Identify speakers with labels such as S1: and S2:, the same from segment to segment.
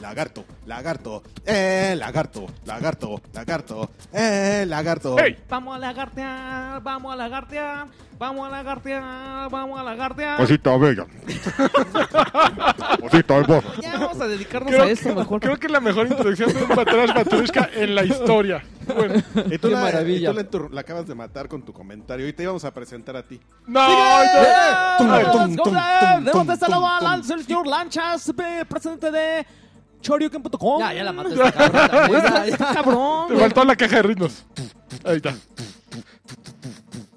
S1: lagarto, lagarto, eh, lagarto, lagarto, lagarto, eh, lagarto.
S2: Vamos a lagartear, vamos a lagartear, vamos a lagartear, vamos a lagartear.
S1: Pues
S3: Cosita bella. Cosita hermosa.
S2: Ya vamos a dedicarnos
S4: Creo
S2: a eso
S4: que-
S2: mejor.
S4: Creo que es la mejor introducción de un Batrash Batrushka en la historia. Bueno,
S1: Y tú,
S5: Qué
S1: la,
S5: maravilla.
S1: y tú la entur- la acabas de matar con tu comentario y te íbamos a presentar a ti.
S4: no,
S1: Eh,
S2: ¡eh!
S1: tum,
S4: no, no.
S1: tum, tum, tum,
S2: Debemos
S1: tum,
S2: de saludar
S1: tum,
S2: al señor Lanchas, eh, presidente de Choryuken.com.
S5: Ya, ya la mató esta cabrona. güey, ya, ya.
S2: Está cabrón.
S4: Te faltó la caja de ritmos. Ahí está.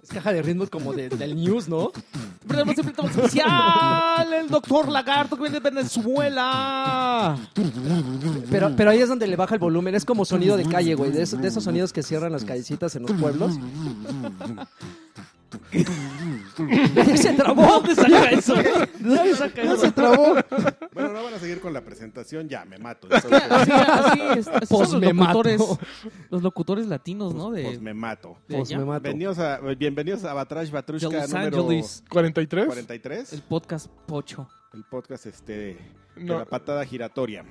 S5: Es caja de ritmos como de- del news, ¿no?
S2: Pero tenemos siempre tenemos especial el doctor Lagarto que viene de Venezuela. Mm.
S5: Pero, pero ahí es donde le baja el volumen. Es como sonido de calle, güey. De, esos- de esos sonidos que cierran las callecitas
S2: Mm.
S5: en los pueblos. Ya se trabó.
S2: ¿Dónde saca eso? ¿Dónde saca
S5: Ya se
S2: eso?
S5: trabó.
S1: Bueno, no van a seguir con la presentación, ya me mato. ya sabes que-
S2: Así, así, es- así
S5: Pues
S2: son
S5: me
S2: los locutores,
S5: mato.
S2: los locutores latinos, ¿no? De,
S1: Pues me mato.
S2: de
S5: Pues
S2: allá.
S5: me mato.
S1: Bienvenidos a, bienvenidos a Batrash
S2: de
S1: Batrushka
S2: Los
S1: número
S2: Ángeles,
S4: 43.
S1: 43,
S2: el
S1: el,
S2: podcast Pocho.
S1: podcast este
S4: No.
S1: de la patada giratoria.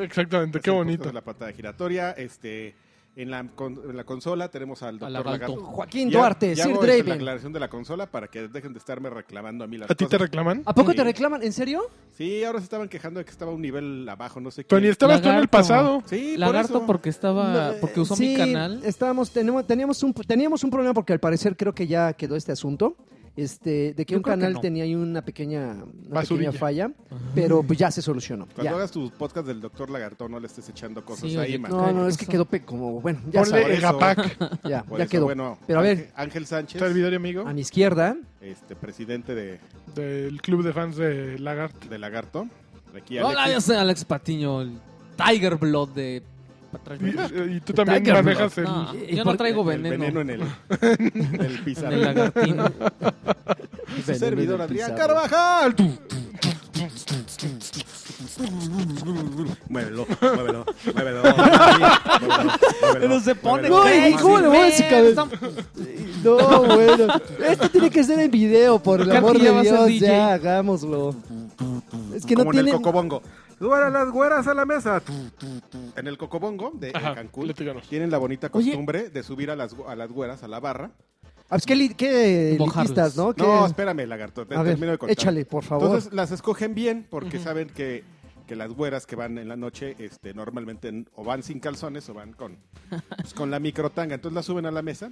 S4: Exactamente,
S1: Es
S4: qué
S1: el podcast
S4: bonito.
S1: De la patada giratoria, este en la, con- en la consola tenemos al doctor
S2: lagarto.
S1: Lagarto.
S5: Joaquín
S1: Ya-
S5: Duarte,
S1: ya
S5: Sir
S1: hago, este, la
S5: Draven.
S1: aclaración de la consola para que dejen de estarme reclamando a mí las
S4: ¿A ti te
S1: cosas.
S4: reclaman?
S5: ¿A poco
S1: Sí.
S5: te reclaman? ¿En serio?
S1: Sí, ahora se estaban quejando de que estaba un nivel abajo, no sé qué.
S4: Tony, estabas tú en el
S2: Lagarto.
S4: pasado.
S1: Sí,
S2: Lagarto
S1: por eso.
S2: porque estaba, Ah, porque usó mi
S5: eh, Sí,
S2: canal.
S5: Estábamos, tenemos, teníamos, un, teníamos un problema porque al parecer creo que ya quedó este asunto. Este, de que
S2: Yo
S5: un
S2: creo que
S5: canal
S2: no.
S5: tenía ahí una pequeña, una
S4: Basurilla.
S5: pequeña falla, pero pues ya se solucionó.
S1: Cuando
S5: ya.
S1: hagas tus podcasts del doctor Lagarto, no le estés echando cosas
S2: Sí,
S1: ahí,
S2: oye,
S1: man.
S5: No, no, es que quedó pe- como, bueno, ya
S4: Ponle
S5: sabes,
S4: Egapac,
S5: ya,
S1: Por
S5: ya
S1: eso,
S5: quedó.
S1: Bueno,
S5: Pero a ver.
S1: Ángel- Ángel Sánchez,
S4: servidor y amigo
S2: Ah,
S5: A mi izquierda,
S1: este presidente de,
S4: del club de fans de Lagarto.
S1: de Lagarto. Aquí
S2: Hola, yo
S1: Alexis.
S2: soy Alex Patiño, el Tiger Blood de Patrash Batrushka.
S4: Y, y tú también
S5: Tiger
S4: manejas el.
S2: No,
S5: ¿Y
S2: yo
S5: por
S2: no
S5: qué?
S2: traigo
S1: el
S2: veneno.
S1: veneno en el, en el pizarro.
S2: en el lagartino.
S1: Y su servidor
S5: Veneno en el
S1: Adrián
S5: pizarro.
S1: Carvajal. muévelo, muévelo, muévelo.
S2: Pero se pone
S1: muévelo.
S5: Güey,
S2: crazy,
S5: ¿cómo le voy a decir,
S2: man?
S5: cabrón? No, bueno. Esto tiene que ser en video, por el
S2: Creo
S5: amor
S2: que ya va
S5: de
S2: a ser
S5: Dios.
S2: DJ.
S5: Ya, hagámoslo. Es que no
S1: Como en
S5: tiene.
S1: el cocobongo. Suban las güeras a la mesa. En el cocobongo de de
S4: Ajá,
S1: Cancún
S4: platícanos.
S1: tienen la bonita
S2: Oye.
S1: costumbre de subir a las, gu- a las güeras a la barra.
S5: Ah, pues qué, li- qué
S2: Mojarlos.
S5: elitistas, ¿no? Qué-
S1: No, espérame, lagarto. Te
S5: a ver,
S1: termino de contar.
S5: échale, por favor.
S1: Entonces las escogen bien porque saben que, que las güeras que van en la noche este, normalmente n- o van sin calzones o van con, pues, con la microtanga. Entonces las suben a la mesa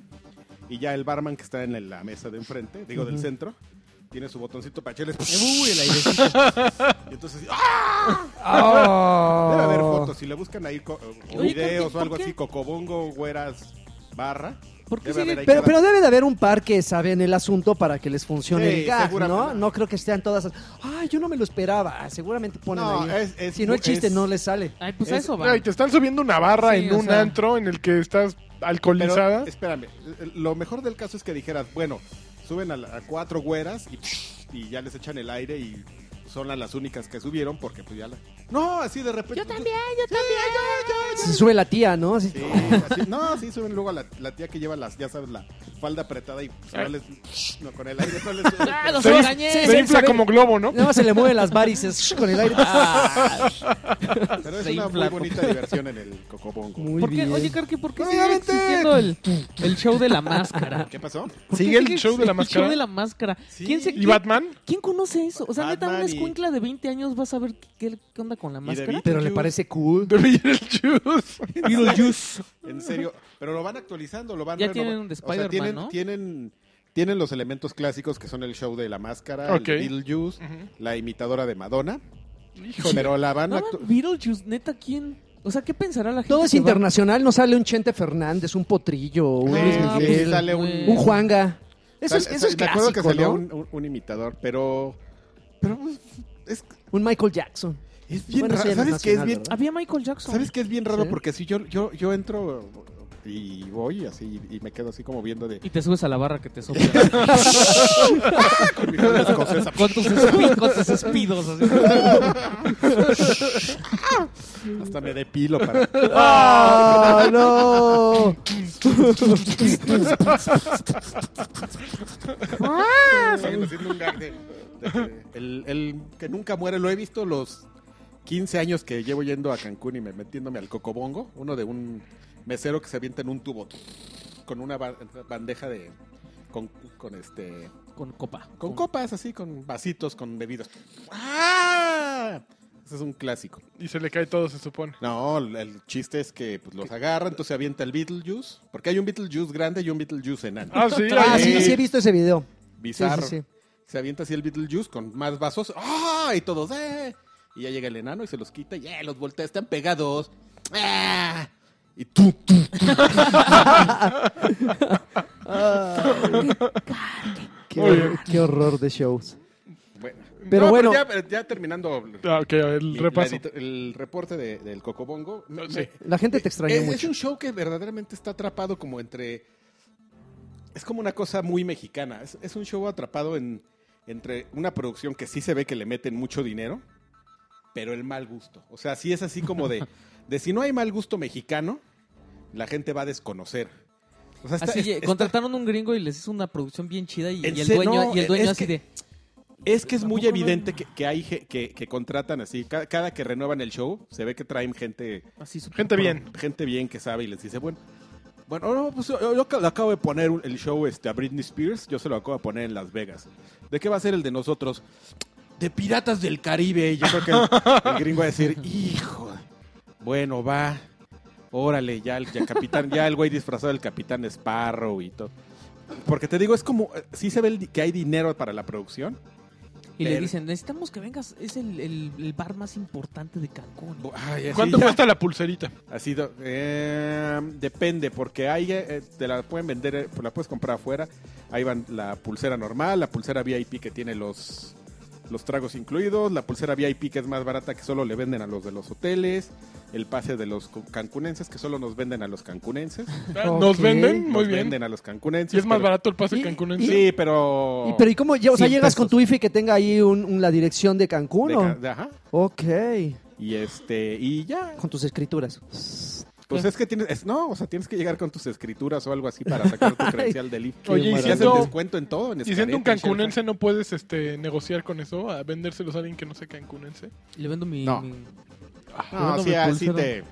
S1: y ya el barman que está en la- la mesa de enfrente, digo del centro, tiene su botoncito para echarles. pues,
S2: Uy, el aire.
S1: Y entonces, ¡ah!
S5: Ah.
S1: Debe haber
S5: Oh.
S1: fotos. Si le buscan ahí co- o- o
S2: Oye, ¿por
S1: videos
S2: qué-
S1: o algo
S2: por qué?
S1: así, cocobongo, güeras, barra.
S2: ¿Por qué
S1: Debe
S2: sigue?
S1: haber ahí
S5: Pero,
S1: cada-
S5: pero debe de haber un par que saben el asunto para que les funcione
S1: Sí,
S5: el gag, ¿no?
S1: seguramente.
S5: No creo que sean todas. as- Ay, yo no me lo esperaba. Ah, Seguramente ponen
S1: No,
S5: ahí.
S1: es- es-
S5: si no el chiste
S1: es-
S5: no les sale.
S2: Ay, pues a
S1: Es-
S2: eso va.
S4: Ay, te están subiendo una barra
S2: Sí,
S4: en
S2: o
S4: un
S2: sea.
S4: antro en el que estás
S1: Pero,
S4: alcoholizada.
S1: espérame, eh, lo mejor del caso es que dijeras, bueno, suben a, la- a cuatro güeras y, y ya les echan el aire y son las, las únicas que subieron porque pues ya la... No, así de repente... pues, Yo también, yo
S5: Se sube la tía, ¿no? Así-
S1: también. Sí, así- no, sí, suben luego a la, la tía que lleva las, ya sabes, la falda apretada y pues, no les- no, con el aire no les sube.
S2: Ah, los
S4: Se-
S2: engañé.
S5: sí,
S4: Se
S5: sí,
S4: infla
S5: se ve-
S4: como globo, ¿no?
S5: Nada más se le mueven las varices con el aire.
S2: Ah,
S1: Pero es
S2: Se
S1: una muy
S2: infla.
S1: bonita diversión en el Cocobongo.
S5: Muy
S2: ¿Por qué?
S5: bien.
S2: Oye, Karki, ¿por qué
S1: No,
S2: sigue
S1: ya vente.
S2: existiendo el, el show de la máscara?
S1: ¿Qué pasó?
S2: ¿Por
S4: ¿Sigue
S2: qué
S4: el show de la
S2: el
S4: máscara?
S2: show de la máscara?
S1: Sí.
S2: ¿Quién, se,
S4: ¿Y
S2: quién,
S4: Batman?
S2: quién conoce eso? O sea, neta, una
S1: Batman y-
S2: escuincla de 20 años va a saber qué, qué onda con la
S1: de
S2: máscara.
S1: Beat-
S5: pero le parece cool.
S4: De Beetlejuice.
S2: Beetlejuice.
S1: En serio, pero lo van actualizando, lo van
S2: Ya
S1: renova-
S2: tienen de Spider-Man,
S1: tienen,
S2: ¿no?
S1: tienen, tienen los elementos clásicos que son el show de la máscara,
S4: Ok.
S1: el Beetlejuice, la imitadora de Madonna,
S4: Híjole.
S1: pero la van
S2: No,
S1: actu-
S2: man, Beetlejuice, neta, ¿quién? O sea, ¿qué pensará la gente?
S5: Todo es
S2: que va-
S5: internacional, no sale un Chente Fernández, un Potrillo, un
S1: Sí,
S5: Luis
S1: sí,
S5: Miguel,
S1: sí, sale un,
S2: güey.
S5: un Juanga. Eso es,
S1: sale-
S5: eso es
S1: me acuerdo que
S5: clásico,
S1: salía
S5: ¿no?
S1: un, un- un imitador, pero pero pues, es,
S5: Un Michael Jackson.
S1: es bien
S5: Bueno, sí,
S1: raro,
S5: era
S1: ¿sabes qué es
S5: nacional,
S1: bien?
S5: ¿verdad?
S2: Había Michael Jackson.
S1: ¿Sabes qué es bien raro?
S5: Sí.
S1: Porque si yo yo yo entro y voy así y me quedo así como viendo de
S2: Y te subes a la barra que te sopla.
S1: con mi falda escocesa.
S2: con, tus espi- con tus espidos. así.
S1: hasta me depilo para
S5: ¡Ah, no!
S1: Siguen haciendo un gag de- de que el, el que nunca muere, lo he visto los 15 años que llevo yendo a Cancún y me metiéndome al cocobongo, uno de un mesero que se avienta en un tubo con una ba- bandeja de con, con este
S2: Con copa.
S1: con copas así, con vasitos, con bebidas. ¡Ah! Ese es un clásico.
S4: Y se le cae todo, se supone.
S1: No, el chiste es que pues, los agarra, entonces se avienta el Beetlejuice, porque hay un Beetlejuice grande y un Beetlejuice enano.
S4: Ah, sí.
S6: Ah,
S4: ahí-
S6: sí, sí he visto ese video.
S1: Bizarro.
S6: sí, sí.
S1: Se avienta así el Beetlejuice con más vasos. ¡Ah! Y todos, ¡eh! Y ya llega el enano y se los quita y ¡eh! Los voltea, están pegados. ¡Ah! Y tú, tú.
S6: Qué,
S4: Oye.
S6: hor- qué horror de shows.
S1: Bueno.
S6: Pero bueno.
S1: ya, ya terminando
S4: Ah, ok, a ver, el
S1: mi-
S4: repaso.
S1: la edito- el reporte de- del Cocobongo. me-
S4: Sí.
S1: me-
S6: La gente te extraña
S1: Eh, es, es
S6: mucho.
S1: un show que verdaderamente está atrapado como entre. Es como una cosa muy mexicana. Es, es un show atrapado en, entre una producción que sí se ve que le meten mucho dinero, pero el mal gusto. O sea, sí es así como de, de si no hay mal gusto mexicano, la gente va a desconocer. O sea, está-
S2: Así,
S1: es-
S2: eh,
S1: está-
S2: contrataron un gringo y les hizo una producción bien chida y,
S1: En
S2: y el
S1: se-
S2: dueño,
S1: no,
S2: y el dueño
S1: es
S2: así
S1: que-
S2: de...
S1: Es que es muy
S2: Tampoco no hay-
S1: evidente que, que hay ge- que, que contratan así. Cada, cada que renuevan el show, se ve que traen gente
S2: así súper
S4: Gente
S2: pro.
S4: bien.
S1: gente bien que sabe y les dice, bueno, bueno, no, pues yo, yo le acabo de poner un- el show este, a Britney Spears, yo se lo acabo de poner en Las Vegas. ¿De qué va a ser el de nosotros? De Piratas del Caribe. Y Yo creo que el, el gringo va a decir, hijo, bueno, va, órale, ya el, ya el capitán, ya el güey disfrazado del capitán Sparrow y todo. Porque te digo, es como, eh, sí se ve el di- que hay dinero para la producción.
S2: Y le
S1: Pero-
S2: dicen, necesitamos que vengas, es el, el- el bar más importante de Cancún.
S1: Ay, así
S4: ¿Cuánto
S1: ya-
S4: cuesta la pulserita?
S1: Así, do- eh, depende, porque ahí eh, te la pueden vender, eh, la puedes comprar afuera. Ahí van la pulsera normal, la pulsera VIP que tiene los, los tragos incluidos, la pulsera VIP que es más barata que solo le venden a los de los hoteles, el pase de los cu- cancunenses que solo nos venden a los cancunenses.
S4: Ah, Nos
S6: Ok.
S4: venden,
S1: Nos
S4: muy bien.
S1: venden a los cancunenses.
S4: Y es más
S1: pero-
S4: barato el pase
S6: Y-
S4: cancunense.
S1: Sí, pero...
S6: ¿Y, pero ¿y cómo? lle- O sea,
S1: 100
S6: llegas con
S1: pesos.
S6: tu IFE que tenga ahí un- un- la dirección de
S1: de
S6: Cancún.
S1: ca-
S6: ¿o?
S1: de- ajá.
S6: Ok.
S1: Y este, y ya.
S6: Con tus escrituras.
S1: Pues es que tienes, es- no, o sea, tienes que llegar con tus escrituras o algo así para sacar tu credencial del IFE.
S4: Oye,
S6: Qué
S4: y
S1: Y si
S6: maravilla.
S1: hacen
S4: siendo,
S1: descuento en todo, en
S4: y siendo un
S1: escaleta, en
S4: cancunense no puedes este, negociar con eso, a vendérselos a alguien que no sea cancunense.
S2: Le vendo mi...
S1: No.
S2: mi-
S1: No,
S2: Yo
S1: sí,
S2: no me
S1: así, te,
S2: pulsero.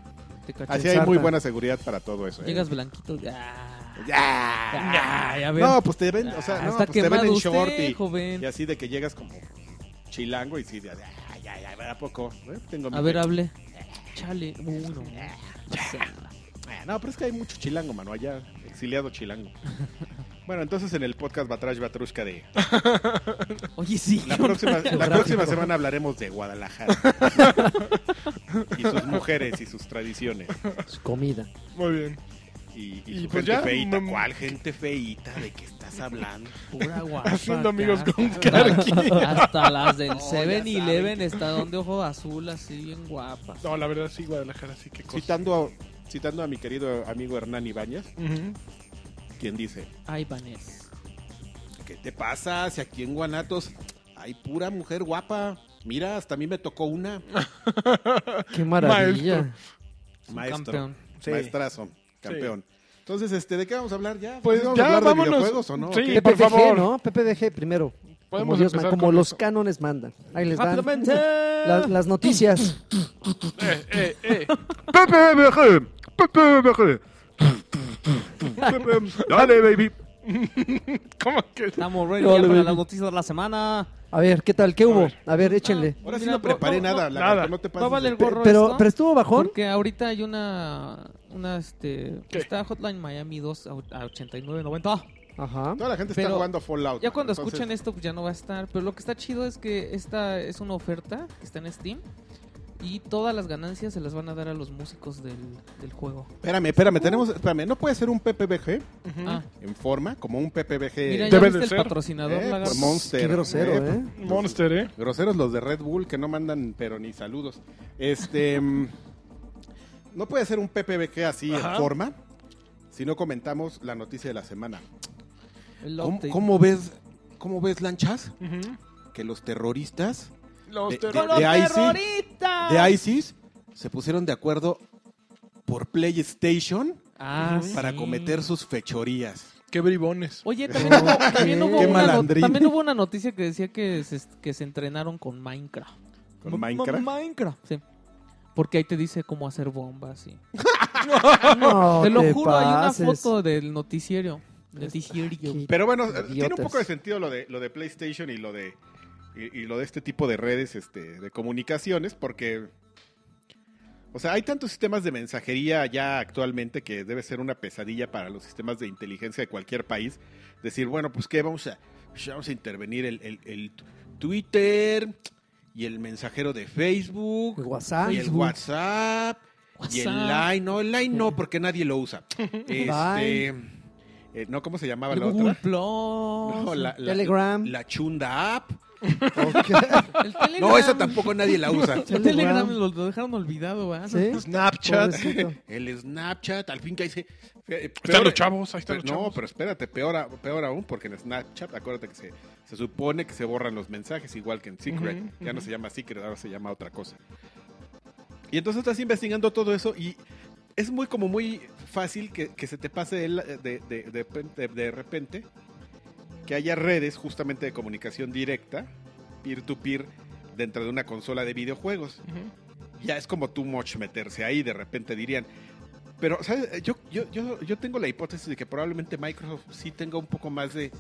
S2: te caché.
S1: así hay muy
S6: sarta.
S1: buena seguridad para todo eso. ¿eh?
S2: Llegas blanquito. ah,
S1: ¡Ya!
S2: ah, ya ven.
S1: No, pues te ven, o sea,
S2: Ah,
S1: no,
S2: está
S1: pues te ven en
S2: quemado
S1: short
S2: usted,
S1: y,
S2: joven.
S1: y así de que llegas como chilango y sí, de- "Ah, ay, ay, ay, ¿a poco? Eh, Tengo mi
S2: A ver,
S1: fe.
S2: hable. Chale. Uy, no.
S1: Ah, No, pero es que hay mucho chilango, mano, allá, exiliado chilango. Bueno, entonces en el podcast Batrash Batrushka de...
S2: Oye, sí.
S1: La próxima, la
S6: Geográfico.
S1: próxima semana hablaremos de Guadalajara. y sus mujeres y sus tradiciones.
S6: Su comida.
S4: Muy bien.
S1: Y, y
S4: Y
S1: su
S4: pues
S1: gente
S4: ya,
S1: feita.
S4: mm,
S1: ¿Cuál gente feita? ¿De qué estás hablando?
S2: Pura guapa,
S4: Haciendo amigos
S2: acá,
S4: con
S2: hasta- Hasta las
S1: ya
S2: del 7-Eleven está donde ojo azul, así bien guapas.
S4: No, la verdad sí, Guadalajara sí que cosa.
S1: Citando a, citando a mi querido amigo Hernán Ibáñez,
S4: Ujú.
S1: quien dice,
S2: Ay, Vanés.
S1: ¿qué te pasa si aquí en Guanatos hay pura mujer guapa? Mira, hasta a mí me tocó una.
S6: Qué maravilla.
S2: es un
S1: Maestro.
S2: Campeón.
S6: Sí.
S1: Maestrazo, campeón. Entonces, este, ¿de qué vamos a hablar ya?
S4: Pues
S1: ¿Vamos
S4: ya,
S1: a hablar
S4: vámonos.
S1: de videojuegos o no?
S4: Sí.
S1: ¿O qué?
S6: PPG,
S4: por favor.
S6: ¿no? PPG primero. Como,
S4: Podemos
S6: Dios
S4: empezar
S6: man- como
S4: con
S6: los
S4: eso.
S6: cánones mandan. Ahí les van
S2: Rápidamente.
S6: la- las noticias.
S4: Eh, eh, eh.
S3: PPMG, PPMG. Dale, baby.
S4: ¿Cómo que?
S2: Estamos ready
S6: Dale,
S2: ya para
S6: baby.
S2: las noticias de la semana.
S6: A ver, ¿qué tal? ¿Qué hubo? A ver, échenle.
S1: Ahora sí
S2: Mira,
S1: no preparé
S2: no, no,
S1: nada,
S4: no,
S1: la
S4: nada.
S1: neta, no Ah, te pases
S2: No vale
S1: de-
S2: el gorro
S6: Pero,
S2: esto,
S6: pero estuvo bajón.
S2: Porque ahorita hay una... Una, este...
S4: ¿Qué?
S2: Está Hotline Miami 2 a a 89.90.
S6: Ajá.
S1: Toda la gente está
S2: Pero
S1: jugando Fallout.
S2: Ya Ah, cuando
S1: entonces-
S2: escuchen esto pues ya no va a estar, pero lo que está chido es que esta es una oferta que está en Steam y todas las ganancias se las van a dar a los músicos del, del juego.
S1: Espérame, espérame, tenemos, espérame, ¿no puede ser un PPBG
S4: Ujú.
S2: Ah,
S1: en forma? Como un PPBG
S2: mira, ya
S4: Mm. Eh, Debe
S2: viste
S4: de
S2: el
S4: ser. pues,
S2: patrocinador,
S1: eh,
S2: lagarto?
S1: por Monster.
S6: Qué grosero, ¿eh?
S4: Monster, ¿eh?
S1: Groseros los de Red Bull que no mandan pero ni saludos. Este mm, no puede ser un PPBG así
S4: Ajá.
S1: en forma si no comentamos la noticia de la semana.
S2: El
S1: ¿Cómo,
S2: update.
S1: cómo ves cómo ves lanchas
S4: Ujú.
S1: que los terroristas
S4: Los
S1: De-
S4: terror-
S2: ¡Con los
S1: de ahí sí,
S2: terroristas!
S1: de ISIS se pusieron de acuerdo por PlayStation
S2: Ah,
S1: para
S2: sí.
S1: cometer sus fechorías.
S4: Qué bribones.
S2: Oye, también hubo, también, hubo
S1: Qué
S2: una no-
S1: malandrín.
S2: también hubo una noticia que decía que se, que se entrenaron con Minecraft.
S1: Con Minecraft.
S2: Minecraft, sí. Porque ahí te dice cómo hacer bombas y...
S6: No
S2: te lo
S6: te
S2: juro, hay
S6: pases.
S2: una foto del noticiero. Noticiero.
S1: Pero bueno, eh, tiene un
S6: Idiotas.
S1: poco de sentido lo de, lo de PlayStation y lo de y, y lo de este tipo de redes este, de comunicaciones, porque o sea, hay tantos sistemas de mensajería ya actualmente que debe ser una pesadilla para los sistemas de inteligencia de cualquier país. Decir, bueno, pues qué, vamos a, vamos a intervenir el, el- el Twitter y el mensajero de Facebook
S6: WhatsApp.
S1: y el WhatsApp. Y el
S2: WhatsApp.
S1: Line, no, el Line no, porque nadie lo usa. Este, eh, no, ¿cómo se llamaba
S2: El
S1: la
S2: Google
S1: otra?
S2: Plus.
S1: No, la, la-
S6: Telegram.
S1: La chunda app.
S2: El Telegram.
S1: No, esa tampoco nadie la usa.
S2: El Telegram lo, lo dejaron olvidado, ¿verdad?
S6: ¿Sí?
S4: ¿eh? Snapchat.
S6: Pobrecito.
S1: El Snapchat, al fin que ahí se... eh,
S4: Están
S1: peor-
S4: los chavos, ahí están
S1: Pero-
S4: los chavos.
S1: no, pero espérate, peor, a- peor aún, porque en Snapchat, acuérdate que se, se supone que se borran los mensajes, igual que en Secret.
S4: Ujú,
S1: Ya no
S4: ujú.
S1: se llama Secret, ahora se llama otra cosa. Y entonces estás investigando todo eso y es muy como muy fácil que, que se te pase de, la- de- de- de pen- de- de repente que haya redes justamente de comunicación directa, peer-to-peer, dentro de una consola de videojuegos
S4: Ujú.
S1: ya es como too much meterse ahí, de repente dirían. Pero, ¿sabes? Yo, yo, yo, yo tengo la hipótesis de que probablemente Microsoft sí tenga un poco más de,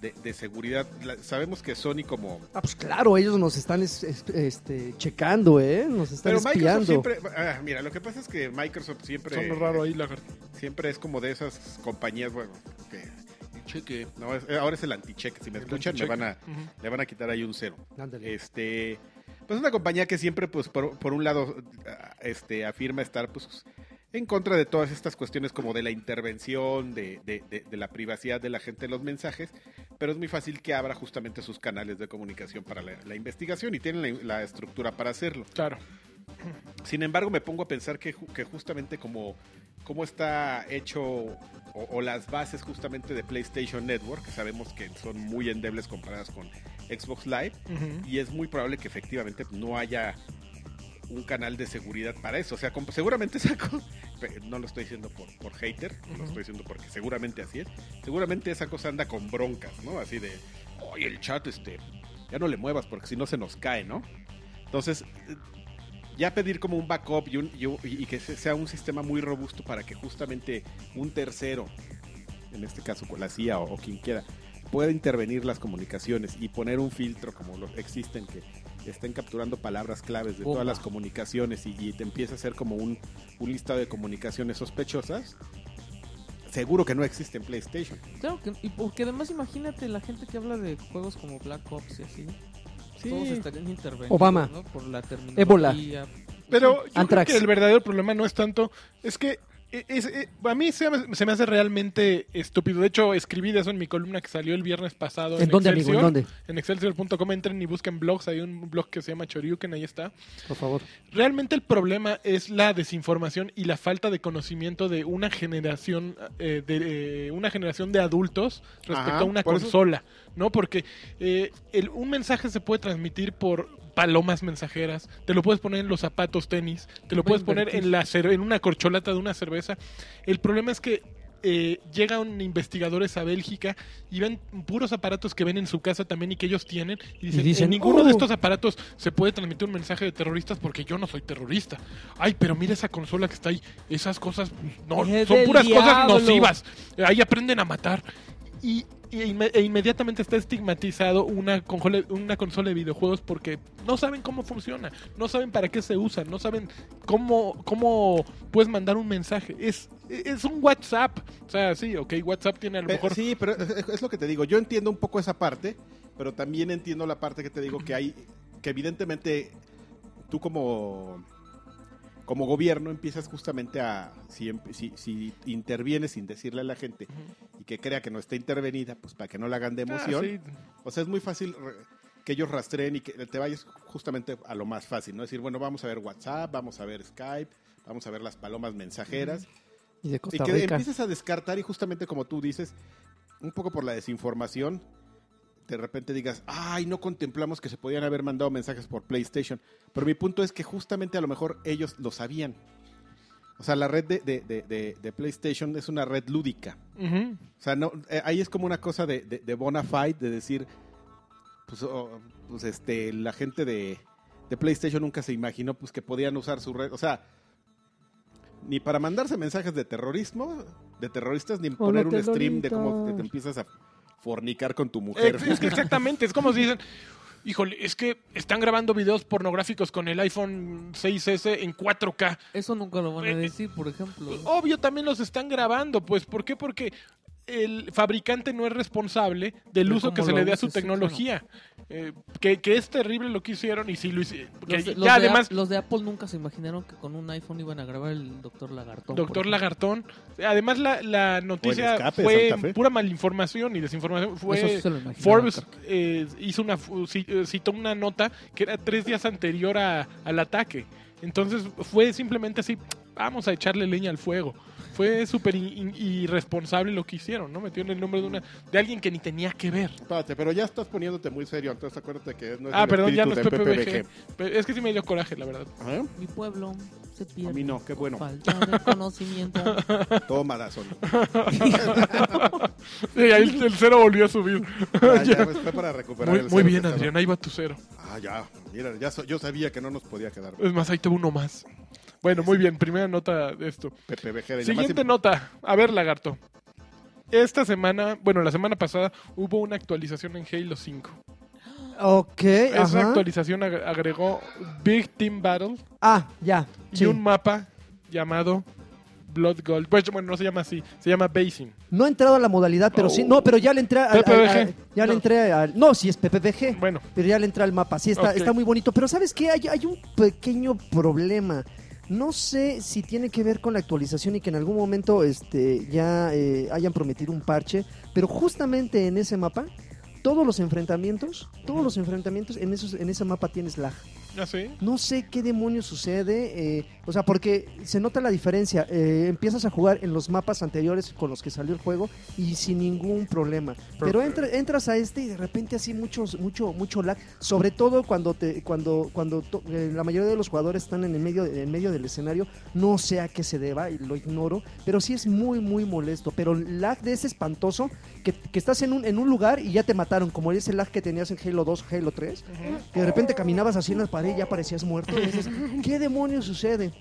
S1: de- de seguridad. La- sabemos que Sony como...
S6: Ah, pues claro, ellos nos están es- es- este, checando, ¿eh? Nos están
S1: Pero Microsoft
S6: espiando.
S1: siempre... ah, mira, lo que pasa es que Microsoft siempre...
S4: Son lo raro ahí, la
S1: Siempre es como de esas compañías, bueno, que... Cheque. No, es- ahora es el anticheque. Si me escuchan, me van a, le van a quitar ahí un cero.
S6: Ándale.
S1: Este, pues una compañía que siempre, pues, por, por un lado, este, afirma estar, pues, en contra de todas estas cuestiones como de la intervención, de, de- de- de la privacidad de la gente en los mensajes, pero es muy fácil que abra justamente sus canales de comunicación para la, la investigación y tienen la, la estructura para hacerlo.
S4: Claro.
S1: Sin embargo, me pongo a pensar que, ju- que justamente como, como está hecho o, o las bases justamente de PlayStation Network, que sabemos que son muy endebles comparadas con Xbox Live,
S4: Ujú.
S1: y es muy probable que efectivamente no haya un canal de seguridad para eso. O sea, como- seguramente esa cosa, pe- no lo estoy diciendo por, por hater, lo estoy diciendo porque seguramente así es. Seguramente esa cosa anda con broncas, ¿no? Así de, oye, el chat, este, ya no le muevas porque si no se nos cae, ¿no? Entonces, eh, ya pedir como un backup y, un- y un- y que se- sea un sistema muy robusto para que justamente un tercero, en este caso con la CIA o, o quien quiera, pueda intervenir las comunicaciones y poner un filtro como los existen que estén capturando palabras claves de
S2: Bomba.
S1: todas las comunicaciones y, y te empieza a hacer como un, un listado de comunicaciones sospechosas. Seguro que no existe en PlayStation.
S2: Claro que, y porque además imagínate la gente que habla de juegos como Black Ops y así.
S1: Sí.
S2: Todos estarían intervenidos.
S6: Obama.
S2: ¿no? Por la terminología.
S6: Ébola.
S4: Pero yo
S6: Antrax.
S4: creo que el verdadero problema no es tanto, es que eh, es- eh, a mí se, me- se me hace realmente estúpido. De hecho, escribí de eso en mi columna que salió el viernes pasado.
S6: ¿En dónde, amigo?
S4: Excelsior.
S6: ¿En dónde?
S4: En excelsior.com entren y busquen blogs. Hay un blog que se llama Choryuken, ahí está.
S6: Por favor.
S4: Realmente el problema es la desinformación y la falta de conocimiento de una generación eh, de eh, una generación de adultos respecto
S1: Ajá,
S4: a una
S1: por eso-
S4: consola, ¿no? Porque eh, el- un mensaje se puede transmitir por palomas mensajeras, te lo puedes poner en los zapatos tenis, te lo
S2: Voy a
S4: puedes poner
S2: invertir.
S4: en la cer- en una corcholata de una cerveza. El problema es que eh, llegan investigadores a Bélgica y ven puros aparatos que ven en su casa también y que ellos tienen y dicen,
S6: dicen,
S4: en ninguno de
S6: "Oh".
S4: estos aparatos se puede transmitir un mensaje de terroristas porque yo no soy terrorista. Ay, pero mira esa consola que está ahí, esas cosas no,
S2: Es
S4: son
S2: del
S4: puras cosas
S2: diablo.
S4: nocivas. Ahí aprenden a matar. Y, y inme- e inmediatamente está estigmatizado una conjole- una consola de videojuegos porque no saben cómo funciona, no saben para qué se usa, no saben cómo, cómo puedes mandar un mensaje. Es, es un WhatsApp. O sea, sí, ok, WhatsApp tiene a lo
S1: Pe-
S4: mejor...
S1: Sí, pero es es lo que te digo. Yo entiendo un poco esa parte, pero también entiendo la parte que te digo que hay, que evidentemente tú como, como gobierno empiezas justamente a, si, em- si, si intervienes sin decirle a la gente y que crea que no está intervenida, pues para que no la hagan de
S4: Ah,
S1: emoción.
S4: sí.
S1: O sea, es muy fácil re- que ellos rastreen y que te vayas justamente a lo más fácil, ¿no? Es decir, bueno, vamos a ver WhatsApp, vamos a ver Skype, vamos a ver las palomas mensajeras.
S6: Y de
S1: Y
S6: Costa
S1: que
S6: Rica.
S1: empieces a descartar y justamente como tú dices, un poco por la desinformación, de repente digas, ay, no contemplamos que se podían haber mandado mensajes por PlayStation. Pero mi punto es que justamente a lo mejor ellos lo sabían. O sea, la red de, de- de- de- de PlayStation es una red lúdica.
S4: Ujú.
S1: O sea, no, eh, ahí es como una cosa de, de, de bona fide, de decir, pues, oh, pues, este, la gente de, de PlayStation nunca se imaginó pues que podían usar su red, o sea, ni para mandarse mensajes de terrorismo, de terroristas, ni poner un stream de cómo te, te empiezas a fornicar con tu mujer.
S4: Ex- Eh, es que exactamente, es como si dicen, híjole, es que están grabando videos pornográficos con el iPhone 6S en 4K.
S2: Eso nunca lo van a
S4: Eh,
S2: decir, por ejemplo.
S4: Obvio también los están grabando, pues, ¿por qué? Porque el fabricante no es responsable del
S2: De
S4: uso que
S2: cómo
S4: se
S2: lo
S4: le dé a
S2: uses,
S4: su
S2: sí, claro.
S4: tecnología. Eh, que, que es terrible lo que hicieron y si lo hicieron.
S2: Los de, los de
S4: ya además,
S2: Ap- los de Apple nunca se imaginaron que con un iPhone iban a grabar el Doctor Lagartón. por
S4: Doctor
S2: ejemplo.
S4: Lagartón. Además, la, la noticia
S1: escape de
S4: fue
S1: Santa Fe.
S4: pura malinformación y desinformación. Fue
S2: Eso sí se lo imaginaron,
S4: Forbes
S2: Carlos.
S4: eh, hizo una fu- ci- eh, citó una nota que era tres días anterior a- al ataque. Entonces fue simplemente así, vamos a echarle leña al fuego. Fue súper in- in- irresponsable lo que hicieron, ¿no? Metieron el nombre de una de alguien que ni tenía que ver.
S1: Espérate, pero ya estás poniéndote muy serio, entonces acuérdate que no es
S4: ah,
S1: el
S4: perdón, ya no
S1: espíritu
S4: es
S1: del
S4: PPBG. Pero es que sí me dio coraje, la verdad.
S1: ¿Eh?
S2: Mi pueblo se pierde.
S1: A mí no, qué
S2: por
S1: bueno.
S2: Falta de conocimiento.
S1: Toma, da solo.
S4: Sí, ahí el, el cero volvió a subir.
S1: Ya, ya, pues, fue para recuperar
S4: Muy,
S1: el
S4: muy
S1: cero
S4: bien,
S1: que estaba.
S4: Adrián, ahí va tu cero.
S1: Ah, ya. Mira, ya so- yo sabía que no nos podía quedar
S4: Es más, ahí te uno más. Bueno, muy bien, primera nota de esto.
S1: PPBG. de
S4: Siguiente
S1: llamar.
S4: nota. A ver, lagarto. Esta semana, bueno, la semana pasada hubo una actualización en Halo 5.
S5: Ok,
S4: Esa
S5: ajá.
S4: actualización ag- agregó Big Team Battle
S5: Ah, ya.
S4: y
S5: sí.
S4: un mapa llamado Blood Gold. Pues, bueno, no se llama así, se llama Basin.
S5: No he entrado a la modalidad, pero sí. No, pero ya le entré al. al-
S4: PPBG.
S5: al- ya
S4: No.
S5: le entré al. No, sí es PPBG.
S4: Bueno,
S5: Pero ya le entré al mapa. Sí, está,
S4: Ok.
S5: está muy bonito. Pero ¿sabes qué? Hay, hay un pequeño problema. No sé si tiene que ver con la actualización y que en algún momento este, ya eh, hayan prometido un parche. Pero justamente en ese mapa, todos los enfrentamientos, todos los enfrentamientos en, esos, en ese mapa tienes lag.
S4: ya sé.
S5: No sé qué demonios sucede. eh, o sea, porque se nota la diferencia. eh, empiezas a jugar en los mapas anteriores con los que salió el juego y sin ningún problema. Pero entra- entras a este y de repente así muchos, mucho, mucho lag. Sobre todo cuando te, cuando, cuando to- eh, la mayoría de los jugadores están en el medio, en medio del escenario. No sé a qué se deba, y lo ignoro. Pero sí es muy, muy molesto. Pero el lag de ese espantoso que, que estás en un, en un lugar y ya te mataron, como ese lag que tenías en Halo 2, Halo 3 que de repente caminabas así en la pared y ya parecías muerto. Y dices, ¿qué demonios sucede?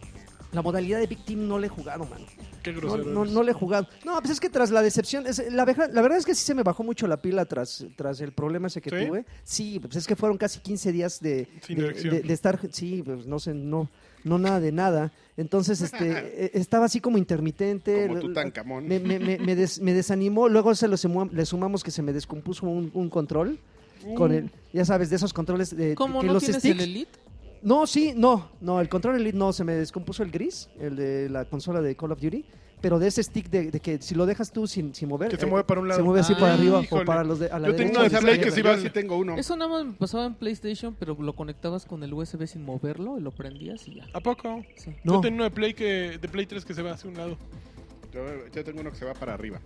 S5: La modalidad de Big Team no le he jugado, mano.
S4: Qué
S5: No,
S4: grosero.
S5: no,
S4: eres.
S5: no le he jugado. No, pues es que tras la decepción, es- la, veja- la verdad es que sí se me bajó mucho la pila tras, tras el problema ese que
S4: ¿Sí?
S5: tuve. Sí, pues es que fueron casi 15 días de,
S4: Sin
S5: de-
S4: dirección.
S5: de- de estar, sí, pues no sé, no, no nada de nada. Entonces, este, eh, estaba así como intermitente.
S1: Como
S5: L-
S1: Tutankamón.
S5: Me, me, me, me des- me desanimó, luego se lo sumó- le sumamos que se me descompuso un, un control con el, ya sabes, de esos controles de
S2: ¿Cómo
S5: que
S2: no
S5: los
S2: tienes
S5: sticks-
S2: el Elite?
S5: no, sí, no, no, el control Elite no, se me descompuso el gris, el de la consola de Call of Duty, pero de ese stick de, de que si lo dejas tú sin, sin mover,
S4: Que se
S5: eh,
S4: mueve para un lado.
S5: se mueve así
S2: Ah,
S5: para arriba
S4: híjole.
S5: o para los de, a la
S4: Yo tengo
S5: derecha.
S4: uno
S5: o
S4: de
S5: a la
S4: Play que
S5: izquierda.
S1: sí,
S4: sí va-
S1: yo sí tengo uno.
S2: Eso nada más me pasaba en PlayStation, pero lo conectabas con el USB sin moverlo y lo prendías y ya.
S4: ¿A poco?
S2: Sí.
S5: No.
S4: Yo tengo uno de Play, que, de Play 3 que se va hacia un lado.
S1: Yo, yo tengo uno que se va para arriba.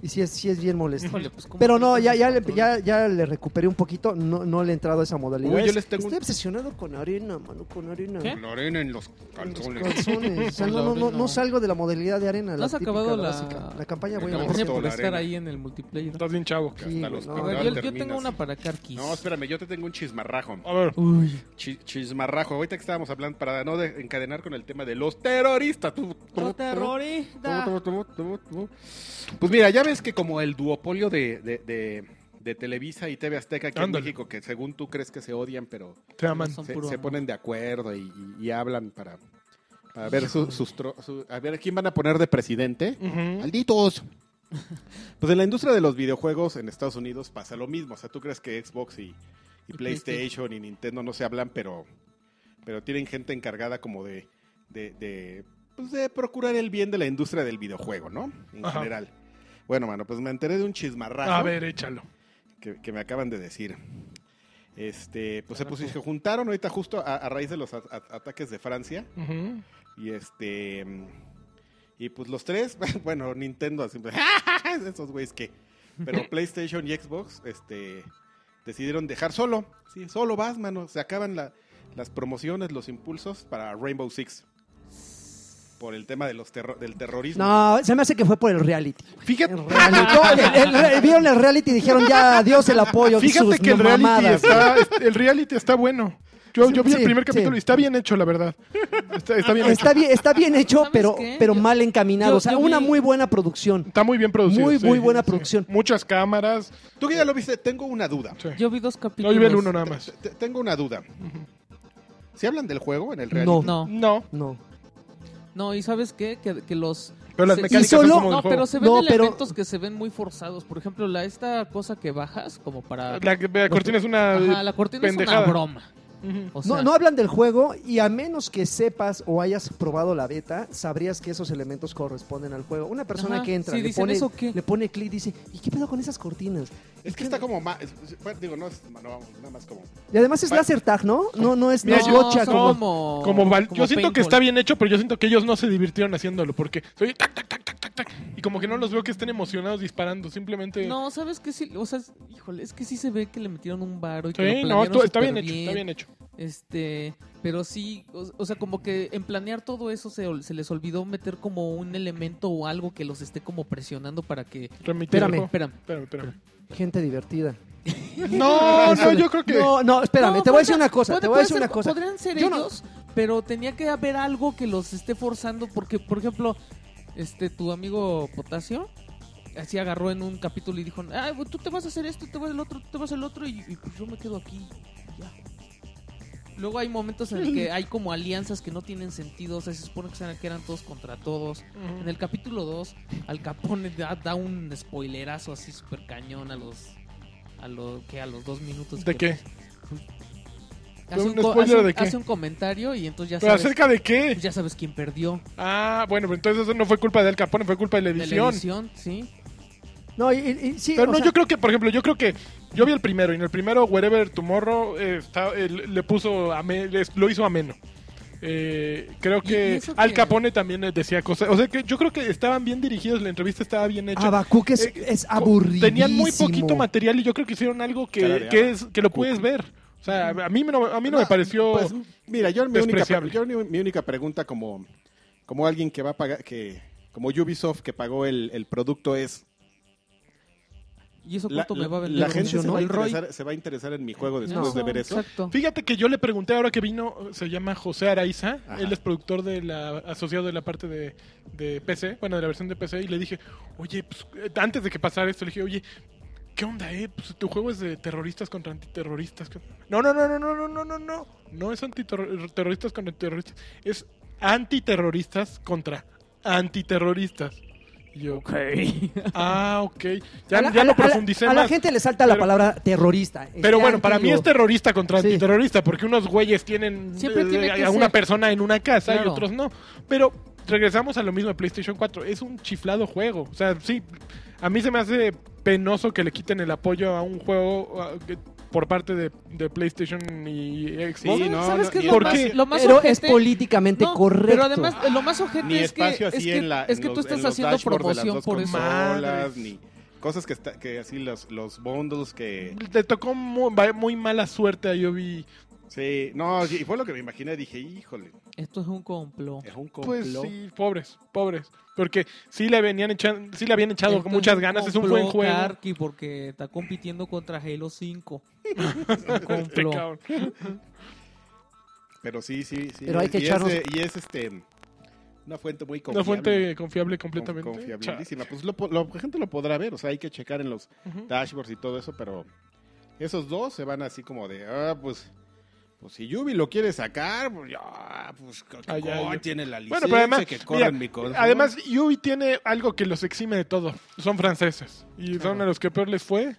S5: Y sí es, sí es bien molesto.
S2: Híjole, pues, ¿cómo
S5: Pero
S2: que
S5: no,
S2: tienes
S5: ya,
S2: el
S5: ya, le,
S2: control?
S5: ya, ya le recuperé un poquito, no, no le he entrado a esa modalidad.
S1: Uy, yo les tengo un-
S5: Estoy obsesionado con arena, mano, con arena.
S2: ¿Qué?
S1: Lorena en los
S5: Con los
S1: calzones.
S5: calzones. O sea,
S2: Con la
S5: no, no, no,
S2: arena.
S5: no salgo de la modalidad de arena.
S2: ¿No
S5: la
S2: has
S5: típica,
S2: acabado la-
S5: básica. La campaña, voy
S1: Me
S5: a
S2: La
S1: costó
S2: campaña por
S1: la
S2: estar
S1: arena.
S2: ahí en el multiplayer.
S4: Estás bien chavo.
S5: Sí,
S1: Hasta
S5: güey,
S1: los
S5: no.
S2: A
S1: caudales
S2: ver, yo, yo
S1: terminas.
S2: tengo una para Karkis.
S1: No, espérame, yo te tengo un chismarrajo.
S4: A ver.
S2: Uy,
S1: Chi- chismarrajo. Ahorita que estábamos hablando, para no de- encadenar con el tema de los terroristas. Tú, tú,
S2: no
S1: tú,
S2: terrorista.
S1: tú, tú, tú, tú. Pues mira, ya ves que como el duopolio de, de- de- de Televisa y TV Azteca aquí
S4: Ándale.
S1: en México, que según tú crees que se odian, pero
S4: Te aman.
S2: Son
S1: se,
S2: puro
S1: se
S2: amor.
S1: ponen de acuerdo y, y- y hablan para, para ver su- sus tro- su- a ver quién van a poner de presidente.
S4: Ujú.
S1: ¡Malditos! Pues en la industria de los videojuegos en Estados Unidos pasa lo mismo. O sea, tú crees que Xbox y, y
S2: Y
S1: PlayStation y Nintendo no se hablan, pero, pero tienen gente encargada como de, de, de, pues, de procurar el bien de la industria del videojuego, ¿no? En
S4: Ajá.
S1: general. Bueno, mano, pues me enteré de un chismarrajo
S4: A ver, échalo.
S1: que, que me acaban de decir. Este, pues se, pusi- se juntaron ahorita justo a, a raíz de los a- a- ataques de Francia.
S4: Ujú.
S1: Y este. mm, Y pues los tres, bueno, Nintendo, así, pues, esos güeyes que. Pero PlayStation y Xbox, este. Decidieron dejar solo. Sí, solo vas, mano. Se acaban la- las promociones, los impulsos para Rainbow Six. Por el tema de los terro- del terrorismo.
S5: No, se me hace que fue por el reality.
S1: Fíjate,
S5: El reality. No, el- el re- vieron el reality y dijeron ya, adiós el apoyo.
S4: Fíjate
S5: sus
S4: que el reality,
S5: mamadas.
S4: está, el reality está bueno. Yo, yo vi el
S6: Sí,
S4: primer
S6: sí.
S4: capítulo y está bien hecho, la verdad. Está, está bien hecho.
S6: Está bien, está bien hecho,
S2: ¿Sabes
S6: pero,
S2: qué?
S6: pero
S2: Yo-
S6: mal encaminado.
S2: yo-
S6: o sea,
S2: yo
S6: una
S2: vi-
S6: muy buena producción.
S4: Está muy bien producido.
S6: Muy,
S4: sí,
S6: muy buena
S4: sí.
S6: producción.
S4: Muchas cámaras.
S1: Tú que ya lo viste, tengo una duda.
S4: Sí.
S2: Yo vi dos
S4: No,
S2: capítulos.
S4: yo vi el uno nada más.
S1: Te- Tengo una duda. ¿Se hablan del juego en el reality?
S6: No,
S2: No,
S4: No.
S6: no.
S2: no, y ¿sabes qué? Que, que los...
S4: Pero las
S2: se-
S4: mecánicas
S6: Y solo-
S4: son como del
S2: No,
S4: juego.
S2: pero se ven
S6: No, pero-
S2: elementos que se ven muy forzados. Por ejemplo, la, esta cosa que bajas como para...
S4: La, la cortina es una...
S2: Ajá, la cortina
S4: pendejada.
S2: es una broma.
S4: Ujú.
S2: O sea,
S6: No, no hablan del juego y a menos que sepas o hayas probado la beta, sabrías que esos elementos corresponden al juego. Una persona
S2: Ajá,
S6: que entra,
S2: sí,
S6: le,
S2: dicen,
S6: pone,
S2: ¿eso qué?
S6: le pone clic, dice, ¿y qué pedo con esas cortinas?
S1: Es que está como más. digo, no es. no, vamos, nada más como.
S6: Y además es
S1: Pa-
S6: láser tag, ¿no? No, no es
S4: Mira,
S6: no es
S4: yo-
S6: gocha
S2: son
S6: como...
S2: como,
S4: Como val-
S2: como
S4: yo siento que
S2: paintball.
S4: está bien hecho, pero yo siento que ellos no se divirtieron haciéndolo porque soy tac, tac, tac, tac, tac, tac, y como que no los veo que estén emocionados disparando, simplemente
S2: No, ¿sabes qué? Sí, o sea, es- híjole, es que sí se ve que le metieron un varo y que
S4: Sí,
S2: lo
S4: no,
S2: planearon
S4: tú- está
S2: súper
S4: bien, hecho, está bien hecho.
S2: Este, pero sí, o, o sea, como que en planear todo eso se, ol- se les olvidó meter como un elemento o algo que los esté como presionando para que...
S4: Remitir el
S6: Espérame.
S4: juego.
S2: Espérame.
S4: Espérame, espérame.
S6: Gente divertida.
S4: No, no, yo creo que
S6: No, no, espérame,
S2: No,
S6: te
S2: podría-
S6: voy a decir una cosa,
S2: puede-
S6: te voy a
S2: puede
S6: decir
S2: ser-
S6: una cosa.
S2: Podrían ser
S6: Yo no-
S2: ellos, pero tenía que haber algo que los esté forzando porque, por ejemplo, este, tu amigo Potasio así agarró en un capítulo y dijo, ah, tú te vas a hacer esto, te vas el otro, tú te vas el otro y, y pues yo me quedo aquí. y ya". Luego hay momentos en el que hay como alianzas que no tienen sentido, o sea, se supone que eran- que eran todos contra todos. En el capítulo 2, Al Capone da, da un spoilerazo así super cañón a los a lo que a los dos minutos
S4: ¿De
S2: que-
S4: qué?
S2: Hace
S4: ¿Un
S2: un, co-
S4: spoiler
S2: hace un-
S4: de qué?
S2: hace un comentario y entonces ya
S4: ¿Pero
S2: sabes,
S4: acerca de qué?
S2: ya sabes quién perdió.
S4: Ah, bueno, pero entonces eso no fue culpa de Al Capone, fue culpa de la
S2: De
S4: edición.
S2: la edición, sí.
S6: No, y, y- y sí,
S4: Pero
S6: o
S4: no,
S6: sea,
S4: yo creo que, por ejemplo, yo creo que yo vi el primero y en el primero Wherever Tomorrow eh, está- eh, le puso ame- les- lo hizo ameno. Eh, creo
S2: ¿Y- y
S4: que
S2: eso
S4: Al
S2: qué?
S4: Capone también eh, decía cosas. O sea, que yo creo que estaban bien dirigidos, la entrevista estaba bien hecha.
S6: Habacuc es,
S4: Eh,
S6: es
S4: co-
S6: aburrido.
S4: Tenían muy poquito material y yo creo que hicieron algo que,
S1: Tarareaba.
S4: que, es, que lo puedes ver. O sea, a mí no, a mí no me pareció...
S1: Pues, mira, yo mi, única,
S4: despreciable.
S1: yo mi- mi única pregunta como, como alguien que va a pagar, que como Ubisoft que pagó el, el producto es...
S2: ¿Y eso
S1: La,
S2: cuánto me va a vender?
S1: la gente se
S6: ¿no?
S1: va, a
S2: El Roy.
S1: interesar, se va a interesar en mi juego
S2: No,
S1: después de ver eso.
S2: Exacto.
S4: Fíjate que yo le pregunté ahora que vino, se llama José Araiza,
S1: Ajá.
S4: él es productor de la asociado de la parte de, de PC, bueno, de la versión de PC, y le dije, oye, pues, eh, antes de que pasara esto, le dije, oye, ¿qué onda, eh? Pues, tu juego es de terroristas contra antiterroristas. ¿qué onda?". No, no, no, no, no, no, no, no, no, no es antiterroristas contra terroristas, es antiterroristas contra antiterroristas. Y yo, ah, ok, ya,
S6: A
S4: ya lo
S6: la- a la- a la-
S4: profundicé
S6: A
S4: más.
S6: la gente le salta la
S4: Pero-
S6: palabra terrorista.
S4: Pero
S6: Este
S4: bueno, para mí
S6: antiguo.
S4: es terrorista contra
S6: Sí.
S4: antiterrorista, porque unos güeyes tienen
S2: Siempre
S4: eh,
S2: tiene que
S4: a una
S2: ser.
S4: persona en una casa y
S2: Claro.
S4: otros no. Pero regresamos a lo mismo de PlayStation 4. Es un chiflado juego. O sea, sí, a mí se me hace penoso que le quiten el apoyo a un juego a- que- por parte de, de PlayStation y Xbox.
S1: Sí, no,
S2: ¿Sabes
S1: no,
S2: qué es
S1: ni
S2: lo
S4: espacio-
S2: más, lo más
S6: Pero es
S2: ojete?
S6: políticamente
S2: No,
S6: correcto.
S2: Pero además, eh, lo más ojete
S1: Ni
S2: es que,
S1: espacio
S2: es
S1: así
S2: que,
S1: en la...
S2: es
S1: en
S2: que tú
S1: los- en
S2: estás
S1: los
S2: haciendo
S1: dashboards de las
S2: promoción
S1: dos
S2: por eso.
S1: consolas,
S4: Madres.
S1: ni cosas que, está, que así los, los bundles que...
S4: Le tocó mu- va- muy, mala suerte a Yobi.
S1: Sí, no, y fue lo que me imaginé, dije, híjole,
S2: Esto es un complot.
S1: es un complot.
S4: Pues sí, pobres, pobres. Porque sí le venían echan- sí le habían echado
S2: Esto
S4: muchas
S2: un
S4: ganas, es un
S2: complot,
S4: buen juego.
S2: Karki, porque está compitiendo contra Halo 5. Es un
S4: Este
S2: complot.
S4: cabrón.
S1: Pero sí, sí, sí.
S6: Pero hay que
S1: y
S6: echarnos-
S1: Es, de- y es este... Una fuente muy confiable.
S4: Una fuente confiable completamente.
S1: Con- Confiabilísima. Pues lo po- lo- la gente lo podrá ver, o sea, hay que checar en los
S4: Ujú.
S1: dashboards y todo eso, pero esos dos se van así como de, ah, pues, pues si Yubi lo quiere sacar, pues ya, pues que
S4: Ah, ya,
S1: corra,
S4: ya.
S1: tiene la licencia,
S4: Bueno, pero además,
S1: que corra
S4: mira,
S1: en mi consola.
S4: además Ubi tiene algo que los exime de todo. Son franceses y son a los que peor les fue.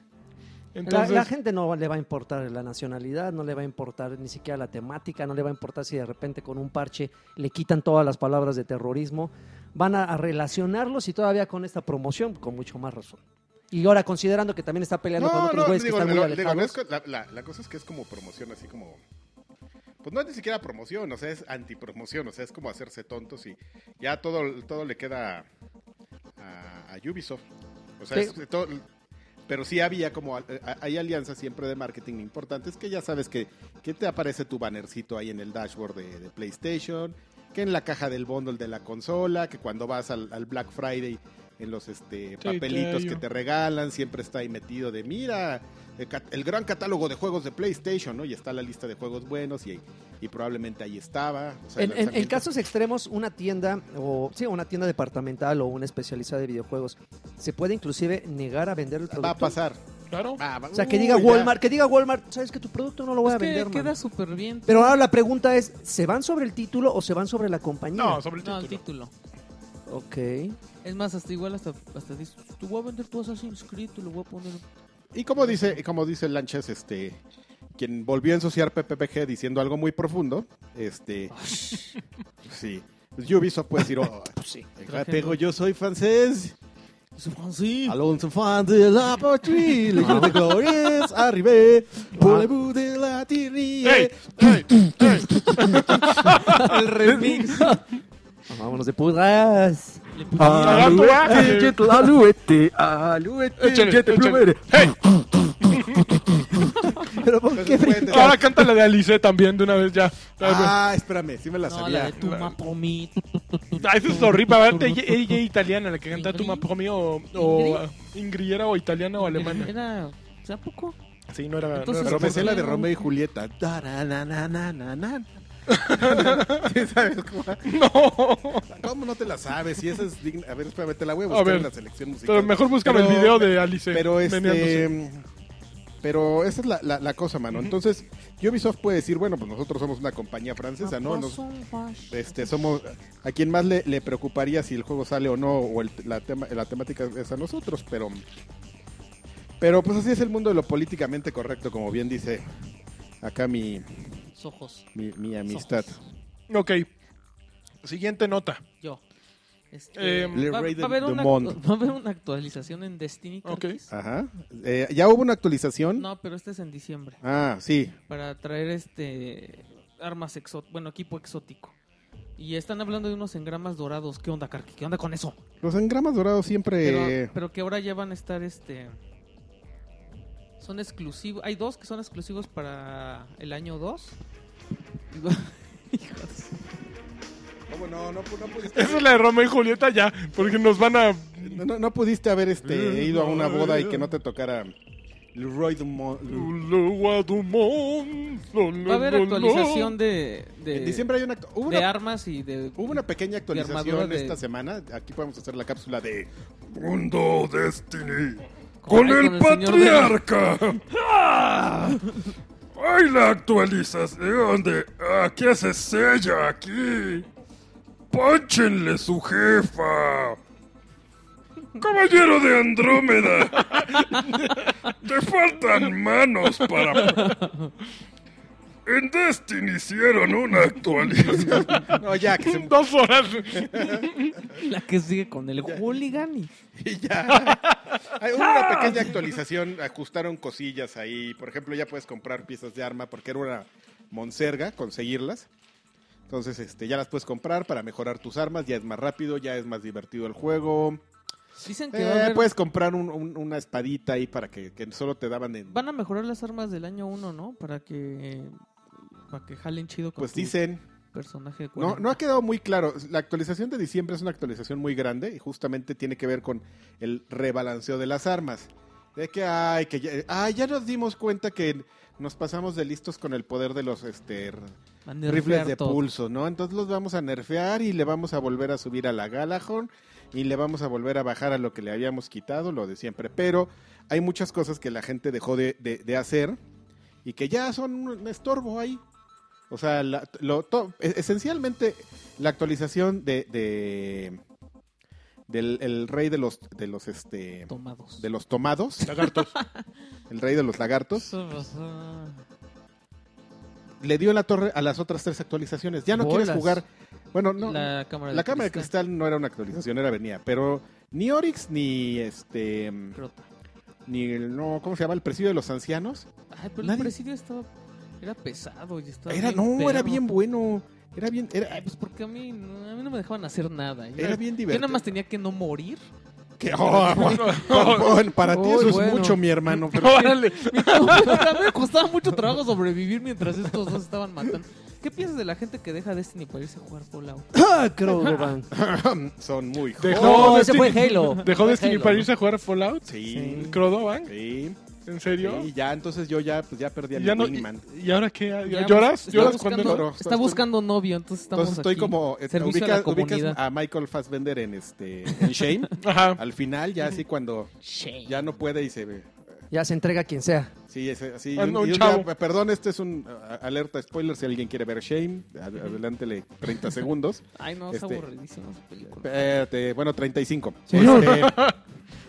S6: La,
S4: Entonces,
S6: la gente no le va a importar la nacionalidad, no le va a importar ni siquiera la temática, no le va a importar si de repente con un parche le quitan todas las palabras de terrorismo. Van a, a relacionarlos y todavía con esta promoción, con mucho más razón. Y ahora, considerando que también está peleando con
S1: no,
S6: otros
S1: no,
S6: güeyes que
S1: digo,
S6: están muy
S1: lo- digo,
S6: alejados.
S1: no es co- la, la- la cosa es que es como promoción, así como... Pues no es ni siquiera promoción, o sea, es antipromoción, o sea, es como hacerse tontos y ya todo, todo le queda a, a Ubisoft. O sea,
S6: Sí.
S1: es todo- pero sí había como, al- eh, hay alianzas siempre de marketing importantes que ya sabes que, que te aparece tu bannercito ahí en el dashboard de, de PlayStation, que en la caja del bundle de la consola, que cuando vas al, al Black Friday en los este
S4: te
S1: papelitos
S4: hallo.
S1: que te regalan, siempre está ahí metido de mira, el, cat- el gran catálogo de juegos de PlayStation, ¿no? Y está la lista de juegos buenos y, y probablemente ahí estaba. o sea, el
S6: En, en- en
S1: lanzamiento.
S6: casos extremos, una tienda o sí, una tienda departamental o una especializada de videojuegos se puede inclusive negar a vender el producto.
S1: va a pasar.
S4: Claro.
S1: Va, va-
S6: O sea, que diga
S1: Uy, ya.
S6: Walmart, que diga Walmart, sabes que tu producto no lo voy
S2: Es
S6: a
S2: que
S6: vender. mano".
S2: queda súper bien.
S6: Pero ahora la pregunta es, ¿se van sobre el título o se van sobre la compañía?
S4: No, sobre el
S2: No,
S4: título.
S2: el título.
S6: Ok.
S2: Es más, hasta igual, hasta, hasta dices, tú voy a vender tu Assassin's Creed, te lo voy a poner.
S1: Y como dice, como dice Lanchas, este, quien volvió a ensuciar PPPG diciendo algo muy profundo, este, sí, pues Ubisoft puede decir, oh,
S6: sí.
S1: acá tengo, yo soy francés,
S2: "Ah, Sí.
S1: Alonso fan de la patrie, le de glorias, arribé, voulez-vous de la
S4: ¡Ey!
S1: tirie.
S4: ¡Ey! ¡Ey!
S2: El remix.
S5: Ah,
S6: Vámonos de putas.
S2: Le puse-
S3: Ah, Alouette, jet l'alouette,
S4: Échale,
S3: alouette, jet
S4: échale.
S3: plumere.
S4: ¡Hey!
S6: Pero ¿por qué?
S1: Entonces, pueden-
S4: Ahora canta la de Alice también de una vez ya.
S1: Ah, espérame, sí me la
S2: No, la de
S1: sabía.
S2: tu mapromí.
S4: Ah, eso es horrible. Aparte, ella, ella italiana, la que canta tu
S2: Ingrid.
S4: mapomi o, o ah, Ingrid era o italiana o alemana.
S2: Era, ¿se poco?
S4: Sí, no era.
S2: Entonces,
S4: no era
S1: Pero me sé la de
S2: ¿por qué?
S1: Romeo y Julieta. Da, na, na, na, na, na, na. Sí, ¿Sabes cómo?
S4: no.
S1: ¿Cómo no te la sabes? Si esa es digna. A ver, espérame, te la voy a
S4: A
S1: buscar
S4: ver.
S1: en la selección musical.
S4: Pero mejor búscame el
S1: Pero-
S4: video de Alice.
S1: Pero
S4: meneándose.
S1: este. Pero esa es la, la- la cosa, mano. Entonces, Ubisoft puede decir, bueno, pues nosotros somos una compañía francesa, ¿no? Nos- este, somos. A quien más le, le preocuparía si el juego sale o no, o el- la, tema, la temática es a nosotros, pero. Pero pues así es el mundo de lo políticamente correcto, como bien dice acá mi,
S2: Los ojos.
S1: mi, mi amistad.
S2: Ojos.
S4: Ok. Siguiente nota.
S2: Yo. Este,
S4: Eh,
S1: Le
S2: va, va
S1: Raiden
S2: a haber una,
S1: Dumont.
S2: va a haber una actualización en Destiny.
S4: Ok.
S2: Carquis.
S1: Ajá. Eh, ¿Ya hubo una actualización?
S2: No, pero este es en diciembre.
S1: Ah, sí.
S2: para traer este armas exóticas, bueno, equipo exótico. Y están hablando de unos engramas dorados. ¿Qué onda, Karki? ¿Qué onda con eso?
S1: Los engramas dorados siempre.
S2: Pero, pero que ahora ya van a estar este son exclusivos. Hay dos que son exclusivos para el año 2.
S1: ¿Cómo no? No, no pudiste.
S4: Esa es la de Romeo y Julieta ya. Porque nos van a.
S1: No, no- no pudiste haber este, ido a una boda y que no te tocara Leroy Dumont. Lu-
S4: Va
S2: Va a haber actualización de de,
S1: En diciembre hay una, actu- hubo,
S2: de
S1: una,
S2: armas y de
S1: hubo una pequeña
S2: de armadura
S1: actualización
S2: de-
S1: esta semana. Aquí podemos hacer la cápsula de
S3: Mundo Destiny.
S2: con-
S3: Con
S2: con
S3: el
S2: el señor de-
S3: patriarca. ¡Ah! ¡Ay, la actualización de... ah, ¿Qué hace ella aquí? ¡Pánchenle su jefa! ¡Caballero de Andrómeda! ¡Te faltan manos para... En Destiny hicieron una actualización.
S1: No, ya, que se-
S4: Dos horas.
S2: la que sigue con el hooligan y
S1: y ya. Hay- hubo una
S2: ¡Ah!
S1: pequeña actualización, ajustaron cosillas ahí. Por ejemplo, ya puedes comprar piezas de arma porque era una monserga conseguirlas. Entonces, este, ya las puedes comprar para mejorar tus armas, ya es más rápido, ya es más divertido el juego.
S2: dicen que va a
S1: Eh,
S2: haber-
S1: puedes comprar un- un- una espadita ahí para que, que solo te daban en...
S2: van a mejorar las armas del año 1, ¿no? Para que para que jalen chido con
S1: Pues
S2: tu
S1: dicen,
S2: personaje de
S1: no,
S2: 40.
S1: no ha quedado muy claro. La actualización de diciembre es una actualización muy grande y justamente tiene que ver con el rebalanceo de las armas. De que, ay, que ya, ay, ya nos dimos cuenta que nos pasamos de listos con el poder de los este, r-
S2: A nerfear
S1: rifles de
S2: todo.
S1: pulso, ¿no? Entonces los vamos a nerfear y le vamos a volver a subir a la Galahorn y le vamos a volver a bajar a lo que le habíamos quitado, lo de siempre. Pero hay muchas cosas que la gente dejó de, de- de hacer y que ya son un estorbo ahí. O sea, la- lo, to- e- esencialmente la actualización de, de- del el rey de los de los este
S2: Tomados.
S1: de los tomados,
S4: Lagartos.
S1: el rey de los lagartos,
S2: Pero
S1: le dio la torre a las otras tres actualizaciones. Ya no quieres
S2: Bolas.
S1: jugar. Bueno, no,
S2: la cámara de
S1: La cámara de cristal no era una actualización, era venía, pero ni Oryx ni este mm,
S2: Crota.
S1: ni el no, ¿cómo se llama? El presidio de los ancianos.
S2: Ay, pero
S1: Nadie-
S2: el presidio estaba era pesado y estaba
S1: Era
S2: bien
S1: no, era
S2: perro.
S1: bien bueno, era bien era,
S2: Ay, pues porque a mí, no- a mí no me dejaban hacer nada. Yo,
S1: era bien
S2: yo
S1: divertido.
S2: nada más tenía que no morir.
S1: Que- oh, bueno, para ti
S2: Uy,
S1: eso es
S2: bueno.
S1: mucho, mi hermano, pero
S4: Órale.
S2: a mí me costaba mucho trabajo sobrevivir mientras estos dos estaban matando. ¿Qué piensas de la gente que deja Destiny para irse a jugar Fallout?
S6: ¡Ah, Crodoban!
S1: Son muy jóvenes.
S4: Dejó
S5: No, ese
S4: Destiny-
S5: fue Halo.
S4: ¿Dejó
S5: Fue
S4: Destiny
S5: Halo.
S4: para irse a jugar Fallout?
S1: Sí.
S4: ¿Crodovan?
S1: Sí.
S4: ¿En serio?
S1: Y ya, entonces yo ya, pues, ya perdí a mi
S4: Ya no- y,
S1: Winman.
S4: y ahora qué?
S2: Ya,
S4: ¿Lloras?
S2: está
S4: ¿Lloras
S2: buscando-
S4: cuando
S1: lloro?
S2: Está buscando novio, entonces estamos
S1: Entonces estoy
S2: aquí.
S1: como... eh,
S2: Servicio a
S1: ubicas-
S2: la comunidad.
S1: ubicas a Michael Fassbender en, este, en Shame.
S4: Ajá.
S1: Al final, ya así cuando ya no puede y se ve.
S6: Ya se entrega a quien sea.
S1: Sí, es así.
S4: Ah,
S1: y un-
S4: no,
S1: y un
S4: chavo.
S1: día- perdón, este es un a- alerta spoiler si alguien quiere ver Shame. a- Adelántele 30 segundos.
S2: Ay, no, es
S1: Este-
S2: aburridísimo esa película.
S1: Espérate, bueno, 35.
S6: Señor.
S1: Este,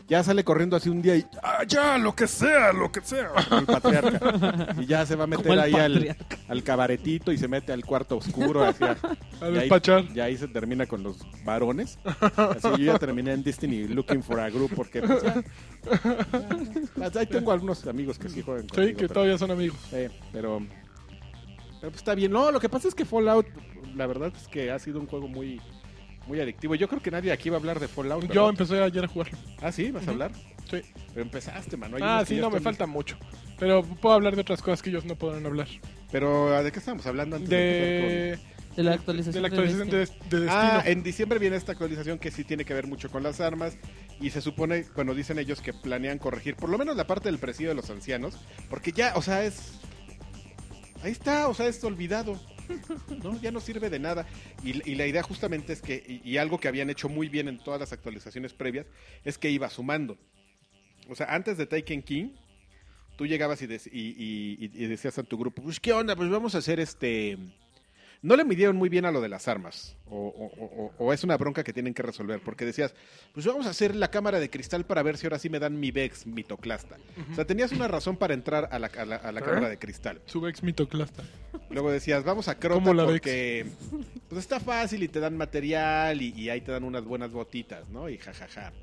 S1: ya sale corriendo así un día y
S3: Ah, ya, lo que sea, lo que sea.
S1: el patriarca. Y ya se va a meter
S2: el
S1: ahí al,
S2: patriarca.
S1: al cabaretito y se mete al cuarto oscuro. hacia-
S4: A
S1: y, ahí,
S4: despachar.
S1: y ahí se termina con los varones. Así yo ya terminé en Destiny looking for a group porque pues, ya- ya- ahí tengo algunos amigos que sí juegan.
S4: Sí,
S1: conmigo,
S4: que
S1: pero-
S4: todavía son amigos.
S1: Eh, pero, pero pues está bien. No, lo que pasa es que Fallout, la verdad es que ha sido un juego muy, muy adictivo. Yo creo que nadie aquí va a hablar de Fallout.
S4: Yo
S1: ¿verdad?
S4: empecé ayer a jugarlo.
S1: Ah, sí, vas a hablar.
S4: Sí.
S1: Pero empezaste, mano. Hay
S4: Ah,
S1: unos que
S4: sí,
S1: ya
S4: no, me
S1: están-
S4: falta mucho. Pero puedo hablar de otras cosas que ellos no podrán hablar.
S1: Pero ¿ah, ¿de qué estábamos hablando antes? empezar
S4: De,
S2: De la
S4: de
S2: actualización.
S4: la actualización de,
S2: Destiny.
S4: de
S1: con-
S4: Destino.
S1: Ah, en diciembre viene esta actualización que sí tiene que ver mucho con las armas y se supone, bueno, dicen ellos que planean corregir por lo menos la parte del presidio de los ancianos, porque ya, o sea, es... Ahí está, o sea, es olvidado. ¿no? Ya no sirve de nada. Y, y la idea justamente es que, y, y algo que habían hecho muy bien en todas las actualizaciones previas, es que iba sumando. O sea, antes de Taken King, tú llegabas y, dec- y- y- y- y decías a tu grupo, pues, ¿qué onda? Pues vamos a hacer este... No le midieron muy bien a lo de las armas, o, o- o- o- o es una bronca que tienen que resolver, porque decías, pues vamos a hacer la cámara de cristal para ver si ahora sí me dan mi Vex mitoclasta. O sea, tenías una razón para entrar a la, a la- a la cámara de cristal.
S4: Su ex mitoclasta.
S1: Luego decías, vamos a Crota
S4: ¿Cómo la ves?
S1: porque pues está fácil y te dan material y, y ahí te dan unas buenas botitas, ¿no? Y jajaja.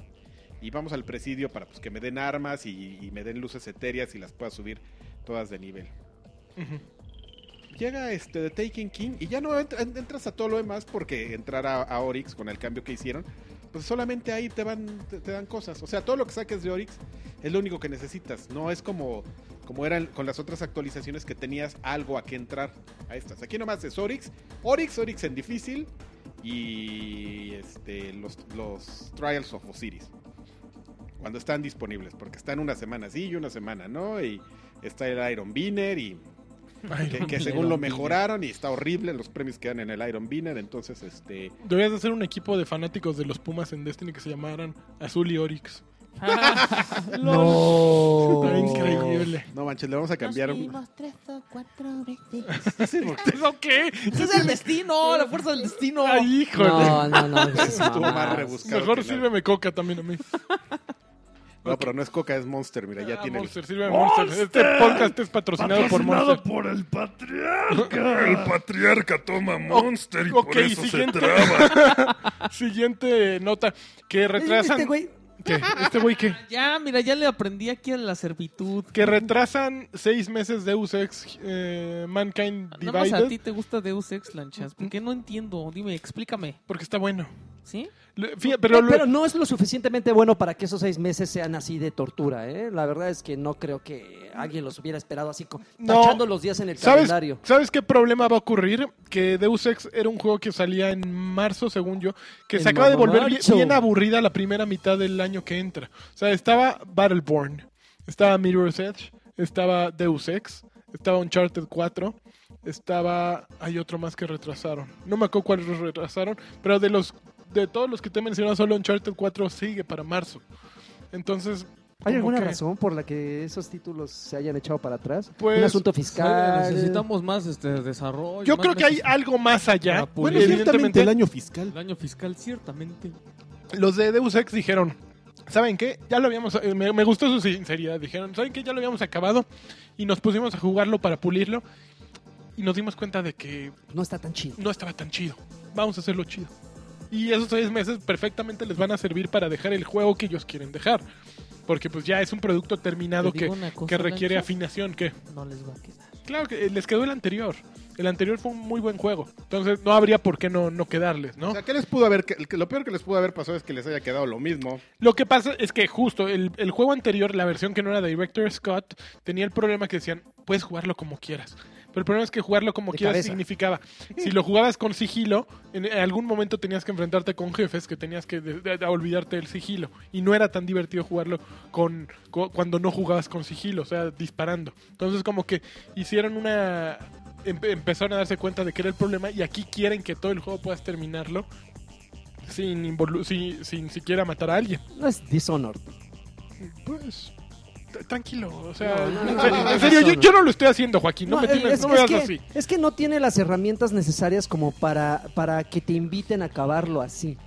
S1: Y vamos al presidio para pues, que me den armas y, y me den luces etéreas y las pueda subir todas de nivel. Llega este de Taking King y ya no entra- entras a todo lo demás porque entrar a, a Oryx con el cambio que hicieron, pues solamente ahí te van te, te dan cosas. O sea, todo lo que saques de Oryx es lo único que necesitas. No es como como eran con las otras actualizaciones que tenías algo a que entrar a estas. Aquí nomás es Oryx, Oryx, Oryx en difícil y este los, los Trials of Osiris. Cuando están disponibles, porque están una semana sí y una semana no, y está el Iron Beaner y
S4: Ay,
S1: que,
S4: no.
S1: que según lo mejoraron y está horrible los premios que dan en el Iron Beaner, entonces este
S4: Deberías de hacer un equipo de fanáticos de los Pumas en Destiny que se llamaran Azul y Oryx.
S6: No.
S4: Está increíble.
S1: no manches, le vamos a cambiar un-
S7: tres o cuatro veces.
S2: este.
S4: ¿Eso qué?
S2: ¡Ese es el destino! ¡La fuerza del destino!
S4: Ay, híjole.
S5: No, no, no. esas
S1: estuvo más
S5: mamadas.
S1: rebuscado.
S4: Pues Mejor
S1: que la-
S4: sírveme coca también a mí.
S1: No, pero no es Coca, es Monster, mira, ya
S4: Ah,
S1: tiene el-
S4: Monster, sírveme Monster. Este podcast es patrocinado, por Monster.
S3: por el patriarca. El patriarca toma Monster y
S4: Oh, ok,
S3: por eso
S4: siguiente.
S3: se traba.
S4: Siguiente nota. Que retrasan.
S6: Este güey-
S4: ¿Qué? ¿Este güey qué?
S2: Ya, mira, ya le aprendí aquí a la servitud.
S4: Que retrasan seis meses Deus Ex eh, Mankind
S2: Nada más a ti
S4: Divided
S2: te gusta Deus Ex, Lanchas. ¿Por qué no entiendo? Dime, explícame.
S4: porque está bueno.
S2: ¿Sí?
S4: Le- fíjate,
S5: eh, Pero,
S4: pero, lo-
S5: no es lo suficientemente bueno para que esos seis meses sean así de tortura, ¿eh? La verdad es que no creo que alguien los hubiera esperado así, co-
S4: No.
S5: tachando los días en el
S4: ¿sabes,
S5: calendario.
S4: ¿sabes qué problema va a ocurrir? Que Deus Ex era un juego que salía en marzo, según yo, que se
S5: En
S4: acaba de volver bien,
S5: marzo.
S4: bien aburrida la primera mitad del año que entra. O sea, estaba Battleborn, estaba Mirror's Edge, estaba Deus Ex, estaba Uncharted 4. Estaba. Hay otro más que retrasaron. No me acuerdo cuáles los retrasaron. Pero de los. De todos los que te he mencionado, solo Uncharted 4 sigue para marzo. Entonces.
S6: ¿Hay
S4: como
S6: alguna
S4: que-
S6: razón por la que esos títulos se hayan echado para atrás?
S4: Pues,
S6: Un asunto fiscal.
S2: Necesitamos más este desarrollo.
S4: Yo
S2: más
S4: creo que hay
S2: meses-
S4: algo más allá.
S2: Para
S4: Bueno,
S2: pulir.
S4: evidentemente,
S1: el año fiscal.
S2: El año fiscal, ciertamente.
S4: los de Deus Ex dijeron, ¿saben qué? Ya lo habíamos... eh, Me, me gustó su sinceridad. Dijeron, ¿saben qué? Ya lo habíamos acabado y nos pusimos a jugarlo para pulirlo y nos dimos cuenta de que
S5: No está tan chido.
S4: no estaba tan chido. Vamos a hacerlo chido. Y esos seis meses perfectamente les van a servir para dejar el juego que ellos quieren dejar. Porque pues ya es un producto terminado
S2: Te
S4: que,
S2: digo una cosa,
S4: que requiere
S2: Lanchas.
S4: afinación, que...
S2: No les va a quedar.
S4: Claro que eh, les quedó el anterior. El anterior fue un muy buen juego. Entonces no habría por qué no, no quedarles, ¿no?
S1: O sea, ¿qué les pudo haber, que- que lo peor que les pudo haber pasado es que les haya quedado lo mismo.
S4: Lo que pasa es que justo el, el juego anterior, la versión que no era de Director Scott, tenía el problema que decían, puedes jugarlo como quieras. Pero el problema es que jugarlo como
S6: De
S4: quieras
S6: cabeza.
S4: significaba. Si lo jugabas con sigilo, en en algún momento tenías que enfrentarte con jefes que tenías que de- de- de olvidarte del sigilo. Y no era tan divertido jugarlo con, co- cuando no jugabas con sigilo, o sea, disparando. Entonces como que hicieron una... em- empezaron a darse cuenta de que era el problema y aquí quieren que todo el juego puedas terminarlo sin, involu- sin, sin siquiera matar a alguien.
S5: No es Dishonored.
S4: Pues... t- Tranquilo, o sea,
S5: No, no,
S4: en
S5: no,
S4: serio,
S5: no,
S4: en serio, yo,
S5: Dishonored.
S4: yo no lo estoy haciendo, Joaquín, no, me,
S5: eh,
S4: tengas-
S5: es,
S4: no me
S5: es
S4: veas
S5: que,
S4: así.
S5: es que no tiene las herramientas necesarias como para, para que te inviten a acabarlo así.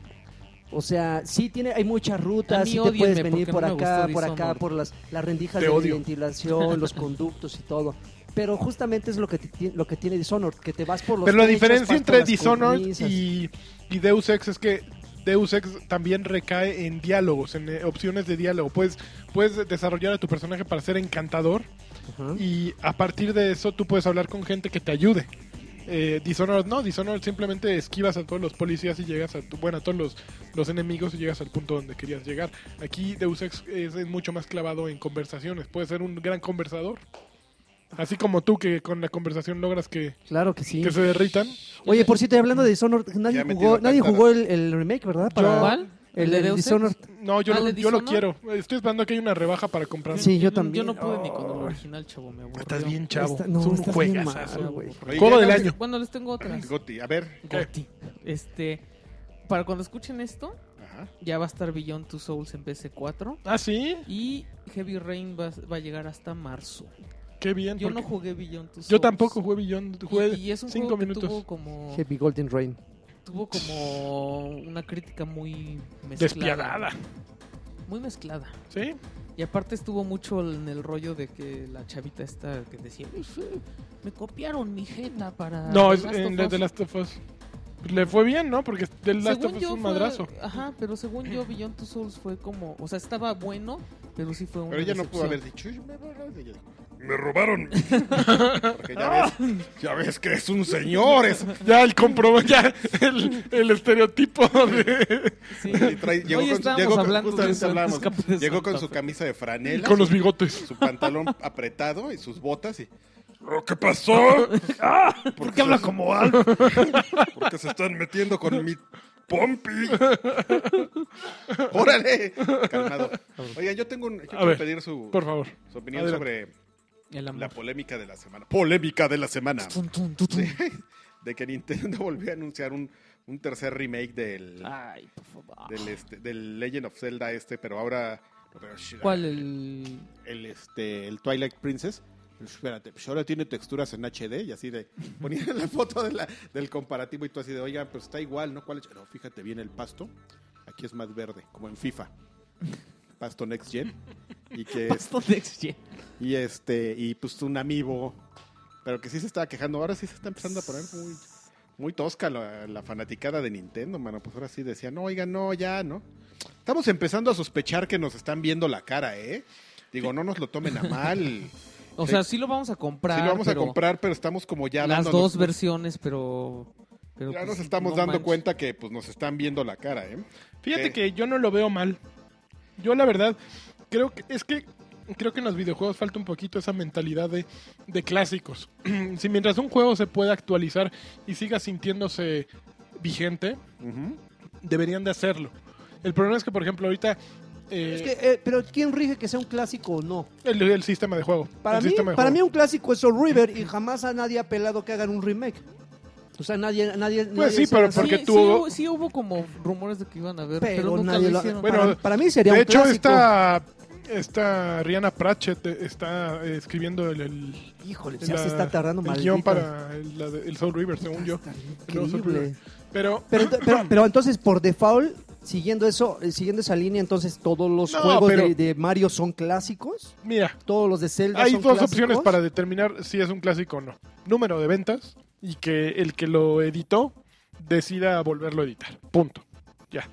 S5: O sea, sí tiene, hay muchas
S2: A
S5: rutas,
S2: mí
S5: sí te
S2: ódienme,
S5: puedes venir
S2: porque
S5: por
S2: no me
S5: acá,
S2: gustó
S5: por acá,
S2: Dishonored.
S5: por las, las rendijas
S4: Te
S5: de
S4: odio.
S5: ventilación, los conductos y todo. Pero justamente es lo que, te ti- lo que tiene Dishonored, que te vas por los
S4: Pero la
S5: techos,
S4: diferencia
S5: vas por
S4: entre
S5: las
S4: Dishonored
S5: cornisas.
S4: y, y Deus Ex es que Deus Ex también recae en diálogos, en eh, opciones de diálogo. Puedes, puedes desarrollar a tu personaje para ser encantador
S5: Ajá.
S4: y a partir de eso tú puedes hablar con gente que te ayude. Eh, Dishonored no, Dishonored simplemente esquivas a todos los policías y llegas a tu, bueno, a todos los, los enemigos y llegas al punto donde querías llegar. Aquí Deus Ex es, es mucho más clavado en conversaciones, puedes ser un gran conversador. Así como tú que con la conversación logras que,
S5: Claro que sí.
S4: que se derritan.
S5: Oye, por cierto, y hablando de Dishonored, nadie
S1: Ya he
S5: jugó,
S1: metido
S5: nadie
S1: tantas-
S5: jugó el, el remake, ¿verdad?
S2: ¿Cuál?
S5: El,
S2: de
S5: el
S2: Deus Ex?
S5: Dishonored.
S4: No, yo,
S2: ¿Ah,
S4: lo,
S2: de
S4: yo lo
S2: Dishonored?
S4: quiero. Estoy esperando a que haya una rebaja para comprarlo.
S5: Sí, yo
S2: n-
S5: también.
S2: Yo no pude ni con el
S5: Oh.
S2: original, chavo, me aburrió.
S4: Estás bien, chavo.
S5: Está- no,
S4: es un
S5: estás bien
S4: juegazazo.
S5: mal, güey.
S1: Oye,
S4: Juego
S1: ya
S4: del
S1: no-
S4: año.
S2: Bueno, les tengo otras.
S1: Goti, a ver.
S4: ¿Qué?
S2: Goti. Este, para cuando escuchen esto,
S1: Ajá.
S2: ya va a estar Beyond Two Souls en PC4
S4: Ah, sí.
S2: y Heavy Rain va, va a llegar hasta marzo.
S4: Qué bien.
S2: Yo
S4: porque-
S2: no jugué Beyond Two Souls.
S4: yo tampoco jugué Beyond. Jugué
S2: Y, y es un
S4: cinco
S2: juego
S4: minutos.
S2: que tuvo como,
S5: Heavy Golden Rain.
S2: tuvo como una crítica muy mezclada.
S4: Despiadada.
S2: Muy mezclada.
S4: ¿Sí?
S2: Y aparte estuvo mucho en el rollo de que la chavita esta que decía, me copiaron mi jeta para...
S4: No,
S2: Ah, The
S4: es
S2: Last
S4: en
S2: of
S4: The-
S2: Us".
S4: The Last of Us. Le fue bien, ¿no? Porque The Last of Us
S2: Según
S4: es
S2: yo
S4: un
S2: fue-
S4: madrazo.
S2: Ajá, pero según yo Beyond Two Souls fue como, o sea, estaba bueno, pero sí fue un
S1: Pero ella no pudo haber dicho. "Uy, me borraron", y ella dijo,
S3: Me robaron.
S1: Porque ya ves, ya ves que es un señor. Es,
S4: Ya el comprobo, ya el, el estereotipo de-
S2: Sí.
S1: y trae- llegó
S2: Hoy
S1: con,
S2: estábamos
S1: llegó con-
S2: hablando de
S1: justamente
S2: eso
S1: hablábamos,
S2: antes, escape de
S1: llegó
S2: Santa
S1: con su
S2: Fe.
S1: camisa de franela,
S4: con los bigotes.
S1: su pantalón apretado y sus botas. Y, Ah,
S3: Oh, ¿Qué pasó?
S1: ¿Por qué habla como Alf?
S3: Porque se están metiendo con mi pompi.
S1: ¡Órale! Calmado. Oigan, yo tengo un, yo quiero
S4: ver,
S1: pedir su,
S4: Por favor.
S1: su opinión
S4: adelante.
S2: El
S1: sobre la
S2: amor.
S1: polémica de la semana. Polémica de la semana.
S2: Tum, tum, tum, tum.
S1: De que Nintendo volvió a anunciar un, un tercer remake del,
S2: Ay, por favor.
S1: del, este- del Legend of Zelda este, pero ahora... pero shit,
S2: ¿Cuál el...?
S1: el este el Twilight Princess. Espérate, pues ahora tiene texturas en HD y así de ponían la foto de la- del comparativo y tú así de, oigan, pues está igual, ¿no? ¿Cuál es? No, fíjate bien el pasto. Aquí es más verde, como en FIFA. Pasto Next Gen. Y que es-
S2: Pasto Next Gen.
S1: y este y pues un amigo, pero que sí se estaba quejando, ahora sí se está empezando a poner muy muy tosca la, la fanaticada de Nintendo, mano, pues ahora sí decían, "No, oigan, no, ya, ¿no?" Estamos empezando a sospechar que nos están viendo la cara, ¿eh? Digo, no nos lo tomen a mal.
S2: O
S1: Sí.
S2: sea, sí lo vamos a comprar.
S1: Sí, lo vamos
S2: pero
S1: a comprar, pero estamos como ya
S2: Las
S1: dándonos-
S2: dos versiones, pero... pero
S1: Ya
S2: pues,
S1: nos estamos
S2: no
S1: dando
S2: manches.
S1: cuenta que pues nos están viendo la cara, ¿eh?
S4: Fíjate
S1: ¿Qué?
S4: que yo no lo veo mal. Yo la verdad, creo que es que creo que en los videojuegos falta un poquito esa mentalidad de, de clásicos. si mientras un juego se pueda actualizar y siga sintiéndose vigente, deberían de hacerlo. El problema es que, por ejemplo, ahorita eh,
S6: Es que, eh, pero ¿quién rige que sea un clásico o no?
S4: el, el sistema de juego.
S6: Para
S4: el
S6: mí,
S4: sistema de
S6: para mí
S4: juego.
S6: un clásico es Soul River y jamás a nadie ha pelado que hagan un remake. O sea, nadie, nadie. nadie
S4: Pues sí,
S6: se
S4: pero
S6: lanza-
S4: porque
S2: sí,
S4: tú-
S2: sí hubo, sí hubo como rumores de que iban a ver,
S6: pero,
S2: pero, nunca
S6: nadie
S2: lo
S6: lo ha-
S2: hicieron.
S6: para,
S4: Bueno,
S6: para mí sería
S4: de
S6: un
S4: hecho,
S6: clásico.
S4: esta, esta Rihanna Pratchett eh, está eh, escribiendo el, el-
S6: Híjole, ya
S4: la-
S6: se está tardando
S4: el
S6: maldita.
S4: guión para el, la de- el Soul River, según yo. El nuevo Soul
S6: Increíble.
S4: River. Pero
S6: Pero, ent- pero, pero entonces, por default, siguiendo eso, eh, siguiendo esa línea, entonces todos los
S4: No,
S6: juegos
S4: pero-
S6: de, de Mario son clásicos.
S4: mira,
S6: Todos los de Zelda
S4: Hay
S6: son
S4: dos
S6: clásicos?
S4: opciones para determinar si es un clásico o no. Número de ventas y que el que lo editó decida volverlo a editar. Punto. Ya.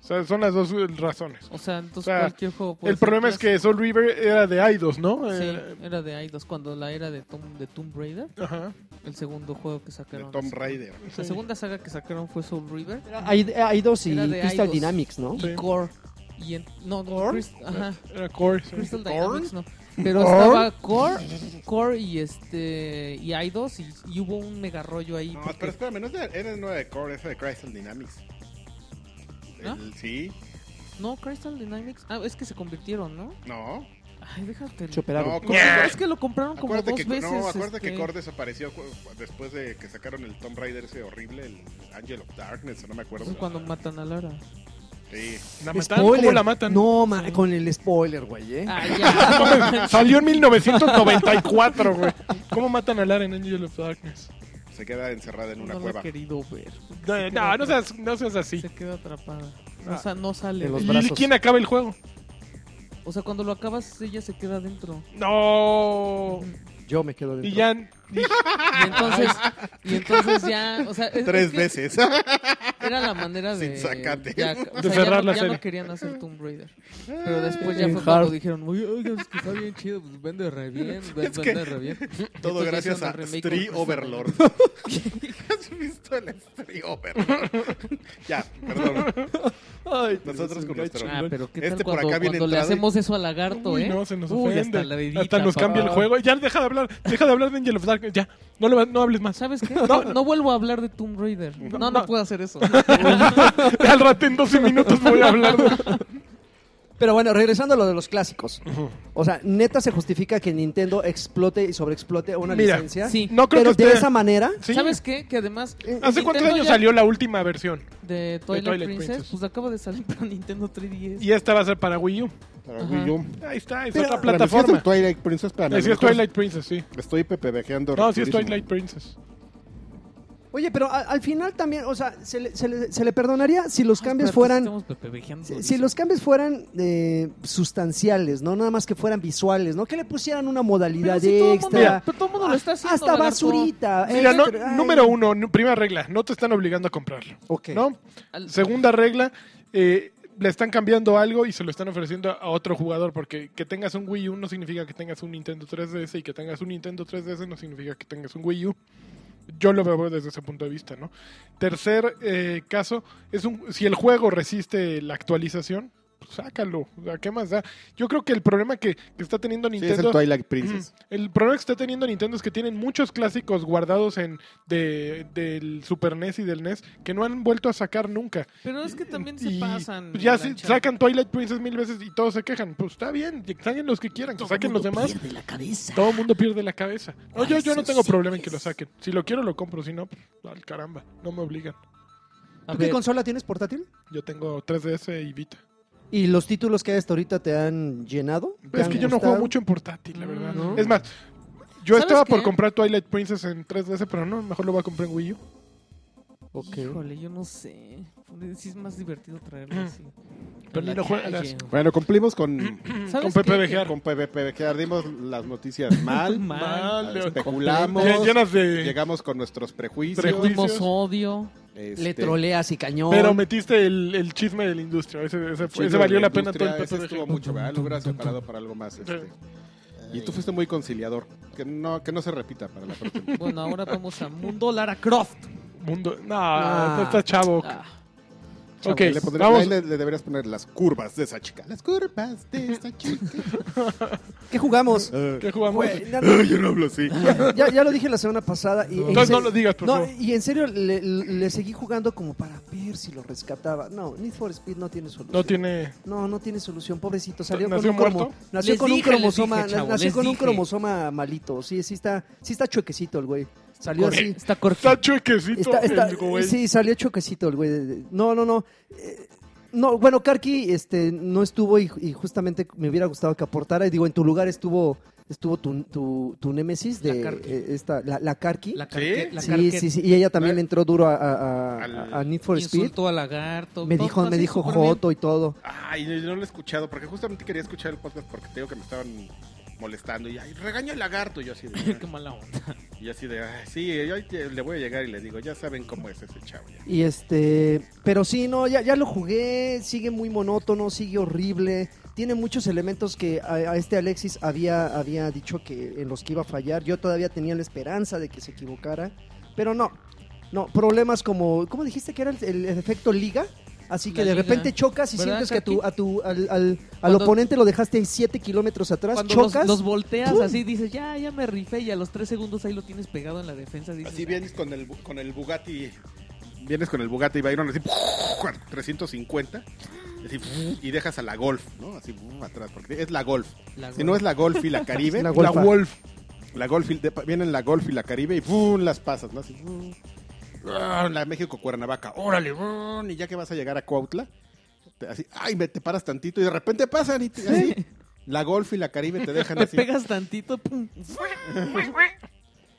S4: O sea, son las dos eh, razones.
S2: O sea, entonces
S4: O sea,
S2: cualquier juego puede
S4: El
S2: ser
S4: problema es que Soul River era de Aidos, ¿no?
S2: clásico.
S4: Eh,
S2: Sí, era de Eidos, cuando la era de, Tom- de Tomb Raider,
S4: Ajá.
S2: el segundo juego que
S1: De
S2: sacaron.
S1: Tom Raider.
S2: La segunda saga que sacaron fue Soul River
S6: Hay, hay dos y
S2: Era de
S6: Crystal
S2: Eidos.
S6: Dynamics, ¿no?
S2: y
S4: Sí.
S2: Core. Y en, no, no,
S4: ¿Core?
S2: Crys- ajá,
S4: Era Core. sí.
S2: Crystal
S1: ¿Core?
S2: Dynamics no. Pero
S4: ¿Core?
S2: estaba Core, Core y este y i2 y, y pues hubo un mega rollo ahí.
S1: No,
S2: porque-
S1: pero espérame, no es de, era no de Core, esa de Crystal Dynamics.
S2: ¿No?
S1: El- sí,
S2: No, Crystal Dynamics. Ah, es que se convirtieron, ¿no?
S1: no.
S2: Ay, déjate.
S1: No,
S5: Choperado.
S1: Core-
S2: Es que lo compraron como
S1: acuérdate
S2: dos
S1: que,
S2: veces.
S1: no, acuérdate que
S2: este,
S1: Core desapareció cu- después de que sacaron el Tomb Raider ese horrible, el Angel of Darkness, no me
S2: pues,
S1: acuerdo.
S2: es cuando matan a Lara.
S1: Sí.
S4: ¿La mataron? ¿Cómo la matan?
S5: No, ma- con el spoiler, güey, ¿eh?
S2: Ah, ya.
S4: Salió en 1994, güey. ¿Cómo matan a Lara en Angel of Darkness?
S1: Se queda encerrada en una
S2: no la
S1: cueva.
S2: he querido ver.
S4: No, no, no seas, no seas así.
S2: Se queda atrapada. O sea, no sale.
S5: En los
S4: ¿Y
S5: brazos.
S4: quién acaba el juego?
S2: O sea, cuando lo acabas, ella se queda adentro.
S4: No.
S5: Yo me quedo dentro.
S4: Y ya. y-
S2: Y entonces, y entonces ya, o sea, es-
S1: Tres
S2: es que
S1: veces.
S2: Era la manera de,
S1: Sin sacate.
S2: ya, o
S4: De
S2: sea, ya
S4: cerrar
S2: no-
S4: la
S2: ya
S4: serie.
S2: no querían hacer Tomb Raider. Pero después ya
S5: En
S2: fue cuando
S5: hard.
S2: dijeron, oye, oigan, es que está bien chido, pues vende re bien, ven-
S1: Es
S2: vende
S1: que
S2: re bien.
S1: Todo
S2: Entonces ya
S1: gracias
S2: hicieron
S1: a
S2: el remake
S1: Stree
S2: con Crystal
S1: Overlord. ¿Has visto el Stree Overlord? ya, perdón. Nosotros con nuestro...
S2: Ah, pero qué tal
S1: Este por
S2: cuando,
S1: acá viene
S2: cuando le
S1: entrado y-
S2: hacemos eso a Lagarto,
S4: Uy,
S2: ¿eh?
S4: no, se nos
S2: Uy,
S4: ofende.
S2: hasta la edita,
S4: Hasta nos
S2: papá.
S4: cambia el juego. Ya, deja de hablar. Deja de hablar de Angel of Darkness. Ya, no, le va- no hables más.
S2: ¿Sabes qué? No, no vuelvo a hablar de Tomb Raider. No, no,
S4: no.
S2: puedo hacer eso.
S4: Al rato en 12 minutos voy a hablar. de-
S5: Pero bueno, regresando a lo de los clásicos. O sea, neta se justifica que Nintendo explote y sobreexplote una
S4: Mira,
S5: licencia.
S2: Sí.
S4: No creo
S5: Pero
S4: que
S5: de
S4: esté-
S5: esa manera.
S4: Sí.
S2: ¿Sabes qué? Que además... eh,
S4: ¿Hace
S2: Nintendo
S4: cuántos años
S2: ya-
S4: salió la última versión?
S2: De Twilight,
S4: Twilight
S2: Princess,
S4: Princess.
S2: pues acaba de salir para Nintendo 3DS.
S4: Y esta va a ser para Wii U.
S1: Para
S2: Ajá.
S1: Wii U.
S4: Ahí está, es
S5: Pero-
S4: otra
S1: Pero decías
S4: plataforma.
S1: el Twilight Princess, espérame,
S4: Así es
S1: nosotros
S4: Twilight Princess, sí.
S1: Estoy pepevejeando.
S4: No, sí es
S1: rapidísimo.
S4: Twilight Princess.
S5: Oye, pero a- al final también, o sea, se le, se le- se le perdonaría si los
S2: Ay,
S5: cambios
S2: Ah, espérate,
S5: fueran
S2: estamos pepevejeando
S5: Si, si
S2: durísimo.
S5: los cambios fueran eh, sustanciales, ¿no? Nada más que fueran visuales, ¿no? Que le pusieran una modalidad
S2: Pero si todo el mundo-
S5: extra.
S2: pero todo el
S4: Ah,
S2: mundo lo está haciendo,
S5: Hasta
S2: lagarto.
S5: basurita.
S4: Mira, no-
S5: extra, Eh, ay.
S4: número uno, nu- primera regla, no te están obligando a comprarlo.
S5: Ok.
S4: ¿No?
S2: Al-
S4: Segunda regla, eh, le están cambiando algo y se lo están ofreciendo a otro jugador, porque que tengas un Wii U no significa que tengas un Nintendo 3DS y que tengas un Nintendo 3DS no significa que tengas un Wii U. Yo lo veo desde ese punto de vista, ¿no? Tercer eh, caso, es un, si el juego resiste la actualización, pues sácalo. O sea, ¿Qué más da? Yo creo que el problema que, que está teniendo
S1: Sí,
S4: Nintendo...
S1: es el Twilight Princess.
S4: Ujú. El problema que está teniendo Nintendo es que tienen muchos clásicos guardados en de, del Super NES y del NES que no han vuelto a sacar nunca.
S2: Pero es que también se
S4: Y
S2: pasan.
S4: pues, Ya
S2: la
S4: se-
S2: chava.
S4: sacan Twilight Princess mil veces y todos se quejan. Pues está bien, que saquen los que quieran, que saquen los demás.
S8: Pierde la cabeza.
S4: Todo el mundo pierde la cabeza. No, yo, yo no
S8: Eso
S4: tengo
S8: sí
S4: problema en que lo
S8: es.
S4: saquen. Si lo quiero, lo compro. Si no, pues, al caramba, no me obligan.
S2: A
S5: ¿Tú qué
S2: ver,
S5: consola tienes portátil?
S4: Yo tengo 3DS y Vita.
S5: ¿Y los títulos que hasta ahorita te han llenado? ¿Te
S4: Es
S5: han
S4: que yo no
S5: gustado?
S4: juego mucho en portátil, la verdad.
S2: Mm.
S4: Es más, yo
S2: ¿Sabes
S4: estaba por
S2: qué?
S4: comprar Twilight Princess en 3DS, pero no, mejor lo voy a comprar en Wii U.
S5: Ok.
S2: Híjole, yo no sé. Pues, Sí es más divertido traerlo así.
S4: Mm. Pero
S2: A
S4: ni
S2: la
S4: lo juegas.
S2: calle.
S1: Bueno, cumplimos con,
S2: ¿Sabes
S4: con
S2: qué?
S4: PPVG.
S1: con PPVG. Dimos las noticias mal.
S2: Mal.
S4: Mal, de-
S1: especulamos.
S4: Lle- llenas de...
S1: Llegamos con nuestros prejuicios.
S4: Preju-
S2: Tuvimos
S4: juicios.
S2: odio.
S1: este,
S5: Le troleas y cañón.
S4: Pero metiste el, el chisme de la industria. Ese, ese,
S1: chido
S4: ese valió
S1: de
S4: la pena todo
S1: industria,
S4: el
S1: ese estuvo
S4: PPVG.
S1: mucho, ¿verdad? Lo hubiera separado para algo más. Este. Y tú fuiste muy conciliador. Que no, que no se repita para la próxima.
S2: Bueno, ahora vamos a Mundo Lara Croft.
S4: Mundo. No,
S5: Ah.
S4: no está chavo.
S2: Ah,
S4: ok,
S1: le, pondré-
S4: vamos.
S1: ahí le- le deberías poner las curvas de esa chica. Las curvas de esa chica.
S5: ¿Qué jugamos?
S1: Ah,
S4: ¿Qué jugamos?
S5: Güey, na-
S1: yo no hablo así.
S5: ya, ya lo dije la semana pasada. Y en
S4: Entonces no
S5: serio-
S4: lo digas, por
S5: No, eh,
S4: favor.
S5: y en serio le, le seguí jugando como para ver si lo rescataba. No, Need for Speed no tiene solución.
S4: No tiene.
S5: No, no tiene solución, pobrecito. Salió con
S4: ¿Nació
S5: un, cromo-
S4: muerto?
S5: nació
S2: Les
S5: con
S2: dije,
S5: un
S2: les
S5: cromosoma,
S2: dije, chavo,
S5: nació
S2: les
S5: con un
S2: dije.
S5: cromosoma malito. Sí, sí está, sí está chuequecito el güey. Salió así.
S2: Está cortito.
S4: Está chuequecito
S5: Está, está-
S4: el güey.
S5: sí, salió chuequecito el güey. de- de- No, no, no. Eh, No, bueno, Karki este, no estuvo y, y justamente me hubiera gustado que aportara. Y digo, en tu lugar estuvo estuvo tu, tu, tu némesis de
S2: La Karki.
S5: eh, esta, la, la Karki.
S2: La carqueta. La
S5: sí, sí, sí. Y ella
S4: Eh,
S5: también le entró duro a, a- a-
S1: Al-
S5: a Need for Speed.
S2: Insultó a Lagarto.
S5: Me
S2: todo
S5: dijo, me
S2: así
S5: dijo
S2: súper bien.
S5: Joto y todo.
S1: Ay, yo no lo he escuchado, porque justamente quería escuchar el podcast porque te digo que me estaban molestando. Y ay, regaña el lagarto. Y yo así de.
S2: Qué mala onda.
S1: y yo así de. Ay, sí, yo ahí te- le voy a llegar y le digo, ya saben cómo es ese chavo. Ya.
S5: Y este, pero sí, no, ya, ya lo jugué, sigue muy monótono, sigue horrible, tiene muchos elementos que a, a este Alexis había, había dicho que en los que iba a fallar, yo todavía tenía la esperanza de que se equivocara, pero no, no, problemas como, ¿cómo dijiste que era el, el efecto liga? Así
S2: La
S5: que de
S2: liga.
S5: repente chocas y
S2: ¿Verdad,
S5: sientes que a tu,
S2: Karki?
S5: a tu, al, al- al
S2: Cuando-
S5: oponente lo dejaste 7 kilómetros atrás,
S2: Cuando los,
S5: chocas.
S2: los volteas
S5: ¡pum!
S2: así, dices, ya, ya me rifé, y a los tres segundos ahí lo tienes pegado en la defensa. Dices,
S1: Así vienes con el, bu- con el Bugatti. Vienes con el Bugatti Byron así. 350. así, y dejas a la Golf, ¿no? Así atrás. Porque es la Golf.
S2: la
S1: Si no es la Golf y la Caribe. la,
S5: La golfa.
S4: Wolf.
S1: Golf. y- de- Vienen la Golf y la Caribe y ¡pum! las pasas, ¿no? Así. ¡pum! ¡Ah! La México Cuernavaca. ¡Órale! ¡pum! Y ya que vas a llegar a Cuautla. te- Así. ¡Ay! Me, te paras tantito y de repente pasan y te- así. La Golf y la Caribe te dejan
S2: Te
S1: así.
S2: pegas tantito, pum.
S5: Eh,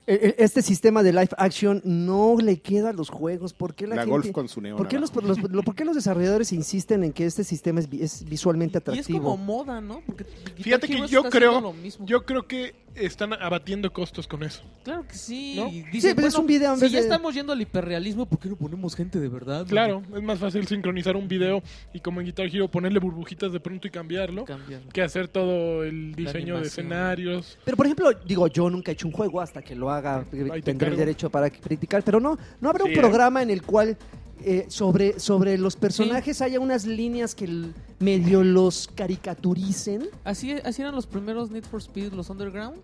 S5: eh, Este sistema de live action no le queda a los juegos. ¿Por qué la,
S1: La,
S5: gente-
S1: Golf con su neón.
S5: ¿Por qué, los,
S1: abajo.
S5: los- lo- por qué los desarrolladores insisten en que este sistema es, vi- es visualmente
S2: Y es como
S5: atractivo?
S2: moda, ¿no? Porque Guitar
S4: Fíjate que
S2: Hero
S4: yo
S2: está
S4: creo-
S2: haciendo lo mismo.
S4: Yo creo que están abatiendo costos con eso.
S2: Claro que sí.
S4: ¿No?
S2: Y
S5: Sí, pero es un video en
S2: Si
S5: vez
S2: ya
S5: de-
S2: estamos yendo al hiperrealismo, ¿por qué no ponemos gente de verdad? güey?
S4: Claro, es más fácil sincronizar un video y como en Guitar Hero ponerle burbujitas de pronto y cambiarlo
S2: Cambiarlo.
S4: que hacer todo el diseño de
S2: animación.
S4: escenarios.
S5: Pero, por ejemplo, digo, yo nunca he hecho un juego hasta que lo haga. eh,
S4: Ahí te
S5: Tendré el
S4: encargo.
S5: derecho para criticar. Pero no, no habrá
S4: Sí,
S5: un
S4: eh.
S5: programa en el cual eh, sobre, sobre los personajes haya unas líneas que l- medio los caricaturicen.
S2: Así, así eran los primeros Need for Speed, los Underground.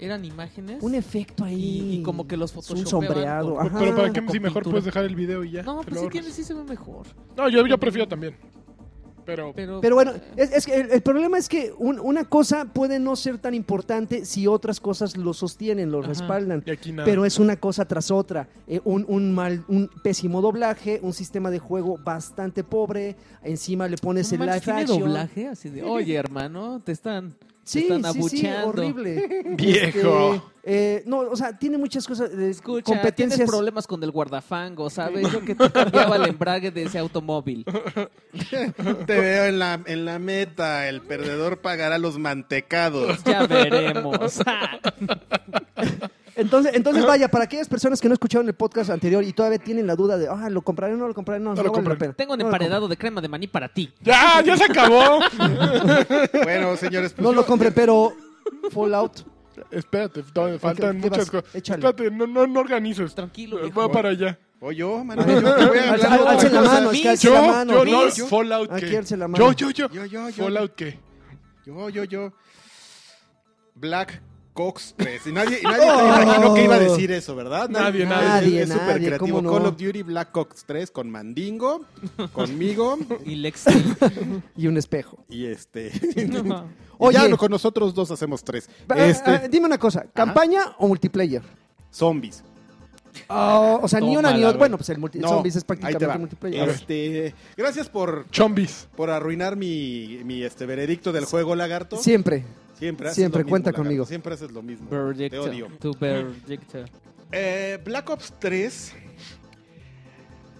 S2: Eran imágenes.
S5: Un efecto ahí.
S2: Y- y como que los
S5: es Un
S2: photoshopeaban
S5: sombreado.
S2: con-
S5: ajá.
S4: Pero para
S2: que-
S4: qué
S2: Con
S4: si mejor
S2: pintura.
S4: puedes dejar el video y ya. te
S2: No,
S4: lo
S2: pues sí,
S4: ahorras.
S2: tiene, sí se ve mejor.
S4: No, yo, yo prefiero también. Pero,
S2: Pero, eh,
S5: Pero bueno, es, es que el, el problema es que un- una cosa puede no ser tan importante si otras cosas lo sostienen, lo
S2: Ajá.
S5: respaldan.
S4: y aquí nada.
S5: Pero es una cosa tras otra. Eh, un, un mal, un pésimo doblaje, un sistema de juego bastante pobre. Encima le pones
S2: No
S5: el
S2: manches,
S5: live
S2: tiene
S5: action.
S2: doblaje así de, oye, hermano, te están, te
S5: Sí,
S2: están
S5: sí, sí,
S2: abucheando.
S5: horrible.
S4: Viejo.
S5: Este, eh, no, o sea, tiene muchas cosas. eh,
S2: Escucha,
S5: competencias.
S2: tienes problemas con el guardafango, ¿sabes? Yo que te cambiaba el embrague de ese automóvil.
S1: Te veo en la, en la meta. El perdedor pagará los mantecados.
S2: Ya veremos.
S5: Entonces, entonces vaya, para aquellas personas que no escucharon el podcast anterior y todavía tienen la duda de, ah, lo compraré o no lo compraré, no, no,
S4: lo
S5: vale la
S4: compraré.
S5: pena.
S2: Tengo un
S5: No lo
S2: emparedado de crema de maní para ti.
S4: ¡Ya! ¡Ya se acabó!
S1: Bueno, señores, pues
S5: No lo
S1: yo-
S5: compré, pero Fallout.
S4: Espérate, todavía faltan
S5: ¿qué
S4: muchas
S5: vas?
S4: cosas.
S5: Échale.
S4: Espérate, no, no, no organices.
S2: Tranquilo,
S4: Eh,
S2: viejo.
S4: Va para allá.
S1: O yo, mano. Yo te voy a hablar de
S5: Alza-
S1: otra
S5: alza la
S1: cosa.
S5: mano, es que alza
S4: Yo,
S5: la mano.
S4: yo no.
S5: Mis-
S4: Fallout
S5: Aquí
S4: qué.
S5: alza la mano.
S4: Yo, yo, yo.
S1: Yo, yo, yo.
S4: Fallout qué.
S1: Yo, yo, yo. Black Cox 3. Y nadie, y nadie se imaginó que iba a decir eso, ¿verdad?
S4: Nadie,
S5: nadie.
S1: Es súper
S5: Nadie,
S1: creativo.
S5: ¿cómo no?
S1: Call of Duty Black Cox 3 con Mandingo, conmigo
S2: Y Lex.
S5: Y un espejo.
S1: y este.
S2: No.
S1: Oye, ya
S5: Oye.
S1: no, con nosotros dos hacemos tres.
S5: Va, ah,
S1: Este,
S5: dime una cosa, ¿campaña o multiplayer?
S1: zombies.
S5: Ah, o sea, ni una ni
S2: Tómala,
S5: otra.
S2: güey.
S5: Bueno, pues el multi
S1: No,
S5: zombies
S1: ahí
S5: es
S1: te
S5: prácticamente
S1: va.
S5: multiplayer.
S1: Este, gracias por,
S4: Chombis.
S1: por arruinar mi, mi este, veredicto del juego, Lagarto.
S5: Siempre.
S1: Siempre, haces
S5: Siempre,
S1: lo mismo,
S5: cuenta
S1: lagarto.
S5: conmigo.
S1: Siempre haces lo mismo. Te
S2: Verdicto.
S1: odio.
S2: Tu verdicto.
S1: Eh, Black Ops 3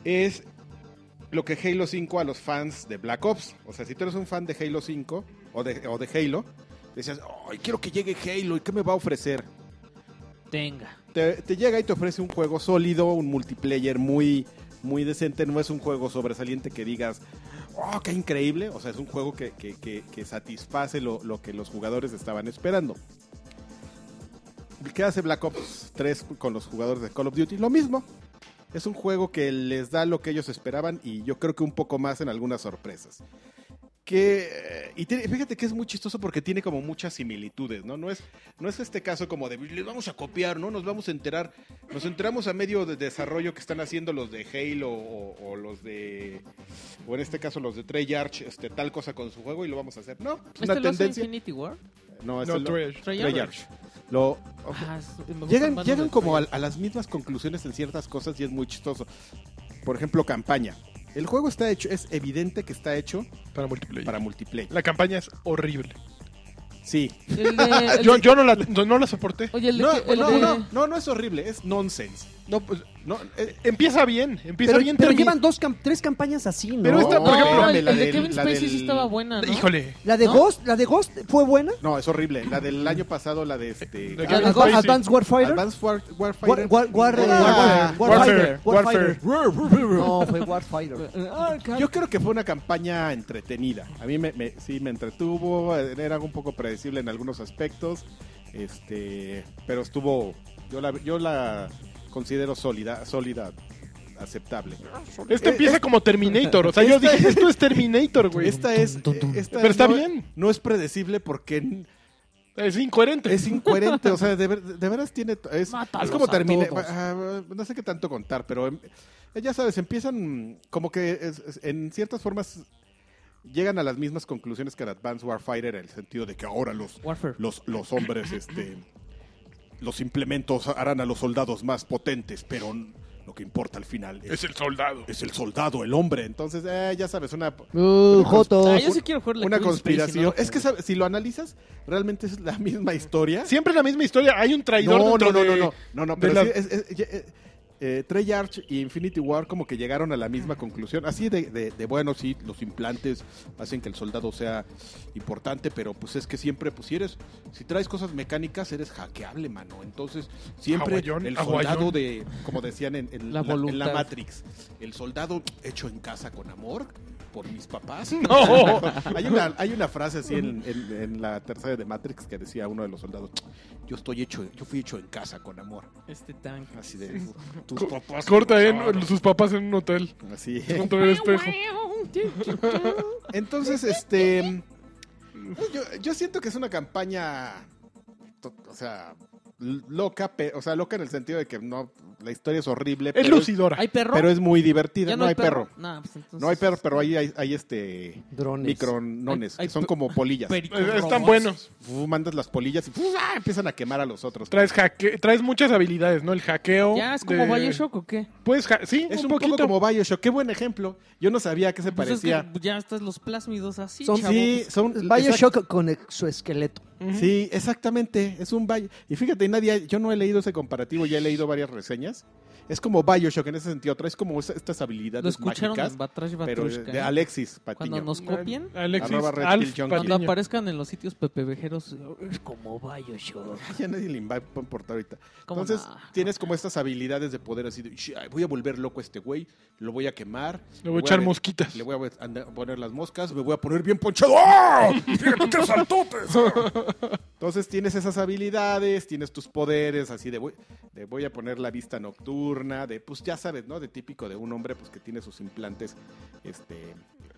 S1: es lo que Halo 5 a los fans de Black Ops. O sea, si tú eres un fan de Halo 5 o de, o de Halo, decías, ¡ay, quiero que llegue Halo! ¿Y qué me va a ofrecer?
S2: Tenga.
S1: Te, te llega y te ofrece un juego sólido, un multiplayer muy, muy decente. No es un juego sobresaliente que digas, ¡oh, qué increíble! O sea, es un juego que, que- que- que satisface lo, lo que los jugadores estaban esperando. ¿Qué hace Black Ops 3 con los jugadores de Call of Duty? Lo mismo. Es un juego que les da lo que ellos esperaban y yo creo que un poco más en algunas sorpresas. Que, eh, y tiene- fíjate que es muy chistoso porque tiene como muchas similitudes, ¿no? No es, no es este caso como de, les vamos a copiar, ¿no? Nos vamos a enterar, nos enteramos a medio de desarrollo que están haciendo los de Halo o, o los de, o en este caso los de Treyarch, este, tal cosa con su juego y lo vamos a hacer. No, es una
S2: ¿Este lo hace
S1: tendencia.
S2: Infinity War?
S1: No, es
S4: No, eh,
S1: el-
S4: Treyarch.
S1: Treyarch. Lo,
S2: Ah, es- me gustan
S1: Llegan,
S2: bandas
S1: llegan
S2: de
S1: como a,
S2: Treyarch.
S1: a las mismas conclusiones en ciertas cosas y es muy chistoso. Por ejemplo, campaña. El juego está hecho, es evidente que está hecho
S4: Para multiplayer.
S1: para multiplayer.
S4: La campaña es horrible.
S1: Sí.
S2: El
S5: Ah,
S2: de- el
S4: Yo,
S2: de-
S4: yo no, la, no la soporté.
S2: Oye, el de...
S1: No,
S2: que- el
S1: no,
S2: de-
S1: no, no, no es horrible, es nonsense.
S4: No, pues, no, eh, empieza bien. Empieza
S5: Pero,
S4: bien.
S5: pero
S4: termi-
S5: llevan dos cam- tres campañas así, ¿no?
S4: Pero esta-
S2: No,
S4: por ejemplo,
S2: el,
S1: la
S2: el de
S1: del-
S2: Kevin
S1: la
S2: Spacey sí
S1: del-
S2: estaba buena, ¿no?
S4: Híjole.
S5: La de
S2: ¿No?
S5: Ghost, la de Ghost fue buena.
S1: No, es horrible. La del año pasado, la de este.
S4: De
S5: La
S4: Kevin
S5: de Ghost,
S4: Spacey.
S5: Advanced Warfighter.
S1: Advanced War-
S5: War-
S1: Warfighter.
S5: War- War- eh,
S1: Ah,
S5: War- Warfighter.
S4: Warfare.
S5: Warfighter. No, fue Warfighter.
S1: Yo creo que fue una campaña entretenida. A mí me, me- sí me entretuvo, era un poco predecible en algunos aspectos, este, pero estuvo, yo la, yo la considero sólida, sólida aceptable.
S4: Este empieza como Terminator. O
S5: Este
S4: sea, yo
S1: Esta-
S4: dije, esto es Terminator, güey.
S1: Esta es.
S2: Tum, tum, tum.
S1: esta
S4: Pero está
S1: no-
S4: bien.
S1: No es predecible porque
S4: Es incoherente.
S1: es incoherente. o sea, de, ver- de veras tiene. to- Es,
S2: Mátalos
S1: es como
S2: a
S1: termina.
S2: todos.
S1: ah, No sé qué tanto contar, pero em, ya sabes, empiezan mm, como que es- es- en ciertas formas llegan a las mismas conclusiones que en Advanced Warfighter en el sentido de que ahora los
S2: Warfare.
S1: los, los hombres, este, los implementos harán a los soldados más potentes, pero n- lo que importa al final es,
S3: Es el soldado.
S1: es el soldado, el hombre. Entonces, eh, ya sabes, una,
S5: Uh, Joto.
S2: Ah, yo sí quiero jugar la
S1: una
S2: Kevin Spacey,
S1: conspiración.
S2: ¿no?
S1: Es que ¿sabes? si lo analizas, realmente es la misma historia.
S4: Siempre la misma historia. Hay un traidor
S1: No,
S4: dentro
S1: no, no,
S4: de...
S1: no, no, no, no, pero
S4: la-
S1: sí, es- es- ye- eh, eh, Trey Arch y Infinity War como que llegaron a la misma conclusión, así de, de- de, bueno, sí, los implantes hacen que el soldado sea importante, pero pues es que siempre, pues si eres, si traes cosas mecánicas, eres hackeable, mano, entonces siempre
S3: Aguayón,
S1: el
S3: aguayón.
S1: soldado de, como decían en, en la,
S2: La
S1: en la
S2: voluntad.
S1: Matrix, el soldado hecho en casa con amor por mis papás.
S4: No.
S1: hay, una, hay una frase así en, en- en la tercera de Matrix que decía uno de los soldados, yo estoy hecho, yo fui hecho en casa con amor.
S2: Este tanque.
S1: Así de tus papás.
S4: Corta en sus papás en un hotel.
S1: Así.
S4: Contra el espejo.
S1: Entonces, este yo, yo siento que es una campaña to- o sea, l- loca, pe- o sea, loca en el sentido de que no la historia es horrible,
S4: Es
S1: pero
S4: lucidora.
S2: ¿Hay perro?
S1: pero es muy divertida,
S2: ¿Ya
S1: no, hay perro.
S2: Nah, pues entonces-
S1: No hay perro, pero ahí hay, hay, este
S5: Drones.
S1: micronones,
S2: Hay- hay
S1: que son
S2: pe-
S1: como polillas.
S2: Perico
S4: Es- Están
S2: robots.
S4: buenos.
S1: Fu, mandas las polillas y fu, ah, empiezan a quemar a los otros.
S4: Traes, hacke- traes muchas habilidades, ¿no? El hackeo.
S2: ¿Ya es como
S4: de-
S2: Bioshock o qué?
S4: Puedes ha- sí,
S1: Es
S4: un,
S1: un,
S4: poquito.
S1: poco como Bioshock, qué buen ejemplo. Yo no sabía a qué se
S2: Pues es que
S1: parecía.
S2: ya estás los plásmidos así,
S5: Son-
S2: chavo.
S1: sí, son
S5: Bioshock con exoesqueleto.
S4: Ujú.
S1: Sí, exactamente. Es un Bioshock. Y fíjate, nadie, yo no he leído ese comparativo, ya he leído varias reseñas. Es como Bioshock en ese sentido. Traes como esa- estas habilidades
S2: Lo escucharon
S1: mágicas,
S2: en Batrash
S1: pero de-
S2: Batrushka,
S1: de
S2: ¿eh?
S1: Alexis Patiño.
S2: Cuando nos copien,
S4: Alexis,
S1: Arroba Red
S4: Alf,
S1: Pill Junkie.
S2: cuando
S4: Patiño.
S2: aparezcan en los sitios pepevejeros, es como Bioshock.
S1: Ya nadie le va a importar ahorita.
S2: ¿Cómo
S1: Entonces,
S2: no?
S1: tienes como estas habilidades de poder así de, "Shi, ay, voy a volver loco a este güey, lo voy a quemar.
S4: Le voy a echar
S1: met-
S4: mosquitas.
S1: Le voy a met- andar- poner las moscas, me voy a poner bien ponchado. ¡Ah!
S3: Fíjate, te saltotes.
S1: Entonces tienes esas habilidades, tienes tus poderes, así de voy, de voy a poner la vista nocturna, de pues ya sabes, ¿no? De típico de un hombre pues que tiene sus implantes este,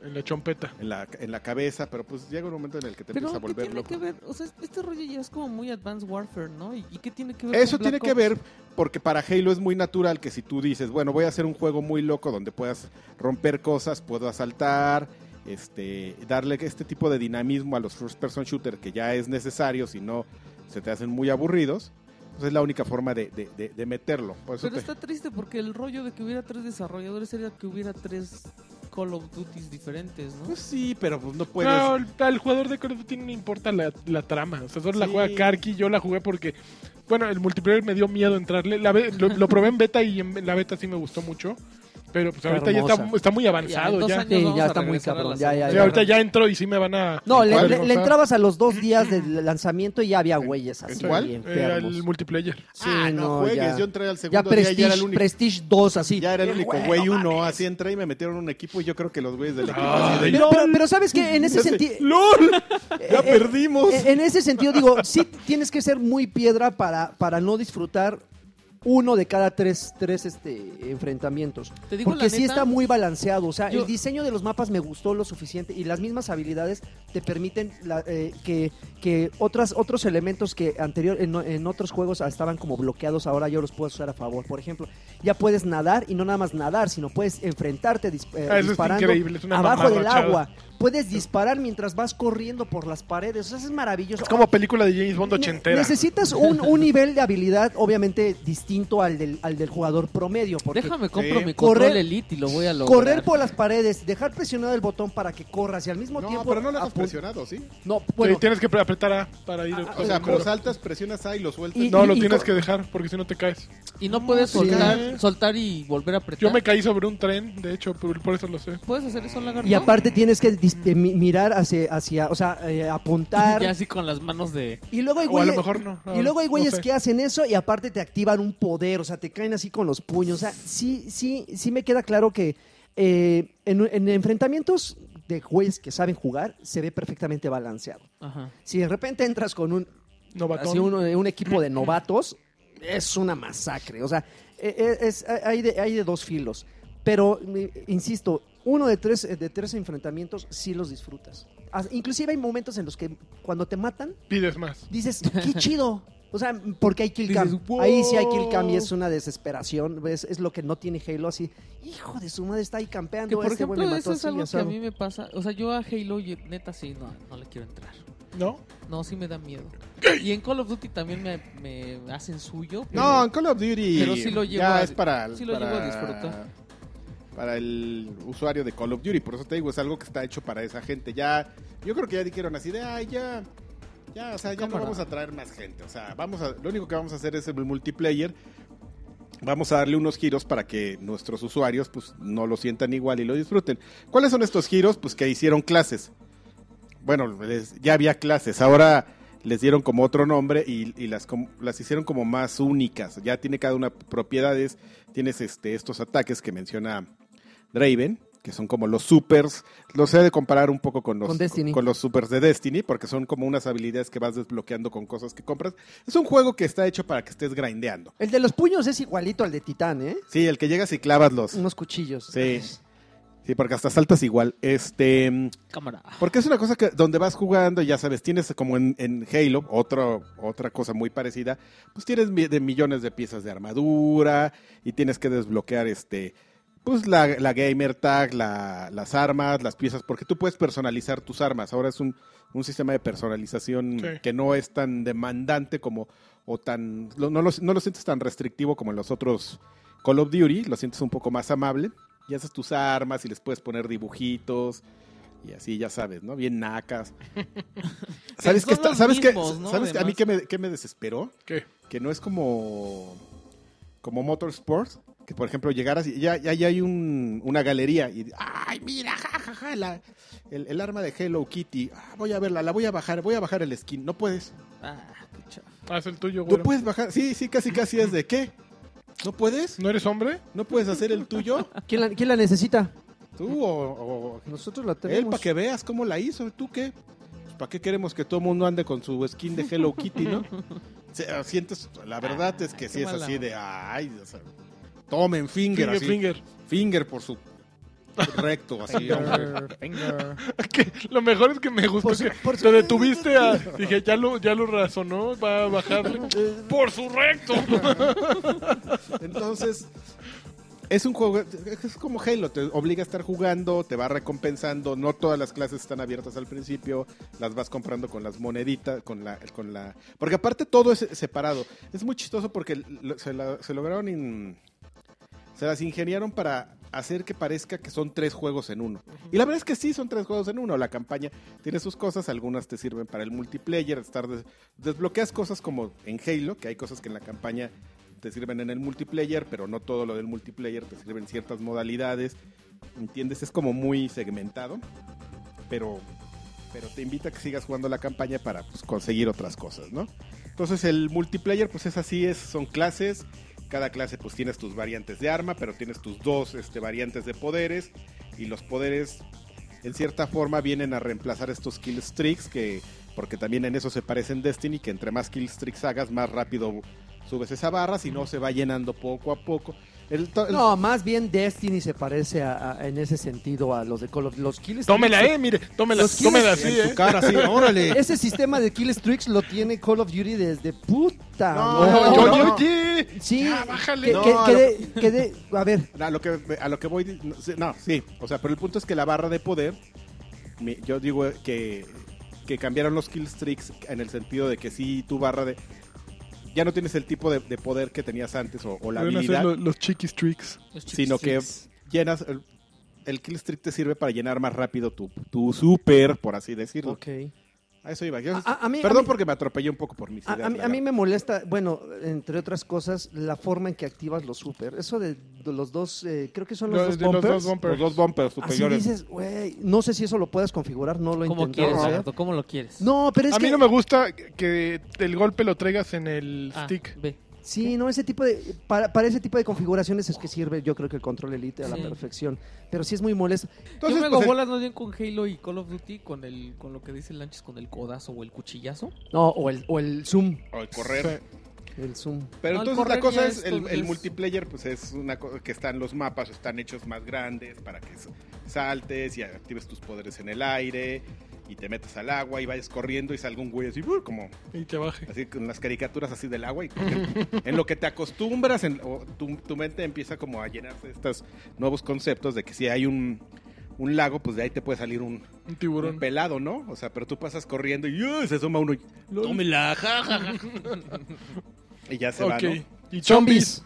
S4: En la chompeta.
S1: en, la, en la cabeza, pero pues llega un momento en el que te
S2: Pero,
S1: empieza a
S2: ¿qué
S1: volver
S2: tiene
S1: loco.
S2: que ver? O sea, este rollo ya es como muy Advanced Warfare, ¿no? ¿Y, y qué tiene que ver
S1: Eso
S2: con
S1: tiene
S2: Black
S1: que
S2: Ops?
S1: ver porque para Halo es muy natural que si tú dices, bueno, voy a hacer un juego muy loco donde puedas romper cosas, puedo asaltar, este, darle este tipo de dinamismo a los first person shooter que ya es necesario, si no se te hacen muy aburridos. Pues es la única forma de, de- de- de meterlo. Por eso
S2: Pero
S1: te-
S2: está triste porque el rollo de que hubiera tres desarrolladores era que hubiera tres Call of Duties diferentes, ¿no?
S1: Pues sí, pero pues no puedes.
S4: No, al, al jugador de Call of Duty no le importa la, la trama. O sea, solo la
S1: Sí.
S4: juega Karki. Yo la jugué porque, bueno, el multiplayer me dio miedo entrarle. La ve- lo, lo probé en beta y en la beta sí me gustó mucho. Pero pues
S5: Está
S4: ahorita ya
S5: hermosa.
S4: está, está muy
S2: Ya, en
S4: avanzado.
S2: dos
S4: Ya,
S2: años
S5: Sí,
S2: vamos
S5: ya
S2: a
S5: está muy
S2: regresar a
S5: cabrón,
S2: la
S5: ya, ya,
S4: Sí,
S2: segunda.
S4: ahorita ya entro y sí me van a.
S5: No, le,
S4: ¿Cuál?
S5: le- le
S4: Gozar.
S5: entrabas a los dos días del lanzamiento y ya había güeyes así.
S1: cuál?
S5: bien
S4: Eh,
S5: enfermos.
S4: al multiplayer.
S5: Sí,
S1: ah, no,
S5: no,
S1: juegues.
S5: ya.
S1: Yo entré al
S5: Ya
S1: segundo día y
S5: Prestige,
S1: ya era el único.
S5: Prestige 2, así.
S1: Ya era el único güey uno, así entré y me metieron en un equipo y yo creo que los güeyes del equipo así
S5: Ah,
S4: Ah,
S1: de,
S5: Pero, pero, pero sabes que en ese
S1: Ese-
S5: sentido.
S1: ¡Lol! ¡Ya
S5: eh,
S1: perdimos!
S5: Eh, En ese sentido, digo, sí tienes que ser muy piedra para, para no disfrutar uno de cada tres, tres este, enfrentamientos.
S2: Te digo
S5: Porque
S2: la
S5: sí
S2: neta,
S5: está muy balanceado. O sea,
S2: yo-
S5: el diseño de los mapas me gustó lo suficiente y las mismas habilidades te permiten la- eh, que, que otras, otros elementos que anterior en, o- en otros juegos estaban como bloqueados, ahora yo los puedo usar a favor. Por ejemplo, ya puedes nadar y no nada más nadar, sino puedes enfrentarte dis- eh,
S4: Ah, eso es
S5: disparando
S4: increíble. Es una
S5: abajo del
S4: mamarrachada.
S5: agua. Puedes disparar mientras vas corriendo por las paredes. O sea, eso es maravilloso.
S4: Es como película de James Bond
S5: Ne-
S4: ochentera.
S5: Necesitas un, un nivel de habilidad, obviamente, distinto al del, al del jugador promedio. Porque
S2: Déjame compro
S1: Sí.
S2: mi
S5: Correr-
S2: control Elite y lo voy a lograr.
S5: correr por las paredes, dejar presionado el botón para que corras y al mismo
S1: No,
S5: tiempo.
S1: pero no lo has
S5: apun-
S1: presionado, ¿sí?
S5: No,
S4: Sí,
S5: bueno, Ah,
S4: tienes que apretar A para ir.
S1: O sea, pero saltas, presionas A y lo sueltas.
S5: Y-
S4: no, lo
S5: y-
S4: tienes que dejar porque si no te caes.
S2: Y no puedes
S5: Sí.
S2: soltar, soltar y volver a
S5: Ah.
S2: apretar.
S4: Yo me caí sobre un tren, de hecho, por, por eso lo sé.
S2: ¿Puedes hacer eso, lagarto?
S5: y aparte tienes que dis- eh, mi- mirar hacia, hacia, o sea, eh, apuntar.
S2: Ya así con las manos de...
S5: Y luego hay
S4: O a
S5: güeyes,
S4: lo mejor no. no,
S5: y luego hay
S4: no
S5: güeyes
S4: sé.
S5: que hacen eso y aparte te activan un poder, o sea, te caen así con los puños. O sea, sí, sí, sí me queda claro que eh, en, en enfrentamientos de güeyes que saben jugar, se ve perfectamente balanceado.
S2: Ajá.
S5: Si de repente entras con un,
S4: Novatón.
S5: así un, un equipo de novatos, es una masacre. O sea, e- e- es, hay, de, hay de dos filos. Pero, mi- insisto, uno de tres, eh, de tres enfrentamientos sí los disfrutas. As- Inclusive hay momentos en los que cuando te matan,
S4: Pides más.
S5: dices, qué chido. O sea, porque hay kill cam.
S2: Dices, "Wow".
S5: Ahí sí hay kill cam y es una desesperación. Es, es lo que no tiene Halo así. Hijo de su madre, está ahí campeando.
S2: Que por
S5: este güey me
S2: ejemplo,
S5: mató
S2: eso es
S5: así,
S2: algo que a
S5: asado".
S2: mí me pasa. O sea, yo a Halo, y- neta, sí, no, no le quiero entrar.
S4: ¿No?
S2: No, sí me da miedo. Y en Call of Duty también me, me hacen suyo. pero-
S1: No, en Call of Duty
S2: Pero sí lo llevo
S1: ya
S2: a-
S1: es para,
S2: sí lo llevo a
S1: para-
S2: disfrutar.
S1: Para el usuario de Call of Duty, por eso te digo, es algo que está hecho para esa gente. Ya, yo creo que ya dijeron así de, ay, ya, ya, o sea, ya no
S2: Cámara.
S1: vamos a traer más gente. O sea, vamos a, lo único que vamos a hacer es el multiplayer. Vamos a darle unos giros para que nuestros usuarios, pues, no lo sientan igual y lo disfruten. ¿Cuáles son estos giros? Pues que hicieron clases. Bueno, les- ya había clases. Ahora les dieron como otro nombre y, y las, com- las hicieron como más únicas. Ya tiene cada una propiedades. Tienes este, estos ataques que menciona Draven, que son como los supers. Los he de comparar un poco con los,
S5: Con Destiny.
S1: con los supers de Destiny, porque son como unas habilidades que vas desbloqueando con cosas que compras. Es un juego que está hecho para que estés grindeando.
S5: El de los puños es igualito al de Titán, ¿eh?
S1: Sí, el que llegas y clavas los.
S5: Unos cuchillos.
S1: Sí. Sí, porque hasta saltas igual. Este. mm,
S2: Cámara.
S1: Porque es una cosa que donde vas jugando, ya sabes, tienes como en, en Halo, otro, otra cosa muy parecida, pues tienes mi- de millones de piezas de armadura y tienes que desbloquear este, pues la, la gamer tag, la- las armas, las piezas, porque tú puedes personalizar tus armas. Ahora es un, un sistema de personalización
S4: Sí.
S1: que no es tan demandante como, o tan, lo- no, lo, no lo sientes tan restrictivo como en los otros Call of Duty, lo sientes un poco más amable. Y haces tus armas y les puedes poner dibujitos. Y así, ya sabes, ¿no? Bien nacas. ¿Sabes
S2: son
S1: qué? está-
S2: los
S1: ¿Sabes qué?
S2: mismos, ¿no?
S1: ¿Sabes qué? A mí
S2: Además.
S1: qué me, qué me desesperó?
S4: ¿Qué?
S1: Que no es como. Como Motorsport. Que, por ejemplo, llegaras y ya, ya, ya hay un- una galería. Y. ¡Ay, mira! ¡Ja, ja, ja! la- el, el arma de Hello Kitty. Ah, voy a verla, la voy a bajar, voy a bajar el skin. No puedes.
S2: Ah, qué chafa.
S4: Haz el tuyo,
S1: ¿Tú
S4: güey.
S1: puedes bajar? Sí, sí, casi, casi es de qué. ¿No puedes?
S4: ¿No eres hombre?
S1: ¿No puedes hacer el tuyo?
S5: ¿Quién la, quién la necesita?
S1: ¿Tú o- o
S5: Nosotros la
S1: Él,
S5: tenemos.
S1: para que veas cómo la hizo. ¿Tú qué? ¿Para qué queremos que todo el mundo ande con su skin de Hello Kitty, no? Se- Sientes, la verdad es que
S2: Ah, qué
S1: sí es
S2: mala
S1: así de, ay, o sea, tomen finger,
S4: Finger,
S1: así, finger.
S4: finger.
S1: por su recto, así.
S4: Que lo mejor es que me gustó que te detuviste a... Dije, ya lo, ya lo razonó, va a bajarle.
S1: Eh.
S4: ¡Por su recto!
S1: Entonces, es un juego, es como Halo, te obliga a estar jugando, te va recompensando, no todas las clases están abiertas al principio, las vas comprando con las moneditas, con la, con la... Porque aparte todo es separado. Es muy chistoso porque lo- se, la- se lograron... in- se las ingeniaron para hacer que parezca que son tres juegos en uno. Y la verdad es que sí, son tres juegos en uno. La campaña tiene sus cosas, algunas te sirven para el multiplayer, estar des- desbloqueas cosas como en Halo, que hay cosas que en la campaña te sirven en el multiplayer, pero no todo lo del multiplayer, te sirven ciertas modalidades. ¿Entiendes? Es como muy segmentado, pero, pero te invita a que sigas jugando la campaña para pues, conseguir otras cosas, ¿no? Entonces el multiplayer, pues es así, es, son clases. Cada clase pues tienes tus variantes de arma, pero tienes tus dos este, variantes de poderes. Y los poderes, en cierta forma, vienen a reemplazar estos kill streaks, que, porque también en eso se parece en Destiny, que entre más kill streaks hagas, más rápido subes esa barra, si no se va llenando poco a poco. El to- el-
S5: No, más bien Destiny se parece a- a- en ese sentido a los de Call of Los Kill Streaks-
S4: Tómela, eh, mire. Tómela,
S5: Los
S4: tómela
S5: kills-
S4: así,
S1: en
S4: eh.
S1: su cara, así, órale.
S5: Ese sistema de Kill Streaks lo tiene Call of Duty desde puta.
S1: No,
S5: madre.
S1: no, Oh, no, no.
S4: Oye,
S5: Sí,
S4: ya, bájale.
S5: que,
S1: No,
S5: que-
S1: a
S5: que
S1: lo-
S5: de- que de- a ver,
S1: A lo que, a lo que voy. No, sí, no, sí. O sea, pero el punto es que la barra de poder. mi- yo digo que, que cambiaron los kill streaks en el sentido de que sí, tu barra de. Ya no tienes el tipo de, de poder que tenías antes o, o la
S4: Pueden hacer
S1: habilidad,
S4: lo- los chiquis tricks.
S2: Los
S1: sino que
S2: chiquis.
S1: llenas. El, el kill streak te sirve para llenar más rápido tu, tu super, por así decirlo.
S5: ok.
S1: A eso iba. Yo-
S5: A- a- a mí-
S1: perdón
S5: a mí-
S1: porque me atropellé un poco por mis
S5: A,
S1: ideas.
S5: a mí,
S1: la
S5: a mí
S1: verdad.
S5: me molesta, bueno, entre otras cosas, la forma en que activas los super. Eso de, de los dos, eh, creo que son los,
S4: Los-
S5: dos
S4: de los dos
S5: bumpers.
S4: bumpers.
S1: Los dos bumpers
S5: Así
S1: superiores.
S5: dices, güey, no sé si eso lo puedas configurar, no lo he
S2: ¿Cómo
S5: intentado.
S2: quieres,
S5: hacer.
S2: Alberto? ¿Cómo lo quieres?
S5: No, pero es
S4: A
S5: que
S4: mí no me gusta que el golpe lo traigas en el
S2: Ah,
S4: stick.
S2: ve.
S5: Sí, no, ese tipo de. Para, para ese tipo de configuraciones es que sirve, yo creo que el control Elite a la
S2: Sí.
S5: perfección. Pero sí es muy molesto.
S1: Entonces,
S2: Yo me hago
S1: pues, el-
S2: bolas más bien con Halo y Call of Duty, con el con lo que dice Lanches, con el codazo o el cuchillazo.
S5: No, o el, o el Zoom.
S1: o el correr.
S6: el zoom.
S1: Pero
S2: No, el
S1: entonces la
S2: correr
S1: cosa
S2: ya
S1: es,
S2: es
S1: el,
S2: con-
S1: el
S2: es-
S1: multiplayer, pues es una cosa que están los mapas, están hechos más grandes para que s- saltes y actives tus poderes en el aire y te metas al agua y vayas corriendo y salga un güey así, ¡uh! como
S4: Y te baje.
S1: así con las caricaturas así del agua y porque en lo que te acostumbras, en, o tu, tu mente empieza como a llenarse de estos nuevos conceptos de que si hay un, un lago, pues de ahí te puede salir un,
S4: Un
S1: un
S4: tiburón.
S1: pelado, ¿no? O sea, pero tú pasas corriendo y ¡uh! se asoma uno y,
S4: Tómela, ja, ja, ja.
S1: y ya se
S4: Ok.
S1: va, ¿no?
S4: Y zombies.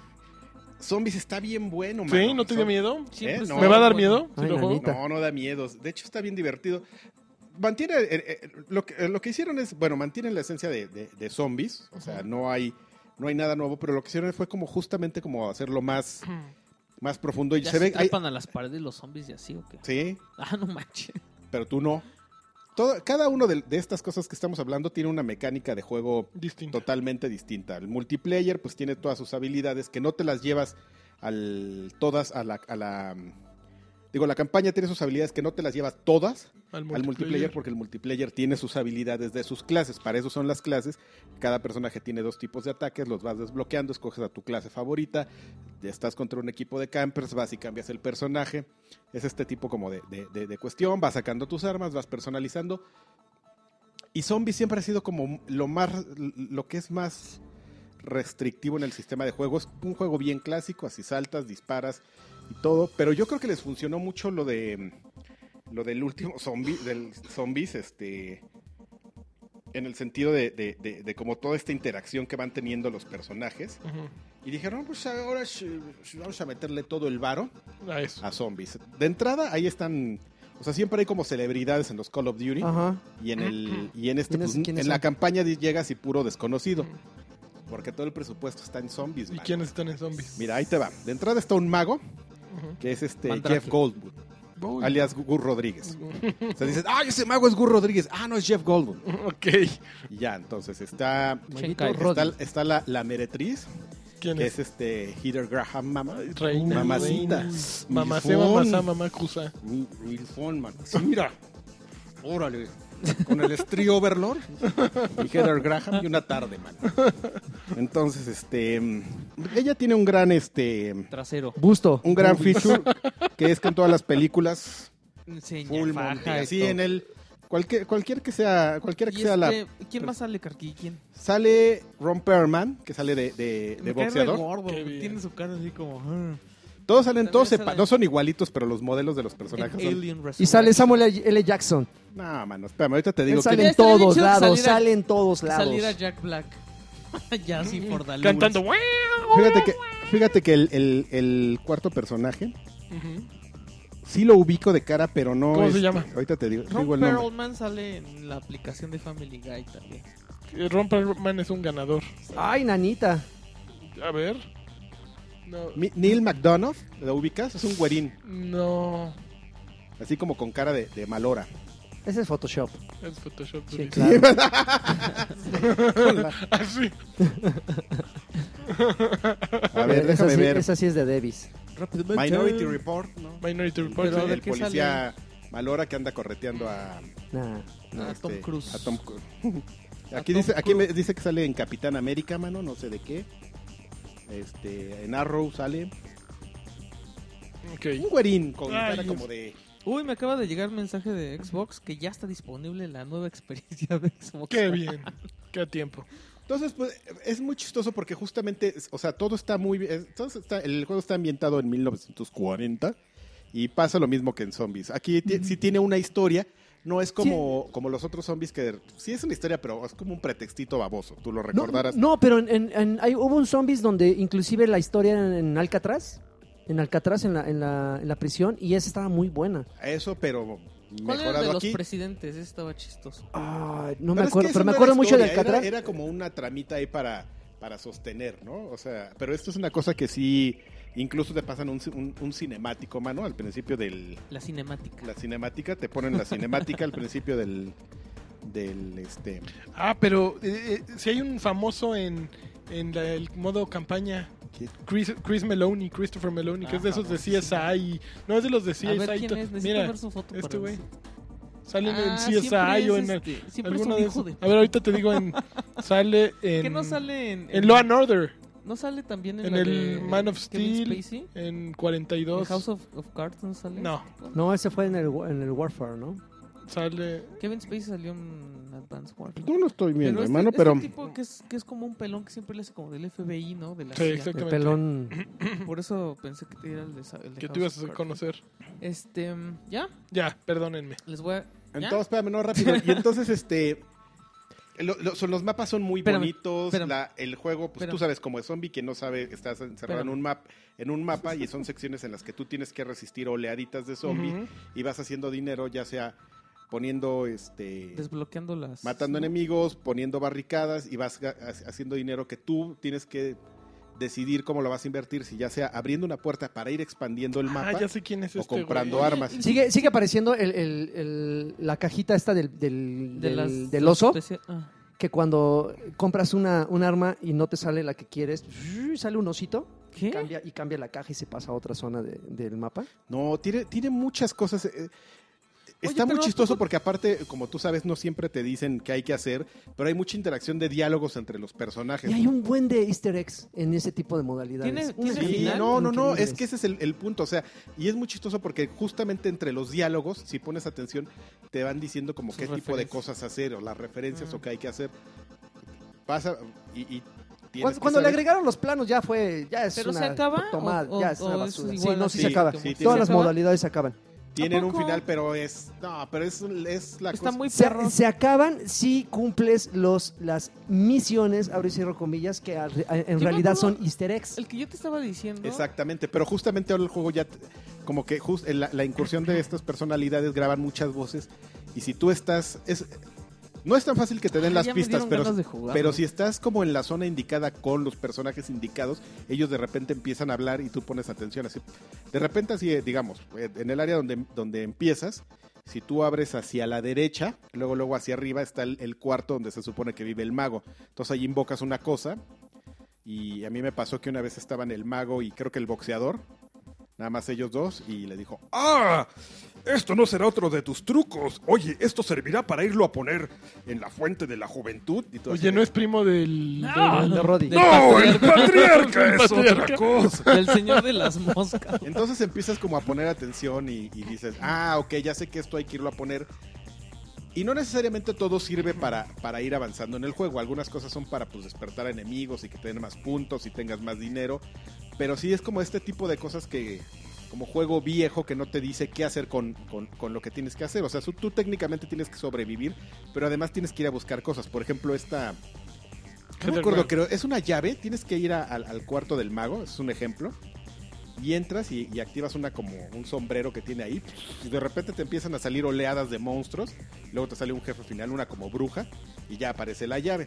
S1: Zombies está bien bueno, mano.
S4: ¿Sí? ¿No te dio
S1: Zombies-
S4: miedo?
S2: Siempre
S1: ¿Eh?
S2: está
S1: No.
S4: ¿Me va a dar
S2: bueno.
S4: miedo si
S6: Ay,
S4: lo juego?
S6: nanita.
S1: No, no da miedos. De hecho, está bien divertido. Mantiene. eh, eh, lo, que, eh, lo que hicieron es. Bueno, mantienen la esencia de, de- de zombies. O sea, no hay. No hay nada nuevo, pero lo que hicieron fue como justamente como hacerlo más, más profundo. Y
S2: ¿Ya
S1: se ve. hay-
S2: trepan a las paredes los zombies y así o qué?
S1: sí,
S2: Ah, no manches.
S1: pero tú no. Todo, cada una de, de estas cosas que estamos hablando tiene una mecánica de juego
S4: Distinto.
S1: totalmente distinta. El multiplayer, pues tiene todas sus habilidades que no te las llevas al. todas a la. a la, digo, la campaña tiene sus habilidades que no te las llevas todas. al multiplayer porque el multiplayer tiene sus habilidades de sus clases. Para eso son las clases. Cada personaje tiene dos tipos de ataques, los vas desbloqueando, escoges a tu clase favorita, estás contra un equipo de campers, vas y cambias el personaje. Es este tipo como de, de- de- de cuestión, vas sacando tus armas, vas personalizando. Y zombie siempre ha sido como lo más, lo que es más restrictivo en el sistema de juegos. Un juego bien clásico, así saltas, disparas y todo. Pero yo creo que les funcionó mucho lo de lo del último zombie, del zombies, este. En el sentido de, de- de- de como toda esta interacción que van teniendo los personajes.
S4: Ujú.
S1: Y dijeron, pues ahora sh- sh- vamos a meterle todo el varo
S4: A eso.
S1: a zombies. De entrada, ahí están. O sea, siempre hay como celebridades en los Call of Duty.
S6: Ajá.
S1: Y en el y en este
S6: ¿Quiénes-
S1: pues, en
S6: quiénes
S1: la
S6: son?
S1: campaña di- llegas y puro desconocido. Porque todo el presupuesto está en zombies.
S4: ¿Y
S1: mano.
S4: quiénes están en zombies?
S1: Mira, ahí te va. De entrada está un mago
S4: Ujú.
S1: que es este
S2: Mandrake.
S1: Jeff Goldwood,
S4: Uy.
S1: alias Gur Rodríguez. O sea, dices, "Ah, ese mago es Gur Rodríguez." Ah, no es Jeff Goldwood.
S4: Ok.
S1: Y ya, entonces está
S2: Checa el
S1: está, está la, la meretriz,
S4: ¿Quién
S1: que
S4: es?
S1: es este Heather Graham Mama.
S4: Reina.
S1: Mamacita.
S4: reina. Mamacé,
S1: Milfón.
S4: mamacá, mamacusa.
S1: Mi- Milfón, man. Sí, mira. Órale. Con el estrío Overlord y Heather Graham y una tarde, man. Entonces, este. mm, Ella tiene un gran, este.
S2: Trasero.
S6: Busto.
S1: Un gran feature que es que en todas las películas.
S2: Enseña
S1: Full
S2: faja
S1: Monty.
S2: y
S1: Así
S2: todo.
S1: en el. Cualquier, cualquier que sea, cualquiera que
S2: Y
S1: sea la.
S2: este, ¿Quién más sale, Carqui? ¿Quién?
S1: Sale Ron Perlman, que sale de, de- de
S2: Me cae re
S1: boxeador.
S2: gordo,
S4: Qué
S2: güey.
S4: bien.
S2: Tiene su cara así como... "Ah".
S1: Todos salen,
S2: También
S1: todos se
S2: sale-
S1: pa- no son igualitos, pero los modelos de los
S2: En
S1: personajes son.
S2: Alien
S6: Y sale Samuel L. L. Jackson.
S1: No, mano, espérame, ahorita te
S6: Él
S1: digo
S6: sale
S1: que.
S6: en
S2: Estaría bien
S6: todos
S2: chido que
S6: lados,
S2: saliera-
S6: sale en todos lados.
S2: Salir a Jack Black. ya así por Dalí.
S4: Cantando.
S1: Fíjate que, fíjate que el, el- el cuarto personaje
S4: Ujú.
S1: sí lo ubico de cara, pero no.
S4: ¿Cómo se
S1: este,
S4: llama?
S1: Ahorita te digo, te digo
S2: Ron
S1: el nombre.
S2: Perlman sale en la aplicación de Family Guy también.
S4: Eh, Ron Perlman es un ganador.
S6: Ay, nanita.
S4: A ver. No.
S1: Mi- Neil McDonough, ¿lo ubicas? Es un güerín,
S4: No.
S1: así como con cara de, de malora.
S6: Ese es Photoshop.
S4: Es Photoshop.
S6: Sí,
S4: tú
S6: claro.
S4: dices. Ah, sí.
S1: A ver,
S6: esa,
S1: déjame
S6: sí,
S1: ver.
S6: esa sí es de Davis.
S1: Minority Report, ¿no?
S4: Minority Report.
S2: Pero a
S1: el
S2: ver qué
S1: policía malora que anda correteando a.
S6: Nah.
S2: A
S1: este,
S2: Tom Cruise.
S1: a Tom Cru- aquí
S2: Tom
S1: dice, aquí
S2: Cruise.
S1: me dice que sale en Capitán América, mano, no sé de qué. Este, en Arrow sale un
S4: Ok.
S1: güerín con
S4: Ay,
S1: cara
S4: es-
S1: como de
S2: Uy, me acaba de llegar un mensaje de Xbox que ya está disponible la nueva experiencia de Xbox.
S4: Qué bien. Qué tiempo.
S1: Entonces, pues, es muy chistoso porque justamente, es- o sea, todo está muy bien. es- todo está- el juego está ambientado en 1940 y pasa lo mismo que en Zombies. Aquí ti- sí tiene una historia, no es como, como los otros zombies que sí es una historia, pero es como un pretextito baboso. Tú lo
S6: No,
S1: recordarás.
S6: no, pero en, en- en- hay- hubo un zombies donde inclusive la historia en, en Alcatraz, en Alcatraz, en la, en, la, en la prisión, y esa estaba muy buena.
S1: Eso, pero
S2: ¿Cuál era el de
S1: mejorado
S2: los
S1: aquí.
S2: presidentes? Ese estaba chistoso.
S1: Ah.
S6: Ay, no me
S1: es que
S6: acuerdo,
S1: eso
S6: pero me
S1: no era
S6: acuerdo mucho de
S1: historia, era-
S6: Alcatraz.
S1: Era, como una tramita ahí para, para sostener, ¿no? O sea, pero esto es una cosa que sí, incluso te pasan un, ci- un- un cinemático, mano, al principio del,
S2: La cinemática.
S1: la cinemática, te ponen la cinemática al principio del del este
S4: Ah, pero eh, eh, si hay un famoso en, en la- el modo campaña.
S1: ¿Quién?
S4: Chris, Chris Meloni, Christopher Meloni, que
S2: Ah,
S4: es de esos de
S2: famosísimo.
S4: CSI. y- no es de los de CSI.
S2: A ver
S4: y
S2: quién
S4: to-
S2: es, necesito
S4: Mira,
S2: ver su foto.
S4: este
S2: para
S4: güey.
S2: ver.
S4: Salen en
S2: Ah,
S4: CSI
S2: siempre
S4: o
S2: es
S4: en
S2: este, siempre es
S4: alguna
S2: un
S4: de
S2: hijo
S4: esas.
S2: de-
S4: A ver, ahorita te digo en sale en
S2: ¿Qué no sale en,
S4: en Law and Order,
S2: no sale también en,
S4: en
S2: la
S4: el
S2: de
S4: Man of
S2: Kevin
S4: Steel.
S2: Spacey?
S4: en
S2: ¿En
S4: 42
S2: House of, of Cards no sale?
S4: No.
S5: No, ese fue en el, wa- en el Warfare, ¿no?
S4: sale
S2: Kevin Spacey salió en Advance Warfare.
S1: Yo lo estoy viendo,
S2: este-
S1: hermano,
S2: este
S1: pero
S2: tipo que es, que es como un pelón que siempre le hace como del FBI, ¿no? De la
S4: Sí,
S2: CIA.
S4: exacto.
S5: El
S4: Exactamente.
S5: pelón.
S2: Por eso pensé que era el de, sa- el de
S4: que tú ibas
S2: House of
S4: a
S2: Cards.
S4: conocer.
S2: Este, mm, ya,
S4: Ya, perdónenme.
S2: les voy a... ¿ya?
S1: entonces, espérame, no, rápido. Y entonces, este. lo- lo- son- los mapas son muy
S2: Espérame,
S1: bonitos.
S2: espérame.
S1: la- el juego, pues
S2: Espérame.
S1: tú sabes, como es zombie que no sabe, estás encerrado en
S2: Espérame.
S1: un, map, en un mapa y son secciones en las que tú tienes que resistir oleaditas de zombie
S4: Ujú.
S1: y vas haciendo dinero, ya sea poniendo este.
S2: Desbloqueando las...
S1: matando enemigos, poniendo barricadas y vas ga- ha- haciendo dinero que tú tienes que decidir cómo lo vas a invertir, si ya sea abriendo una puerta para ir expandiendo el mapa
S4: Ah, ya sé quién es
S1: o
S4: este
S1: comprando
S4: güey.
S1: armas.
S5: Sigue, sigue apareciendo el, el- el- la cajita esta del, del,
S2: de
S5: del-
S2: las-
S5: del oso,
S2: de- ah,
S5: que cuando compras una, un arma y no te sale la que quieres, sale un osito
S2: ¿Qué?
S5: cambia, y cambia la caja y se pasa a otra zona de- del mapa.
S1: No, tiene, tiene muchas cosas. eh, eh, Está
S2: pero
S1: muy
S2: ¿a
S1: chistoso
S2: poco-
S1: porque aparte, como tú sabes, no siempre te dicen qué hay que hacer, pero hay mucha interacción de diálogos entre los personajes.
S5: Y hay un buen de easter eggs en ese tipo de modalidades.
S2: Tiene-
S5: Unos
S2: tiene
S1: Sí,
S2: final
S1: no, no, no,
S5: increíbles.
S1: es que ese es el, el punto, o sea, y es muy chistoso porque justamente entre los diálogos, si pones atención, te van diciendo como
S2: Sus
S1: qué tipo de
S2: referencias.
S1: cosas hacer o las referencias
S2: Ah.
S1: o qué hay que hacer. Pasa y... y tienes
S5: Cuando,
S1: que
S5: cuando le
S1: saber-
S5: agregaron los planos ya fue, ya es
S2: ¿Pero
S5: una
S2: se acaba?
S5: tomada,
S2: ¿O- o-
S5: ya es
S2: o
S5: una
S2: es
S5: basura.
S2: igual
S5: sí, no,
S2: así
S5: sí, se
S1: Sí,
S5: acaba.
S1: sí,
S2: como
S1: tiene-
S5: Todas
S2: ¿Se
S5: las
S2: acaba?
S5: modalidades se acaban.
S1: Tienen un
S2: poco?
S1: final, pero es... No, pero es, es la
S2: Está
S1: cosa...
S2: muy
S5: Se,
S2: perro.
S5: se acaban si cumples los, las misiones, abro y cierro comillas, que al- en
S2: me
S5: realidad
S2: acuerdo-
S5: son easter eggs.
S2: El que yo te estaba diciendo...
S1: Exactamente, pero justamente ahora el juego ya, te- como que jus- eh, la, la incursión de estas personalidades graban muchas voces y si tú estás, es, no es tan fácil que te den
S2: Ay,
S1: las
S2: ya me
S1: pistas,
S2: dieron
S1: pero,
S2: ganas de jugar,
S1: pero
S2: güey.
S1: si estás como en la zona indicada con los personajes indicados, ellos de repente empiezan a hablar y tú pones atención. Así, de repente así, eh, digamos, eh, en el área donde, donde empiezas, si tú abres hacia la derecha, luego luego hacia arriba está el, el cuarto donde se supone que vive el mago. Entonces ahí invocas una cosa y a mí me pasó que una vez estaban el mago y creo que el boxeador, nada más ellos dos, y le dijo,
S3: ¡Ah! Esto no será otro de tus trucos. Oye, esto servirá para irlo a poner en la fuente de la juventud.
S1: y tú así
S4: Oye,
S1: de-
S4: no es primo del
S2: No.
S4: del-
S5: De Roddy.
S2: Del
S3: ¡No! ¡El
S2: patriarca.
S3: patriarca es
S4: Patriarca.
S3: otra cosa!
S2: Del señor de las moscas.
S1: Entonces empiezas como a poner atención y, y dices, ah, ok, ya sé que esto hay que irlo a poner. Y no necesariamente todo sirve para, para ir avanzando en el juego. Algunas cosas son para pues, despertar enemigos y que tengan más puntos y tengas más dinero. Pero sí es como este tipo de cosas que, como juego viejo que no te dice qué hacer con, con- con lo que tienes que hacer. O sea, tú, tú técnicamente tienes que sobrevivir, pero además tienes que ir a buscar cosas. Por ejemplo, esta... No me acuerdo, creo, es una llave, tienes que ir a- al, al cuarto del mago, es un ejemplo. Y entras y, y activas una como un sombrero que tiene ahí. Y de repente te empiezan a salir oleadas de monstruos. Luego te sale un jefe final, una como bruja. Y ya aparece la llave.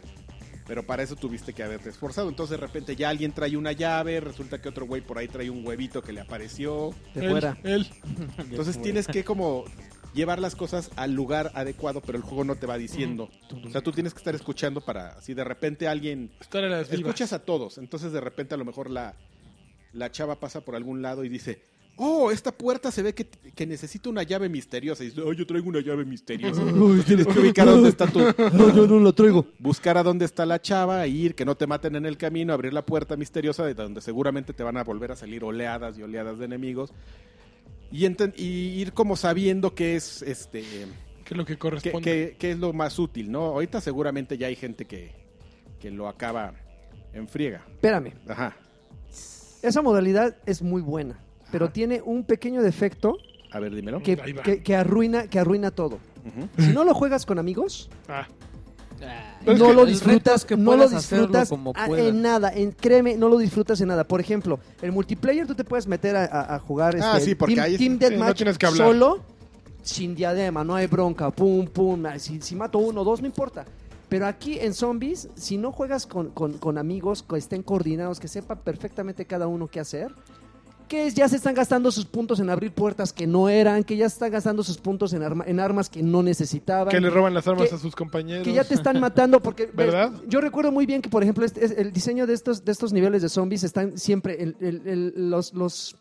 S1: Pero para eso tuviste que haberte esforzado. Entonces de repente ya alguien trae una llave. Resulta que otro güey por ahí trae un huevito que le apareció.
S5: De
S4: Él,
S5: fuera.
S4: él.
S1: Entonces tienes que como llevar las cosas al lugar adecuado. Pero el juego no te va diciendo. O sea, tú tienes que estar escuchando para... Si de repente alguien
S4: Estar a las vivas.
S1: escuchas a todos. Entonces de repente a lo mejor la, la chava pasa por algún lado y dice, oh, esta puerta se ve que, que necesita una llave misteriosa. Y dice, oh, yo traigo una llave misteriosa. Entonces tienes que ubicar a dónde está tu...
S5: No, yo no lo traigo.
S1: Buscar a dónde está la chava, ir, que no te maten en el camino, abrir la puerta misteriosa de donde seguramente te van a volver a salir oleadas y oleadas de enemigos. Y, enten- y ir como sabiendo que es este...
S4: Que es lo que
S1: ¿Qué,
S4: corresponde.
S1: qué- qué es lo más útil, no? Ahorita seguramente ya hay gente que, que lo acaba en friega.
S5: Espérame.
S1: Ajá.
S5: Esa modalidad es muy buena, pero tiene un pequeño defecto
S1: A ver, dímelo.
S5: que,
S4: Ahí va.
S5: que- que arruina, que arruina todo.
S1: Ujú.
S5: Si no lo juegas con amigos,
S4: Ah,
S2: Ay,
S5: no
S2: el
S5: lo
S2: reto
S5: disfrutas,
S2: es que
S5: no lo
S2: puedas hacerlo
S5: disfrutas
S2: como
S5: a-
S2: puedas.
S5: en nada, en, créeme, no lo disfrutas en nada. Por ejemplo, el multiplayer tú te puedes meter a, a- a jugar este,
S1: Ah, sí, porque
S5: Team,
S1: ahí es-
S5: Team
S1: sí,
S5: Deathmatch
S1: no tienes que hablar.
S5: solo, sin diadema, no hay bronca, pum, pum, ay, si, si mato uno, dos, no importa. Pero aquí en Zombies, si no juegas con, con- con amigos que estén coordinados, que sepan perfectamente cada uno qué hacer, que ya se están gastando sus puntos en abrir puertas que no eran, que ya se están gastando sus puntos en, arma- en armas que no necesitaban.
S4: que le roban las armas
S5: Que-
S4: a sus compañeros.
S5: Que ya te están matando porque...
S4: ¿Verdad?
S5: Yo recuerdo muy bien que, por ejemplo, este- es- el diseño de estos, de estos niveles de zombies están siempre... el- el- el- los, los,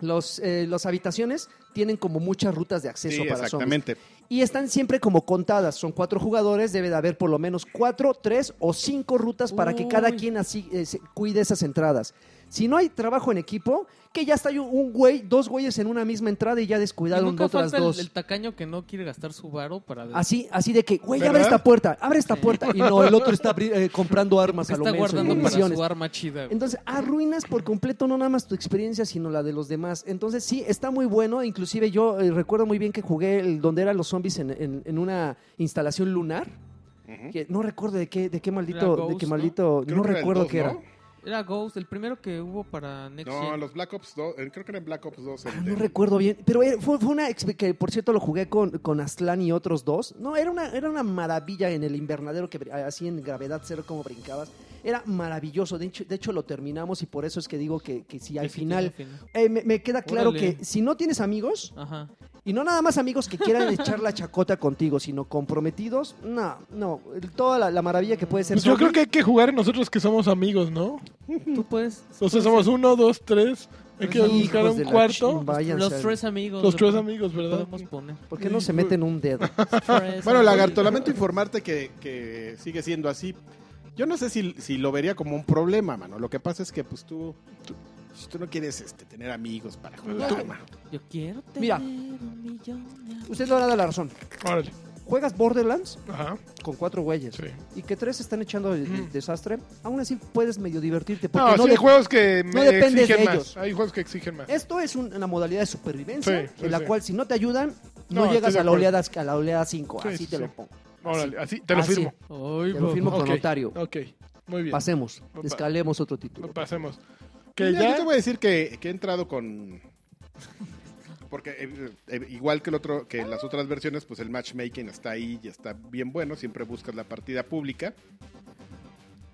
S5: los, eh, los habitaciones tienen como muchas rutas de acceso
S1: Sí,
S5: para zombies.
S1: exactamente.
S5: Y están siempre como contadas. Son cuatro jugadores, debe de haber por lo menos cuatro, tres o cinco rutas para que cada
S2: Uy.
S5: quien así eh, se- cuide esas entradas. Si no hay trabajo en equipo, que ya está un güey, dos güeyes en una misma entrada y ya
S2: Y
S5: descuidaron
S2: nunca
S5: otras
S2: falta el-
S5: dos.
S2: El, tacaño que no quiere gastar su varo para...
S5: Así, así de que, güey, abre
S1: ¿Verdad?
S5: esta puerta, abre esta
S2: Sí.
S5: puerta. Y no, el otro está abri- eh, comprando armas
S2: que
S5: a lo
S2: está
S5: menso y
S2: guardando para
S5: municiones.
S2: su arma chida. güey.
S5: Entonces, arruinas por completo no nada más tu experiencia, sino la de los demás. Entonces, sí, está muy bueno. Inclusive yo eh, recuerdo muy bien que jugué el- donde eran los zombies en, en- en una instalación lunar. que no recuerdo de qué, de qué maldito,
S2: Era Ghost,
S5: de qué
S2: ¿no?
S5: maldito,
S1: Creo
S5: no
S1: que era el
S5: recuerdo
S1: dos,
S5: qué era.
S1: ¿no?
S2: Era Ghost, el primero que hubo para Next
S1: No,
S2: Gen.
S1: los Black Ops 2, eh, creo que eran Black Ops 2. el
S5: Ah,
S1: de-
S5: no recuerdo bien, pero era- fue, fue una exp- que por cierto lo jugué con, con Aslan y otros dos. No, era una, era una maravilla en el invernadero que br- así en gravedad cero como brincabas. Era maravilloso, de hecho, de hecho lo terminamos y por eso es que digo que, que si al
S2: Que sí tiene
S5: final Eh, me, me queda claro
S2: Órale.
S5: que si no tienes amigos,
S2: Ajá.
S5: y no nada más amigos que quieran echar la chacota contigo, sino comprometidos, no, no, el- toda la, la maravilla que puede ser.
S4: Pues yo creo
S5: zombie,
S4: que hay que jugar nosotros que somos amigos, ¿no?
S2: Tú puedes...
S4: O sea, somos uno, dos, tres. Hay que
S5: hijos
S4: buscar
S5: de
S4: un
S5: la
S4: cuarto.
S5: chin- váyanse
S2: los
S5: al-
S2: tres amigos.
S4: Los
S2: lo
S4: tres
S2: podemos-
S4: amigos, ¿verdad?
S2: Podemos poner.
S5: ¿Por qué no se meten un dedo?
S2: Tres
S1: Bueno, Lagarto,
S2: amigos.
S1: lamento informarte que, que sigue siendo así. Yo no sé si, si lo vería como un problema, mano. Lo que pasa es que, pues tú, tú, tú no quieres este, tener amigos para jugar, mano.
S2: Yo quiero tener
S5: Mira.
S2: un millón de amigos.
S5: Usted lo ha dado la razón.
S4: Órale.
S5: Juegas Borderlands
S4: Ajá,
S5: con cuatro güeyes
S4: sí.
S5: y que tres están echando el, el
S4: Mm.
S5: desastre, aún así puedes medio divertirte. Porque
S4: No,
S5: no
S4: sí, hay
S5: de-
S4: juegos que me
S5: no dependes de
S4: exigen
S5: ellos.
S4: más. Hay juegos que exigen más.
S5: Esto es un- una modalidad de supervivencia
S4: Sí, sí,
S5: en la
S4: sí.
S5: cual si no te ayudan,
S4: No,
S5: no,
S4: estoy
S5: llegas
S4: de
S5: a la,
S4: acuerdo.
S5: oleada, a la oleada 5.
S4: Sí,
S5: así
S4: sí,
S5: te
S4: sí.
S5: lo pongo.
S4: Órale, así,
S1: Ah,
S4: te lo
S5: Así.
S4: firmo.
S2: Ay,
S5: Te lo firmo
S2: papá.
S5: con
S4: Ok.
S5: notario.
S4: Ok, muy bien.
S5: Pasemos,
S4: Papá.
S5: escalemos otro título.
S4: Pasemos.
S1: Que
S4: Que
S1: ya, yo
S4: ya...
S1: te voy a decir que, que he entrado con. Porque eh, eh, igual que el otro, que las otras versiones, pues el matchmaking está ahí y está bien bueno. Siempre buscas la partida pública.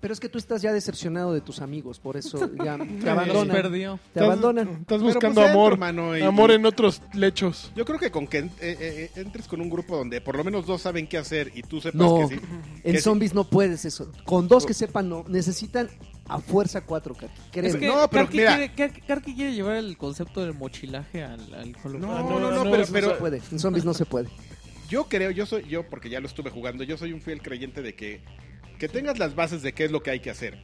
S5: Pero es que tú estás ya decepcionado de tus amigos, por eso ya te
S2: Los
S5: abandonan.
S2: perdió.
S5: Te abandonan.
S4: Estás
S1: Pero,
S4: buscando
S1: pues,
S4: amor.
S1: entro, mano, y-
S4: Amor en otros lechos.
S1: Yo creo que con que en- eh, eh, eh, entres con un grupo donde por lo menos dos saben qué hacer y tú sepas
S5: No.
S1: que sí.
S5: En
S1: Que sí.
S5: zombies no puedes eso. Con dos que sepan, no. Necesitan a fuerza cuatro, Karki.
S2: Es
S5: Créeme.
S2: que
S1: No, pero
S2: Karki,
S1: mira.
S2: quiere, Karki- Karki quiere llevar el concepto del mochilaje al, al Call of
S1: No,
S2: Duty.
S1: no, no,
S4: no,
S1: pero,
S4: eso no
S1: pero
S5: No se puede. En zombies no se puede.
S1: yo creo, yo soy, yo, porque ya lo estuve jugando, yo soy un fiel creyente de que, que tengas las bases de qué es lo que hay que hacer.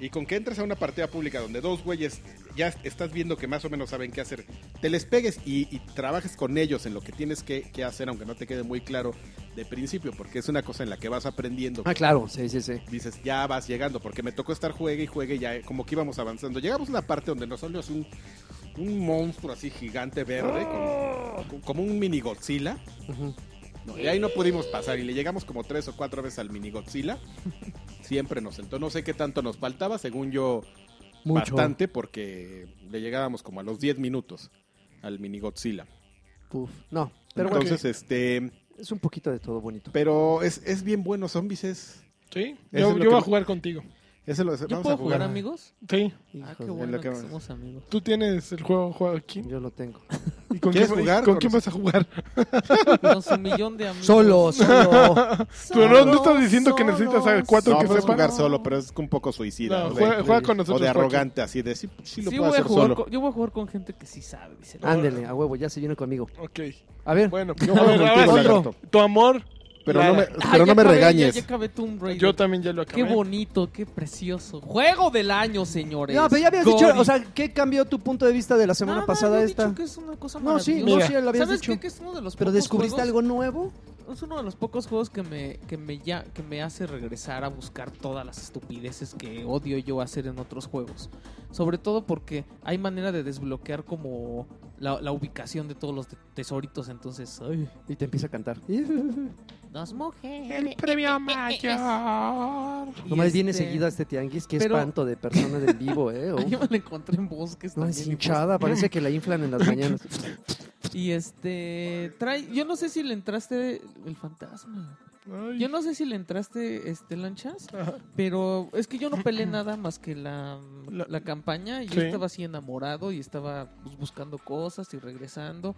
S1: Y con que entres a una partida pública donde dos güeyes ya est- estás viendo que más o menos saben qué hacer, te les pegues y, y trabajes con ellos en lo que tienes que, que hacer, aunque no te quede muy claro de principio, porque es una cosa en la que vas aprendiendo.
S5: Ah, claro. Sí, sí, sí.
S1: dices, ya vas llegando, porque me tocó estar juegue y juegue, ya eh, como que íbamos avanzando. Llegamos a la parte donde nos salió así un, un monstruo así gigante verde,
S5: ¡Oh!
S1: con- con- como un mini Godzilla.
S5: Ujú.
S1: No, y ahí no pudimos pasar y le llegamos como tres o cuatro veces al mini Godzilla. Siempre nos sentó. No sé qué tanto nos faltaba, según yo,
S5: Mucho.
S1: bastante, porque le llegábamos como a los 10 minutos al mini Godzilla.
S5: Uf. No. Pero bueno,
S1: Entonces, este.
S5: es un poquito de todo bonito.
S1: Pero es, es bien bueno, zombies. Es,
S4: Sí,
S1: Eso
S4: yo,
S1: es lo
S4: yo
S1: que-
S4: voy a jugar contigo.
S1: es lo- es-
S2: ¿Yo
S1: vamos
S2: puedo
S1: a
S2: jugar,
S1: jugar.
S2: amigos?
S4: Sí,
S2: Ah,
S5: Hijos
S2: qué
S5: de-
S2: bueno
S1: que
S2: que
S1: vamos.
S2: somos amigos.
S4: tú tienes el juego, juego aquí.
S5: Yo lo tengo.
S4: ¿Y con
S1: ¿Quieres
S4: quién, y
S1: jugar
S4: ¿con
S1: con
S4: quién
S1: los-
S4: vas a jugar?
S2: Con su millón de amigos.
S5: Solo, solo.
S4: Pero no- no estás diciendo que necesitas a cuatro
S1: No,
S4: que
S1: puedes
S4: sepan.
S1: jugar solo, pero es un poco suicida.
S4: No,
S1: o de-
S4: juega, juega con
S1: o
S4: nosotros.
S1: de
S4: Joaquín.
S1: arrogante, así de sí, sí lo
S2: Sí,
S1: puedo
S2: voy a
S1: hacer
S2: jugar
S1: solo.
S2: con- yo voy a jugar con gente que sí sabe. dice, Ah, no,
S5: Ándele, a huevo. Ya se viene conmigo.
S4: Ok,
S5: A ver.
S4: bueno.
S1: Yo
S4: a
S1: juego
S4: ver, ahora
S1: contigo,
S4: sí,
S1: lagarto.
S4: tu amor,
S1: Pero no me,
S2: Ah,
S1: pero no
S2: ya
S1: me
S2: acabé, ya-
S1: regañes.
S2: Ya, acabé Tomb Raider.
S4: yo también ya lo
S2: Qué
S4: acabé.
S2: bonito, qué precioso. Juego del año, señores.
S5: No, pero ya habías
S2: Gory.
S5: dicho, o sea, ¿qué cambió tu punto de vista de la semana
S2: Nada,
S5: pasada
S2: yo he
S5: esta?
S2: dicho que es una cosa
S5: No, sí, no,
S2: maravillosa.
S5: sí, lo habías
S2: ¿Sabes
S5: dicho.
S2: qué? Que es uno de los
S5: Pero
S2: pocos
S5: descubriste
S2: juegos-
S5: algo nuevo.
S2: Es uno de los pocos juegos que me, que me ya, que me hace regresar a buscar todas las estupideces que odio yo hacer en otros juegos. Sobre todo porque hay manera de desbloquear como la, la ubicación de todos los te- tesoritos, entonces. Ay,
S5: Y te empieza a cantar.
S7: Dos mujeres.
S4: El premio mayor.
S5: Nomás
S2: este,
S5: viene seguida este tianguis, qué
S2: pero-
S5: espanto de persona del vivo, ¿eh? Uf.
S2: Yo me la encontré en bosques
S5: No,
S2: también,
S5: es
S2: y
S5: hinchada, parece que la inflan en las mañanas.
S2: pues- Y este trae, yo no sé si le entraste el fantasma.
S4: Ay.
S2: Yo no sé si le entraste este lanchas,
S4: Ajá.
S2: Pero es que yo no peleé nada más que la, la, campaña. y Yo
S4: Sí.
S2: estaba así enamorado y estaba pues, buscando cosas y regresando.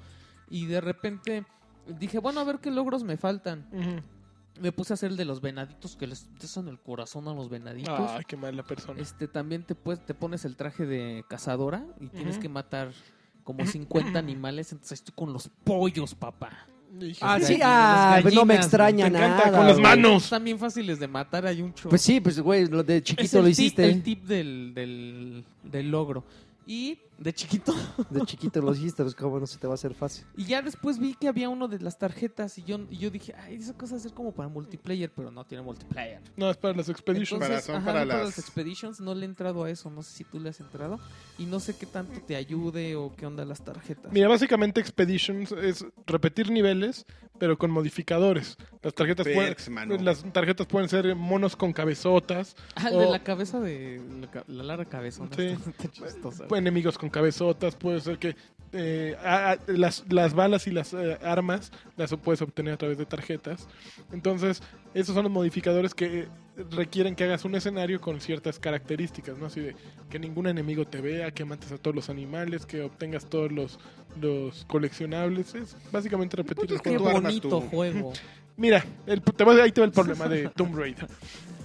S2: Y de repente dije, bueno, a ver qué logros me faltan.
S4: Ujú.
S2: Me puse a hacer el de los venaditos, que les desan el corazón a los venaditos.
S4: Ay, Ah, qué mala persona.
S2: Este, también te, puedes, te pones el traje de cazadora y tienes
S4: Ujú.
S2: que matar como 50 animales. Entonces estoy con los pollos, papá.
S4: Dije,
S6: Ah,
S2: Las
S6: sí,
S2: gallinas,
S6: ah,
S2: las
S5: pues
S6: no me
S2: gallinas,
S6: extraña
S4: te encanta,
S6: nada.
S4: con las
S6: güey.
S4: manos.
S2: Están bien fáciles de matar, hay un chorro.
S5: Pues sí, pues güey, lo de
S2: Es
S5: chiquito
S2: el
S5: lo
S2: tip-
S5: hiciste.
S2: el tip del, del, del logro. Y de chiquito.
S5: De chiquito lo hiciste, pues cómo no se te va a hacer fácil.
S2: Y ya después vi que había uno de las tarjetas y yo, y yo dije, ay, esa cosa es como para multiplayer, pero no tiene multiplayer.
S4: No, es para las Expedition.
S1: Para- son
S2: ajá,
S1: para
S2: no
S1: las-
S2: las expeditions no le he entrado a eso, no sé si tú le has entrado y no sé qué tanto te ayude o qué onda las tarjetas.
S4: Mira, básicamente Expeditions es repetir niveles, pero con modificadores. Las tarjetas,
S1: Perks, mano.
S4: pueden, las tarjetas pueden ser monos con cabezotas,
S2: Ah, el de
S4: o-
S2: la cabeza de la, ca- la larga cabeza,
S4: Sí.
S2: chistosa.
S4: o Pues, enemigos con cabezotas, puede ser que eh, a- a- las, las balas y las eh, armas las puedes obtener a través de tarjetas. Entonces, esos son los modificadores que eh, requieren que hagas un escenario con ciertas características, ¿no? Así de que ningún enemigo te vea, que mates a todos los animales, que obtengas todos los, los coleccionables. Es básicamente repetir el
S1: es que
S2: Qué
S1: tú armas
S2: bonito
S1: tu-
S2: juego.
S4: Mira, el, te va- ahí te va el problema de Tomb Raider.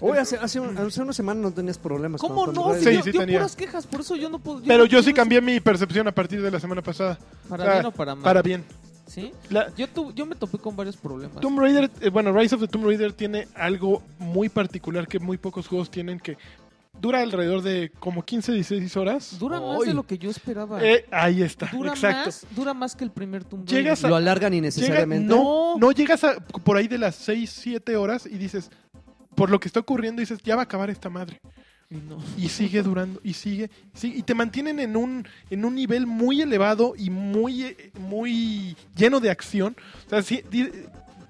S5: Hoy hace, hace, un- hace una semana no tenías problemas.
S2: ¿Cómo
S5: Pues con-
S2: no?
S5: con-
S2: Si
S4: Sí,
S2: yo,
S4: sí
S2: yo
S4: tenía.
S2: puras quejas, por eso yo no puedo. yo
S4: Pero
S2: no
S4: yo sí
S2: quiero-
S4: cambié mi percepción a partir de la semana pasada.
S2: Para bien
S4: ah,
S2: o para mal.
S4: Para bien.
S2: ¿Sí?
S4: La-
S2: Yo, tu- yo me topé con varios problemas.
S4: Tomb Raider, eh, bueno, Rise of the Tomb Raider tiene algo muy particular que muy pocos juegos tienen que dura alrededor de como 15, 16 horas.
S2: Dura más de lo que yo esperaba.
S4: Eh, ahí está,
S2: dura,
S4: exacto.
S2: más, dura más que el primer Tomb Raider.
S4: Llegas a-
S5: Lo alargan
S4: Llega-
S5: innecesariamente.
S4: no, no llegas a, por ahí de las 6, 7 horas y dices, por lo que está ocurriendo, dices, ya va a acabar esta madre.
S2: Y no.
S4: Y sigue durando, y sigue, sí, y te mantienen en un, en un nivel muy elevado y muy, eh, muy lleno de acción. O sea, sí, di-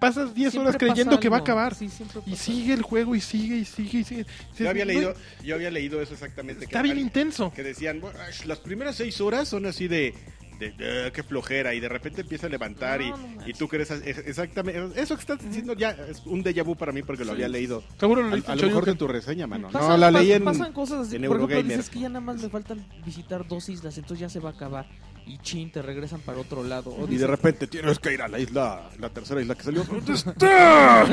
S4: pasas 10
S2: Siempre
S4: horas creyendo
S2: pasa
S4: que va a
S2: algo.
S4: acabar.
S2: Sí, siempre
S4: Y
S2: pasa.
S4: sigue el juego y sigue y sigue y sigue. Dices,
S1: Yo había
S4: "No,
S1: leído, yo había leído eso exactamente.
S4: Está
S1: que,
S4: bien
S1: al-
S4: intenso.
S1: que decían, "Bueno, ash, las primeras seis horas son así de, de, "Ah, qué flojera, y de repente empieza a levantar y,
S2: No, no manches.
S1: y tú crees es- exactamente... Eso que estás diciendo ya es un déjà vu para mí porque lo había leído.
S4: Seguro lo
S1: A,
S4: leíste,
S1: a lo
S4: Shoryuken.
S1: mejor de tu reseña, mano.
S2: Pasan-
S1: No, la leí
S2: pas-
S1: en...
S2: pasan cosas así.
S1: en
S2: Por ejemplo,
S1: Eurogamer.
S2: dices que ya nada más me faltan visitar dos islas, entonces ya se va a acabar. Y chin, te regresan para otro lado.
S1: Y
S2: O
S1: de
S2: dices,
S1: repente tienes que ir a la isla, la tercera isla que salió. ¿Dónde está?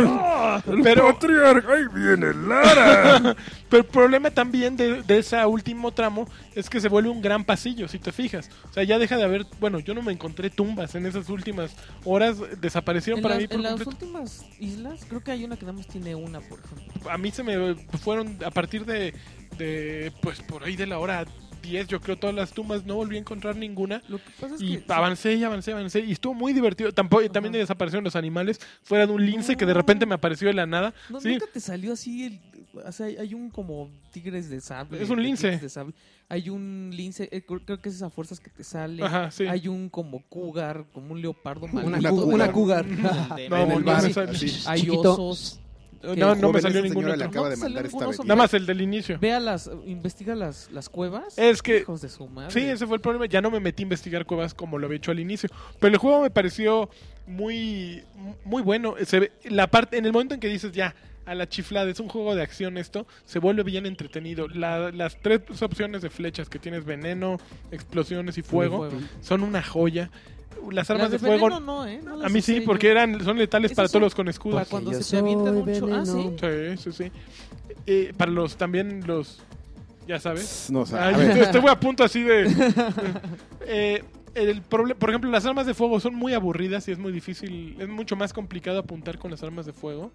S4: Pero-
S3: Patriarca, ahí viene Lara.
S4: Pero el problema también de, de ese último tramo es que se vuelve un gran pasillo, si te fijas. O sea, ya deja de haber. Bueno, yo no me encontré tumbas en esas últimas horas. eh, Desaparecieron
S2: en
S4: para
S2: las,
S4: mí por
S2: en las
S4: completo.
S2: últimas islas, creo que hay una que nada más tiene una, por ejemplo.
S4: A mí se me fueron a partir de. de, pues por ahí de la hora 10, yo creo, todas las tumbas. No volví a encontrar ninguna.
S2: Lo que pasa es
S4: Y
S2: que.
S4: avancé y avancé, avancé. Y estuvo muy divertido. Tampoco, También
S2: Ajá.
S4: desaparecieron los animales. Fuera de un lince que de repente me apareció de la nada.
S2: No,
S4: sí.
S2: Nunca te salió así el... O sea, hay, hay un como tigres de sable.
S4: Es un
S2: de
S4: lince.
S2: tigres de sable. Hay un lince, eh, creo, creo que es esas fuerzas que te sale.
S4: Ajá, sí.
S2: Hay un como cougar, como un leopardo
S5: Una,
S2: maldito.
S5: cu- una cougar.
S4: No,
S1: en el
S4: no,
S1: bar,
S4: me sal-
S1: así.
S2: Hay
S5: Chiquito.
S2: osos. que-
S4: no, no me
S1: Joven,
S4: salió
S1: esa
S4: ningún
S1: señora
S4: otro.
S1: le
S2: otro.
S1: acaba
S2: No,
S1: de
S2: te
S1: mandar
S2: salió
S1: esta
S2: algunos
S1: avenida.
S4: Nada más el del inicio.
S2: Ve a las... Investiga las, las cuevas.
S4: Es que
S2: Hijos de su madre.
S4: Eh, sí, ese fue el problema. Ya no me metí a investigar cuevas como lo había hecho al inicio. Pero el juego me pareció muy muy bueno. Se ve- la parte en el momento en que dices ya a la chiflada es un juego de acción esto se vuelve bien entretenido. La- las tres opciones de flechas que tienes veneno, explosiones y fuego, son una joya. Las armas
S2: Las
S4: de, fuego
S2: veneno no, ¿eh? No las
S4: a mí sí
S2: usé
S4: porque Pues
S2: yo.
S4: eran son letales
S2: Esas
S4: para
S2: son-
S4: todos los con escudos.
S2: Para cuando
S5: yo
S2: se te avienta
S5: soy
S2: mucho. Ah, sí.
S5: veneno.
S4: Sí, sí, sí. Eh, para los también los ya sabes.
S1: No, o sea,
S4: Ay,
S1: a ver,
S4: estoy, estoy a punto así de. Eh, el proble- por ejemplo, las armas de fuego son muy aburridas y es muy difícil. Es mucho más complicado apuntar con las armas de fuego.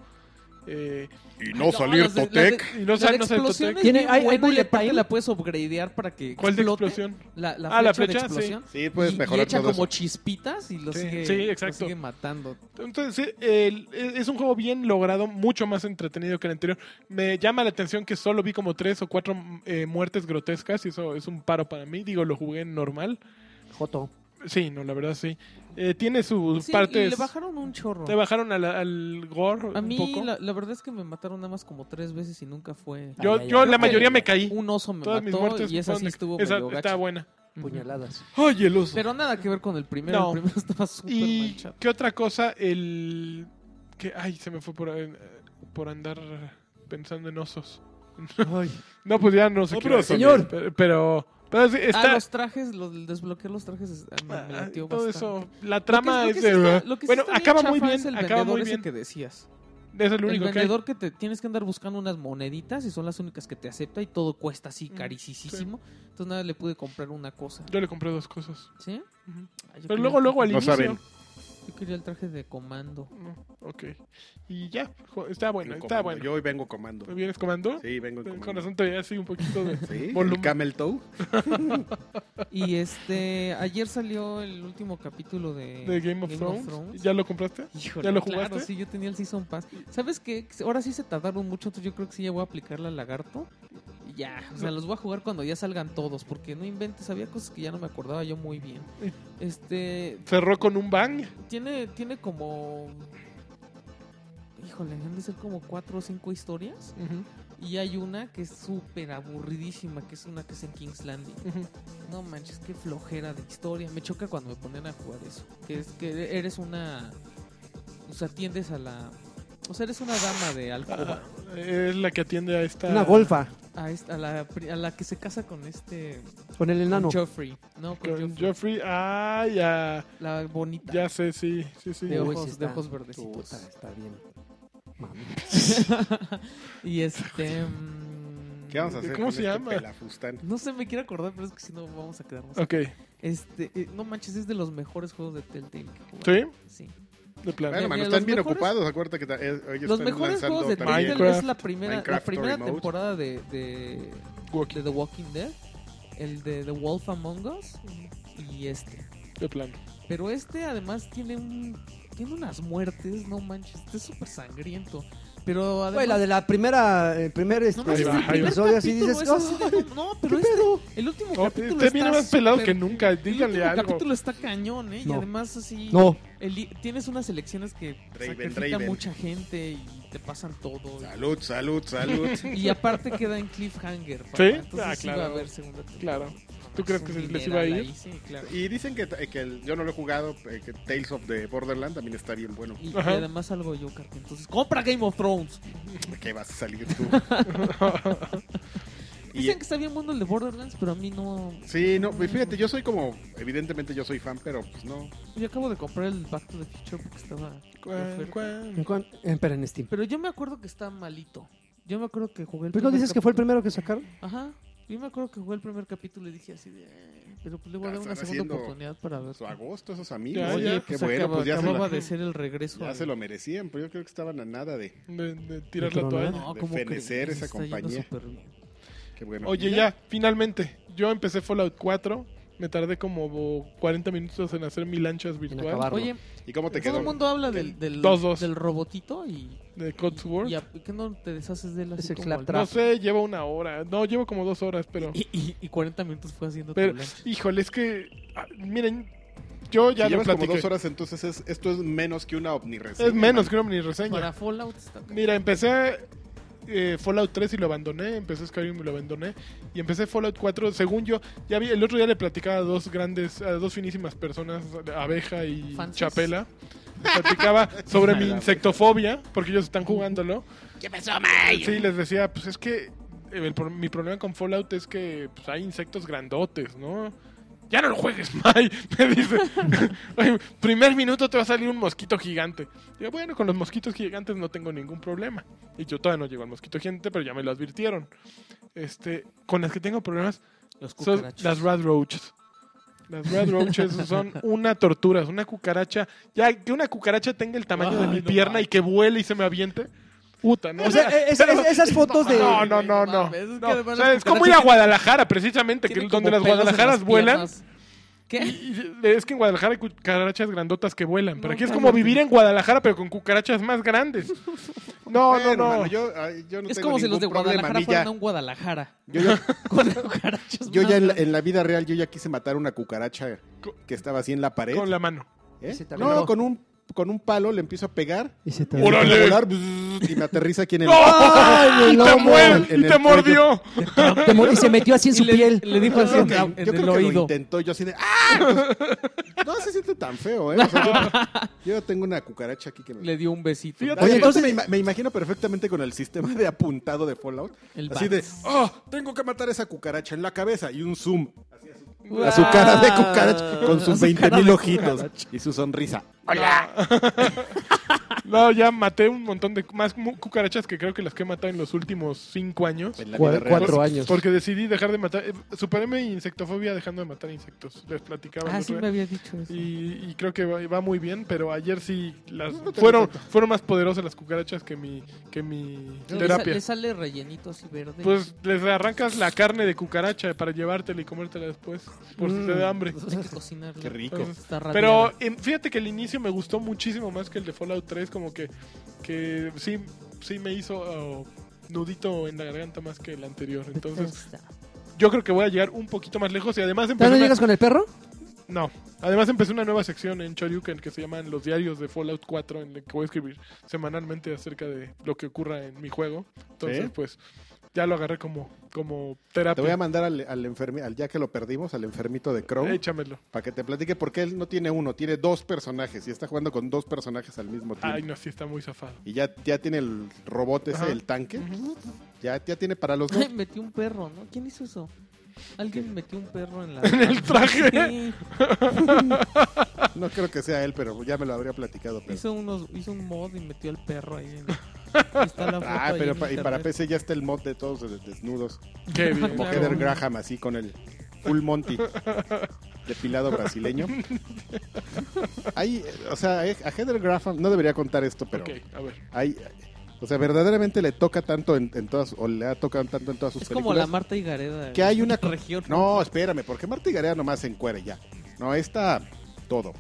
S4: Eh,
S3: Y
S2: Ay,
S3: no
S2: no,
S3: salir
S2: las de- las
S3: Totec.
S4: y no,
S2: la
S4: sa-
S2: de
S4: no sé,
S2: explosión es
S4: Totec.
S5: Tiene-
S2: bien
S5: hay- hay
S2: buena y
S5: bullet
S2: aparte
S5: time.
S2: la puedes upgradear para que
S4: ¿Cuál de
S2: explote.
S4: explosión?
S2: La, la
S4: Ah, la
S2: flecha
S4: flecha,
S2: de
S4: sí.
S2: explosión.
S1: sí, puedes
S2: y, y
S1: mejorar
S2: echa
S1: todo
S2: como
S1: eso.
S2: chispitas y lo,
S4: Sí,
S2: sigue,
S4: sí,
S2: lo
S4: exacto.
S2: sigue matando.
S4: Entonces, eh, el- es es un juego bien logrado, mucho más entretenido que el anterior. Me llama la atención que solo vi como tres o cuatro eh, muertes grotescas y eso es un paro para mí. Digo, lo jugué normal.
S5: Joto.
S4: Sí, no, la verdad sí. Eh, tiene sus
S2: Pues Sí, y
S4: partes.
S2: le bajaron un chorro.
S4: Te bajaron al, al gore.
S2: A
S4: un
S2: mí
S4: poco.
S2: la, la verdad es que me mataron nada más como tres veces y nunca fue...
S4: Yo,
S5: Ay, ay,
S4: yo
S5: ay.
S4: la
S2: Creo
S4: mayoría
S2: que
S4: me caí.
S2: Un oso me
S4: Todas mis
S2: mató
S4: muertes
S2: y esa sí
S4: fueron-
S2: estuvo
S4: esa
S2: medio
S4: estaba
S2: gacha.
S4: buena.
S2: Ujú.
S5: Puñaladas.
S4: Oye, el oso.
S2: Pero nada que ver con el primero.
S4: No.
S2: El primero estaba súper
S4: ¿Y
S2: manchado. Ah,
S4: qué otra cosa? El... Que, ay, se me fue por, eh, por andar pensando en osos. No, pues ya no sé
S1: Otro
S4: qué
S1: oso,
S4: Señor. Pero, pero, pero sí, está...
S2: Ah, los trajes, los, el desbloquear los trajes eh, me, me
S4: ah,
S2: latió
S4: todo
S2: bastante.
S4: eso. La trama
S2: Lo que
S4: es,
S2: sí
S4: de...
S2: está- lo que sí
S4: bueno,
S2: está
S4: acaba muy
S2: chafa
S4: bien.
S2: es el
S4: acaba
S2: vendedor
S4: muy
S2: ese
S4: bien.
S2: que decías.
S4: Es el único
S2: el
S4: que hay.
S2: vendedor que, te tienes que andar buscando unas moneditas y son las únicas que te acepta y todo cuesta así
S4: Mm,
S2: caricísimo. Entonces nada, le pude comprar una cosa.
S4: Yo le compré dos cosas.
S2: ¿Sí?
S4: Ujú.
S2: Ah, yo
S4: Pero
S2: quería-
S4: luego, luego al
S1: No
S4: inicio...
S1: saben.
S2: Yo quería el traje de comando.
S4: No, ok. Y ya, jo- está bueno,
S1: Vengo
S4: está
S1: comando.
S4: bueno.
S1: Yo hoy vengo comando.
S4: ¿Vienes comando? Eh,
S1: Sí, vengo en comando.
S4: Con razón te veía así un poquito de
S1: Sí, el
S4: volumen.
S1: Camel Toe.
S2: Y este, ayer salió el último capítulo de,
S4: de Game of, Thrones. ¿Ya lo compraste?
S2: Híjole,
S4: ¿Ya lo
S2: Claro,
S4: jugaste?
S2: sí, yo tenía el Season Pass. ¿Sabes qué? Ahora sí se tardaron mucho, entonces yo creo que sí ya voy a aplicar la lagarto. Y Ya, o sea, los voy a jugar cuando ya salgan todos, porque no inventes, había cosas que ya no me acordaba yo muy bien. Este,
S4: Cerró con un bang.
S2: tiene, tiene como... Híjole, han de ser como cuatro o cinco historias. Y hay una que es súper aburridísima, que es una que es en King's Landing.
S4: Ujú.
S2: No manches, qué flojera de historia. Me choca cuando me ponen a jugar eso. Que es que eres una. O sea, atiendes a la. O sea, eres una dama de
S4: Ah,
S2: alcoba.
S4: es la que atiende a esta.
S6: Una golfa
S2: A, esta- a la, pri- a la que se casa con este.
S6: con el enano.
S2: Con Joffrey. No, con,
S4: Con
S2: Joffrey.
S4: Joffrey. Ah, ya.
S2: La bonita.
S4: Ya sé, sí. Sí, sí.
S2: De
S6: Ojos
S2: ojos, de
S6: tan-
S2: ojos verdecitos.
S6: Puta, está bien. Mami.
S2: y este. mm,
S1: ¿Qué vamos a hacer?
S4: ¿Cómo
S1: con
S4: se
S1: este
S4: llama?
S1: pelafustán?
S2: No se me quiere acordar, pero es que si no vamos a quedarnos.
S4: Ok.
S2: Este, eh, no manches, es de los mejores juegos de Telltale que he jugado.
S4: ¿Sí?
S2: Sí.
S4: De plan.
S1: Bueno,
S2: Mira,
S1: mano,
S2: los
S1: están bien
S2: mejores-
S1: ocupados. Acuérdate que ta- eh, hoy
S2: Los
S1: están
S2: mejores
S1: lanzando
S2: juegos de
S1: también-
S2: Telltale es la primera,
S1: Minecraft
S2: la primera
S1: Story Mode.
S2: temporada de, de,
S4: Walking.
S2: de The Walking Dead, el de The Wolf Among Us y este.
S4: De plan.
S2: Pero este además tiene un tiene unas muertes, no manches, este es súper sangriento. Pero además
S6: Güey, la de la primera, eh, primer este,
S2: no manches,
S4: Ahí va,
S2: el
S4: ahí va.
S2: primer
S6: episodio así
S2: capítulo
S6: dices, "Oh,
S2: es así de, no, no, pero este, el último
S4: Oh,
S2: capítulo
S4: usted
S2: está
S4: viene más pelado
S2: súper-
S4: que nunca.
S2: el
S4: Díganle
S2: último
S4: algo.
S2: capítulo está cañón, ¿eh? Y
S6: No.
S2: además así...
S6: No,
S2: eli- tienes unas elecciones que
S1: Draven,
S2: sacrifica
S1: Draven.
S2: mucha gente y te pasan todo. y-
S1: Salud, salud, salud.
S2: Y aparte queda en cliffhanger. papá.
S4: ¿Sí?
S2: Entonces
S4: Ah,
S2: sí va
S4: claro.
S2: a haber segunda temporada.
S4: Claro.
S2: No mames,
S4: ¿Tú crees
S2: un
S4: que se les
S2: dineral
S4: iba a ir?
S2: ahí, sí, claro.
S1: y dicen que, que el- yo no lo he jugado, eh, que Tales of the Borderland también está bien bueno.
S2: Y, y
S4: Ajá.
S2: además salgo yo, Carter. Entonces, compra Game of Thrones.
S1: que vas a salir tú? Y- e
S2: Dicen que está bien bueno el de Borderlands, pero a mí no.
S1: sí, no, pues fíjate, yo soy como, evidentemente yo soy fan, pero pues no.
S2: Yo acabo de comprar el Back to the Future porque estaba. de
S4: Cuan,
S2: oferta.
S4: cuan.
S6: ¿en cuán- eh, pero en Steam.
S2: Pero yo me acuerdo que está malito. Yo me acuerdo que jugué el
S6: ¿Pero no
S2: primer
S6: dices que fue el
S2: capítulo.
S6: primero que sacaron?
S2: Ajá. Yo me acuerdo que jugué el primer capítulo y dije así de. "Eh", Pero pues le voy a
S1: Ya
S2: dar una
S1: están
S2: segunda
S1: haciendo
S2: oportunidad para ver.
S1: Su agosto, esos amigos.
S4: Ya,
S1: Oye,
S4: ya,
S1: qué
S2: pues,
S1: bueno,
S2: acaba-
S1: pues ya, se
S2: acababa
S1: lo,
S2: de ser el regreso.
S1: ya
S2: al-
S1: se lo merecían, pero yo creo que estaban a nada de.
S4: De, de tirar la
S6: Pero no,
S4: toalla.
S2: Ah, No,
S1: de
S2: como que
S1: fenecer
S2: les
S1: esa
S2: está yendo
S1: compañía.
S2: súper bien.
S1: Qué bueno.
S4: Oye,
S1: Y
S4: ya, finalmente. Yo empecé Fallout 4. Me tardé como 40 minutos en hacer mi lanchas virtual
S6: acabar. Parlo.
S2: Oye,
S1: ¿Y cómo te
S2: Todo
S1: quedó?
S2: el mundo habla del, del,
S4: Dos, dos.
S2: del robotito y.
S4: de Codsworth.
S2: y a- ¿Qué no te deshaces de él así
S6: Ese
S2: como
S6: clap
S2: al-
S4: No sé, llevo una hora. No, llevo como dos horas, pero.
S2: Y, y- y 40 minutos fue haciendo
S4: pero
S2: tu lancha.
S4: híjole, es que. ah, miren, yo
S1: Si
S4: ya lo
S1: llevas como
S4: platiqué.
S1: dos horas, entonces es- esto es menos que una omnireseña.
S4: es menos,
S1: que
S4: creo, mi reseña.
S2: Para Fallout está.
S4: Mira, empecé eh, Fallout 3 y lo abandoné, empecé Skyrim y lo abandoné, y empecé Fallout 4, según yo, ya vi, el otro día le platicaba a dos grandes, a dos finísimas personas, Abeja y
S2: Fancies.
S4: Chapela, les platicaba sobre mi insectofobia, porque ellos están jugándolo. Sí, les decía, pues es que eh, el pro- mi problema con Fallout es que pues, hay insectos grandotes, ¿no? Ya no lo juegues, May, me dice. Oye, primer minuto te va a salir un mosquito gigante. Digo, bueno, con los mosquitos gigantes no tengo ningún problema. Y yo todavía no llego al mosquito gigante, pero ya me lo advirtieron. Este, con las que tengo problemas
S2: Los
S4: son
S2: cucarachos.
S4: las rat roaches. Las rat roaches son una tortura, es una cucaracha. Ya que una cucaracha tenga el tamaño de
S2: Ay,
S4: mi
S2: no
S4: pierna
S2: mames.
S4: y que vuele y se me aviente. Puta, ¿no? O sea, e-,
S6: Eh, esa-
S4: pero-
S6: esas fotos de...
S4: no, no, no,
S2: No
S4: no.
S2: mames, es que
S4: No,
S2: además
S4: o sea,
S2: las
S4: es como ir a
S2: cucarachas
S4: Guadalajara, precisamente, que
S2: Tiene
S4: donde
S2: como
S4: las
S2: pelos en
S4: Guadalajaras vuelan.
S2: piernas. ¿Qué?
S4: Y- y- Es que en Guadalajara hay cucarachas grandotas que vuelan. Pero
S2: No,
S4: aquí es
S2: no,
S4: como
S2: no.
S4: vivir en Guadalajara, pero con cucarachas más grandes. No, no, no.
S1: yo, ay, yo no
S2: Es
S1: tengo
S2: como si los de
S1: ningún problema, a
S2: Guadalajara
S1: mí
S2: fueran
S1: ya-
S2: a un Guadalajara.
S1: Yo ya,
S2: Con cucarachas
S1: yo
S2: más
S1: ya en, la,
S2: grandes.
S1: en la vida real, yo ya quise matar una cucaracha que estaba así en la pared.
S4: Con la mano.
S1: ¿eh?
S6: Ese también.
S1: No, con un, con un palo le empiezo a pegar.
S6: Y se te-
S1: y empiezo a
S4: ¡Órale!
S1: volar, bzzz, y me aterriza aquí en el...
S6: ¡Ay, el
S4: ¡Y te,
S6: lomo!
S4: muer-
S1: en
S4: y
S1: el
S4: te
S1: cuello.
S4: mordió!
S6: Te mo- Y se metió así en
S2: Y
S6: su
S2: le-
S6: piel.
S2: le dijo
S1: Yo
S2: así
S1: creo
S2: en,
S1: que,
S2: la-
S1: yo
S2: en
S1: creo
S2: el
S1: que lo
S2: oído.
S1: intentó y yo así de... ¡Ah! Pues, no se siente tan feo, ¿eh? O sea, yo, yo tengo una cucaracha aquí que me...
S2: Le dio un besito.
S4: Fíjate.
S1: Oye,
S6: Oye,
S1: entonces
S6: entonces-
S1: me, ima- me imagino perfectamente con el sistema de apuntado de Fallout.
S2: El
S1: así de,
S2: Bats.
S1: oh, tengo que matar a esa cucaracha en la cabeza y un zoom.
S2: Wow.
S1: A su cara de cucaracha con
S2: Ah. A
S1: sus
S2: su
S1: 20
S2: cara
S1: mil
S2: de
S1: ojitos
S2: cucaracha.
S1: y su sonrisa.
S4: ¡Hola! No, ya maté un montón de más mu- cucarachas que creo que las que he matado en los últimos cinco años.
S1: En la
S9: Cua-
S1: vida real.
S9: cuatro
S4: Por-
S9: años.
S4: Porque decidí dejar de matar. eh, Superé mi insectofobia dejando de matar insectos. Les platicaba. el
S2: Ah,
S4: otro
S2: sí
S4: día.
S2: me había dicho eso.
S4: y, y creo que va, va muy bien, pero ayer sí las
S1: No, no te
S4: fueron, fueron más poderosas las cucarachas que mi, que mi
S2: Le sa-
S4: terapia.
S2: Le sale rellenito así verde.
S4: Pues les arrancas la carne de cucaracha para llevártela y comértela después, por si te da hambre.
S2: Hay que cocinarlo.
S1: Qué rico.
S4: Entonces,
S2: Está
S4: Pero
S2: rabiada.
S4: em, fíjate que el inicio me gustó muchísimo más que el de Fallout 3, como que, que sí, sí me hizo oh, nudito en la garganta más que el anterior. Entonces
S2: Está-
S4: yo creo que voy a llegar un poquito más lejos y además
S6: ¿Todavía
S4: empecé,
S6: no
S4: una,
S6: llegas con el perro?
S4: no, además empecé una nueva sección en Choryuken que se llaman Los Diarios de Fallout 4, en la que voy a escribir semanalmente acerca de lo que ocurra en mi juego. Entonces
S1: ¿Sí?
S4: pues ya lo agarré como, como
S1: Te
S4: terapia.
S1: voy a mandar al, al enfermi- al ya que lo perdimos, al enfermito de Crow,
S4: Échamelo.
S1: para que te platique porque él no tiene uno, tiene dos personajes y está jugando con dos personajes al mismo tiempo.
S4: Ay, no, sí está muy zafado.
S1: Y ya, ya tiene el robot ese,
S4: Ajá.
S1: el tanque. ya, ya tiene para los dos.
S4: pues,
S2: Ay, metió un perro, ¿no? ¿Quién hizo eso? Alguien metió un perro en la...
S4: En el traje.
S2: Sí,
S1: No creo que sea él, pero ya me lo habría platicado. Pero.
S2: hizo, unos, hizo un mod y metió al perro ahí. en- ahí está la foto
S1: Ah,
S2: ahí
S1: pero
S2: en
S1: pa- y para
S2: internet.
S1: PC ya está el mod de todos des- desnudos.
S4: Qué bien.
S1: Como
S2: Claro.
S1: Heather Graham, así con el full Monty depilado brasileño. Hay, o sea, eh, a Heather Graham, no debería contar esto, pero
S4: Ok, a ver.
S1: hay, o sea, verdaderamente le toca tanto en, en todas, o le ha tocado tanto en todas sus
S2: Es como
S1: películas.
S2: la Marta y Gareda.
S1: Que hay una-
S2: región.
S1: No, espérame, porque Marta y Gareda nomás se encuere ya. No, está todo.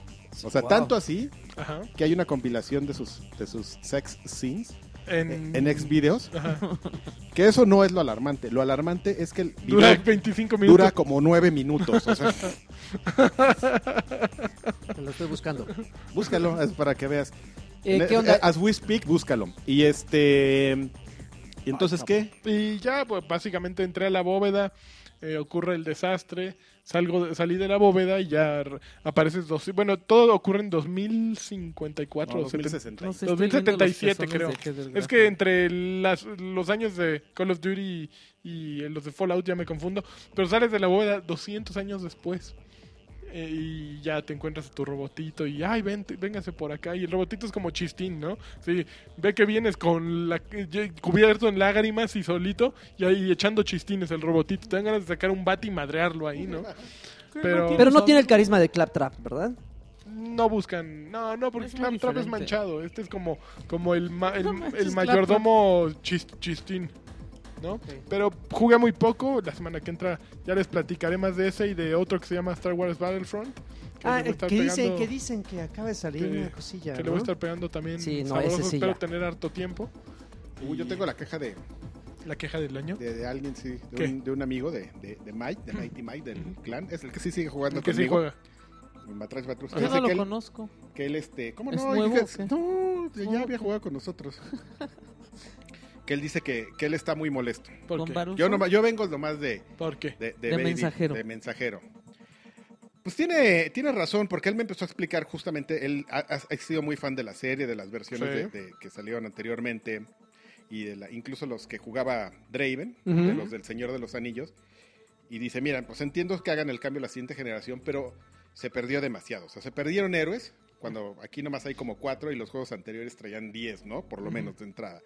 S1: O sea,
S5: Wow.
S1: tanto así
S4: Ajá.
S1: que hay una compilación de sus, de sus sex scenes eh,
S4: En,
S1: en Xvideos.
S4: Ajá.
S1: Que eso no es lo alarmante. Lo alarmante es que el video
S4: Dura
S1: dura,
S4: 25 minutos.
S1: como nueve minutos. O sea,
S5: Lo estoy buscando.
S1: búscalo es para que veas.
S5: Eh,
S1: Ne-
S5: ¿Qué onda?
S1: As we speak, búscalo. Y este. ¿Y entonces qué?
S4: Y ya, pues básicamente entré a la bóveda, eh, ocurre el desastre, salgo de- salí de la bóveda y ya r- apareces dos. Bueno, todo ocurre en 2054
S1: No,
S4: o 70.
S1: 2060.
S2: No sé, estoy viendo los
S4: 2077 creo.
S2: pezones de este Heather
S4: Es
S2: Graham.
S4: que entre las- los años de Call of Duty y, y los de Fallout ya me confundo, pero sales de la bóveda 200 años después. eh, y ya te encuentras a tu robotito y, ay, vente, véngase por acá. Y el robotito es como chistín, ¿no? Sí, ve que vienes con la ye- cubierto en lágrimas y solito y ahí echando chistines el robotito. Te dan ganas de sacar un bate y madrearlo ahí, ¿no? Pero,
S5: Pero no tiene el carisma de Claptrap, ¿verdad?
S4: no buscan. No, no, porque
S2: Es muy
S4: Claptrap es
S2: diferente.
S4: manchado. Este es como, como el, ma- el,
S2: No manches,
S4: el mayordomo chis- chistín. ¿No? Pero jugué muy poco. La semana que entra ya les platicaré más de ese y de otro que se llama Star Wars Battlefront. Que
S6: Ah,
S4: le voy a estar
S6: que dicen,
S4: pegando-
S6: que dicen que acaba de salir
S4: que-
S6: una cosilla.
S4: que le
S6: ¿no?
S4: voy a estar pegando también.
S5: Sí, no,
S4: sabroso,
S5: ese sí
S4: espero
S5: ya.
S4: tener harto tiempo.
S1: Uy, yo tengo la caja de,
S4: La queja del año.
S1: de, de alguien, sí. De
S4: ¿Qué?
S1: un, de un amigo de, de, de Mike, de Mighty Mike, del clan. Es el que sí sigue jugando
S4: que sí
S1: conmigo.
S4: juega.
S1: Batrash Batrus.
S2: Yo
S1: Dice
S2: no lo
S1: que él-
S2: conozco.
S1: que él este cómo
S2: ¿Es
S1: no
S2: nuevo
S1: Dije,
S2: o qué?
S1: no ya
S2: ¿Nuevo?
S1: había jugado con nosotros que él dice que, que él está muy molesto
S4: ¿Por
S2: Con
S4: qué?
S2: Baruzzo.
S1: yo nomás, yo vengo nomás de
S4: ¿Por qué?
S1: de,
S2: De
S1: Baby,
S2: mensajero.
S1: de mensajero pues tiene, tiene razón, porque él me empezó a explicar justamente, él ha, ha- ha sido muy fan de la serie, de las versiones
S4: Sí.
S1: de- de- que salieron anteriormente, y de la, incluso los que jugaba Draven,
S6: Ujú.
S1: de los del Señor de los Anillos, y dice, mira, pues entiendo que hagan el cambio a la siguiente generación, pero se perdió demasiado. O sea, se perdieron héroes, cuando aquí nomás hay como cuatro y los juegos anteriores traían diez, ¿no? Por lo menos de entrada.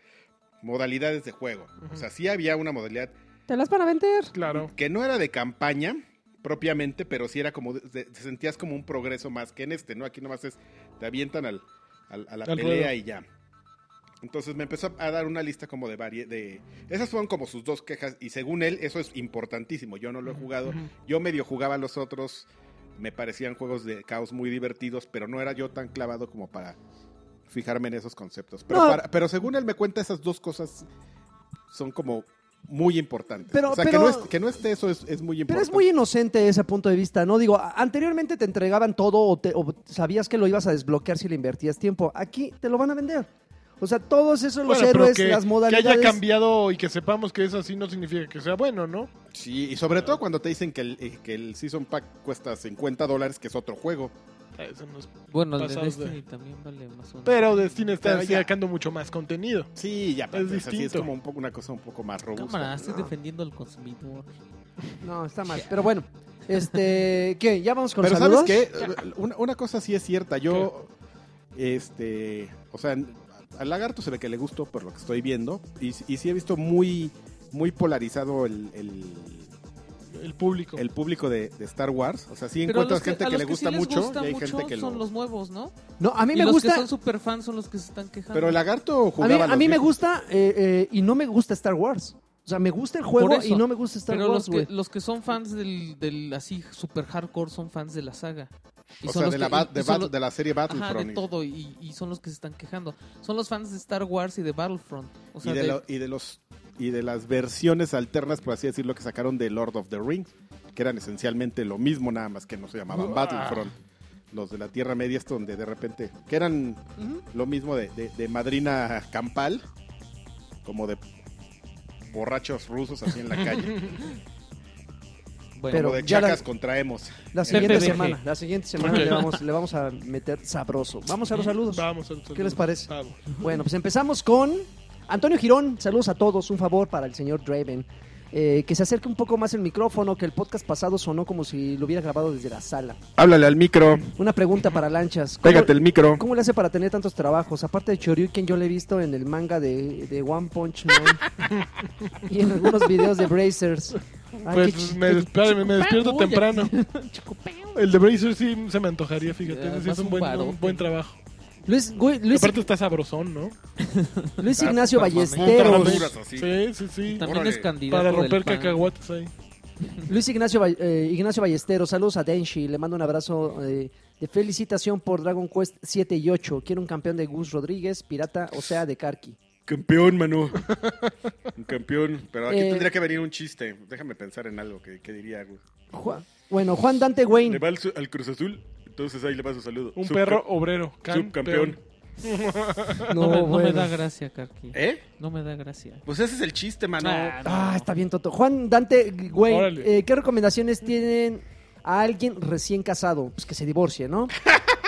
S1: Modalidades de juego. O sea, sí había una modalidad
S5: Te las van a vender.
S4: Claro.
S1: que no era de campaña propiamente, pero sí era como, de- de- te sentías como un progreso más que en este, ¿no? Aquí nomás es, te avientan al, al- a la
S4: Al
S1: pelea
S4: ruedo.
S1: y ya. Entonces me empezó a dar una lista como de varias, de... Esas fueron como sus dos quejas y según él eso es importantísimo, yo no lo he jugado, yo medio jugaba a los otros, me parecían juegos de caos muy divertidos, pero no era yo tan clavado como para fijarme en esos conceptos. Pero,
S5: No.
S1: para- pero según él me cuenta, esas dos cosas son como muy importantes.
S5: Pero-
S1: o sea,
S5: pero-
S1: que, no es- que no esté eso es, es muy
S5: Pero
S1: importante.
S5: es muy inocente ese punto de vista, ¿no? Digo, a- anteriormente te entregaban todo o, te- o sabías que lo ibas a desbloquear si le invertías tiempo. Aquí te lo van a vender. O sea, todos esos los
S4: Bueno, pero
S5: héroes,
S4: que-
S5: las modalidades.
S4: Que haya cambiado y que sepamos que es así no significa que sea bueno, ¿no?
S1: Sí, y sobre todo cuando te dicen que el, eh, que el Season Pack cuesta 50 dólares, que es otro juego.
S4: Eso no es-
S2: Bueno, el de
S4: Pasados de-
S2: Destiny también vale más o menos.
S4: Pero Destiny está
S1: Pero ya.
S4: sacando mucho más contenido.
S1: Sí, ya, pero es, así, es
S4: distinto.
S1: como un poco, una cosa un poco más robusta.
S2: Cámara, estoy defendiendo al consumidor.
S5: No, está mal. Pero bueno, este, ¿qué? ¿Ya vamos con
S1: Pero Eh,
S5: saludos?
S1: ¿sabes qué? Una, una cosa sí es cierta. Yo, este, o sea, al lagarto se ve que le gustó por lo que estoy viendo. Y, y sí he visto muy, muy polarizado el, el,
S4: El público.
S1: el público de, de Star Wars. O sea, sí
S2: Pero a
S1: encuentras
S2: los que-
S1: gente
S2: a
S1: que,
S2: los
S1: le
S2: que sí
S1: gusta
S2: les
S1: mucho
S2: gusta
S1: y hay
S2: mucho
S1: gente que lo...
S2: son los nuevos, ¿no?
S5: No, a mí
S2: y
S5: me
S2: los
S5: gusta.
S2: que son super fans son los que se están quejando.
S1: Pero el lagarto
S5: A mí,
S1: jugaba
S5: a mí me
S1: gusta
S5: gusta eh, eh, y no me gusta Star Wars. O sea, me gusta el juego
S2: Por eso.
S5: y no me gusta Star
S2: Pero
S5: Wars,
S2: los
S5: güey.
S2: que, los que son fans del, del así super hardcore son fans de la saga. Y
S1: O
S2: son
S1: sea,
S2: los
S1: de
S2: que-
S1: la, bat-
S2: y-
S1: de
S2: y son
S1: bat-
S2: los-
S1: de la serie
S2: Ajá,
S1: Battlefront.
S2: de todo y, y son los que se están quejando. Son los fans de Star Wars y de Battlefront. O sea,
S1: y, de
S2: de-
S1: lo- y de los y de las versiones alternas, por así decirlo, que sacaron de Lord of the Rings, que eran esencialmente lo mismo, nada más que no se llamaban Battlefront. Los de la Tierra Media, es donde de repente, que eran
S2: Ujú.
S1: lo mismo de, de- de madrina campal, como de borrachos rusos así en la calle,
S2: Bueno,
S1: como
S5: Pero
S1: de
S5: ya la-
S1: chacas contraemos.
S5: La siguiente
S4: PPDG.
S5: semana, la siguiente semana
S4: Ok.
S5: le, vamos, le vamos a meter sabroso. Vamos a los saludos.
S4: Vamos, saludos.
S5: ¿Qué les parece?
S4: Vamos.
S5: Bueno, pues empezamos con Antonio Girón. Saludos a todos. Un favor para el señor Draven. Eh, que se acerque un poco más el micrófono, que el podcast pasado sonó como si lo hubiera grabado desde la sala.
S1: Háblale al micro,
S5: Una pregunta para Lanchas. ¿Cómo-
S1: pégate el micro.
S5: ¿Cómo le hace para tener tantos trabajos? Aparte de Choryuken, yo le he visto en el manga de, de One Punch Man y en algunos videos de Brazers. Ay, qué
S4: Pues
S5: ch-
S4: me, desp- me despierto
S2: Oye.
S4: temprano. El de Bracer sí se me antojaría, fíjate.
S2: Sí,
S4: sí es
S2: además
S4: un
S2: un
S4: buen,
S2: barote.
S4: un buen trabajo.
S5: Luis, güey, Luis,
S4: Aparte está sabrosón, ¿no?
S5: Luis Ignacio Ballesteros.
S1: Ballesteros.
S4: Sí, sí, sí.
S2: y también
S1: órale.
S2: es candidato
S4: Para
S2: del
S4: romper
S2: PAN.
S4: cacahuates ahí.
S5: Luis Ignacio, Ba- eh, Ignacio Ballesteros. Saludos a Denshi. Le mando un abrazo eh, de felicitación por Dragon Quest 7 y 8. Quiero un campeón de Gus Rodríguez, pirata, o sea, de Karki.
S3: Campeón, mano.
S1: Un campeón, pero aquí
S5: Eh.
S1: tendría que venir un chiste. Déjame pensar en algo que, que diría. güey.
S5: Ju- bueno, Juan Dante Wayne.
S3: Le va al, su- al Cruz Azul, entonces ahí le va su saludo.
S4: Un
S3: Subca-
S4: perro obrero.
S3: Subcampeón.
S2: No, me, no me
S5: Oh, bueno.
S2: da gracia, Karki.
S1: ¿Eh?
S2: No me da gracia.
S1: Pues ese es el chiste, mano.
S2: Ah, no.
S5: Ah, está bien, Toto. Juan Dante, güey,
S4: Órale.
S5: eh, ¿qué recomendaciones tienen a alguien recién casado? Pues que se divorcie, ¿no?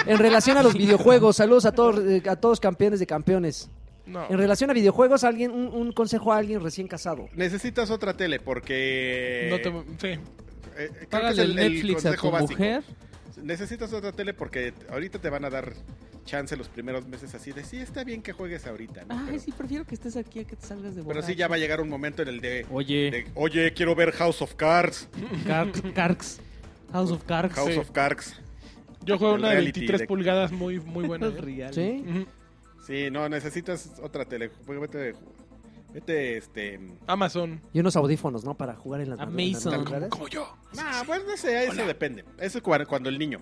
S5: En relación a los videojuegos, saludos a todos, eh, a todos campeones de campeones.
S4: No.
S5: En relación a videojuegos, alguien, un, un consejo a alguien recién casado.
S1: Necesitas otra tele porque...
S4: No te,
S1: Eh,
S4: sí.
S1: creo que
S2: Págale
S1: es
S2: el Netflix a
S1: consejo
S2: tu
S1: básico.
S2: mujer.
S1: Necesitas otra tele porque ahorita te van a dar chance los primeros meses así de sí está bien que juegues ahorita, ¿no?
S2: Ay,
S1: pero,
S2: sí, prefiero que estés aquí a que te salgas de
S1: pero
S2: borracho.
S1: sí ya va a llegar un momento en el de,
S2: Oye,
S1: de, oye, quiero ver House of Cards,
S2: Kark- Karks. House of Karks.
S1: House
S4: Sí.
S1: of Cards.
S4: Yo juego
S1: El
S4: una de
S1: reality
S4: 23
S1: de-
S4: pulgadas muy, muy buena. ¿eh?
S2: Real.
S5: ¿Sí?
S4: Ujú.
S1: Sí, no, necesitas otra tele. Juega- Vete, vete este...
S4: Amazon.
S5: Y unos audífonos, ¿no? Para jugar en las manu- en las
S2: Amazon.
S5: madrugadas.
S4: Como yo.
S1: No, pues no sé, eso depende. Eso cua- cuando el niño,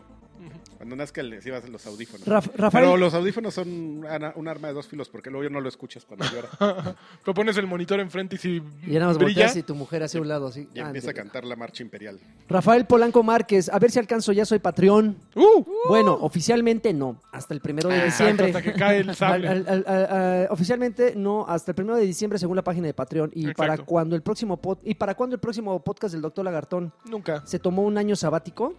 S1: cuando nazca, le sí vas a los audífonos.
S5: Raf-
S1: Pero
S5: Rafael,
S1: los audífonos son una- un arma de dos filos porque luego ya no lo escuchas cuando llora.
S4: Tú pones el monitor enfrente y si
S5: y ya nada más
S4: brilla,
S5: volteas y tu mujer hacia un lado. Así.
S1: Y
S5: Ah,
S1: empieza a
S5: ándale.
S1: cantar la marcha imperial.
S5: Rafael Polanco Márquez, a ver si alcanzo, ya soy patrón.
S4: ¡uh!
S5: Bueno, oficialmente no, hasta el primero de
S4: Exacto,
S5: diciembre.
S4: Ah, hasta que cae el sable.
S5: Al- al- al- al- oficialmente no, hasta el primero de diciembre según la página de Patreon y
S4: Exacto.
S5: para cuando el próximo pod- y para cuando el próximo podcast del Doctor Lagartón
S4: Nunca.
S5: se tomó un año sabático,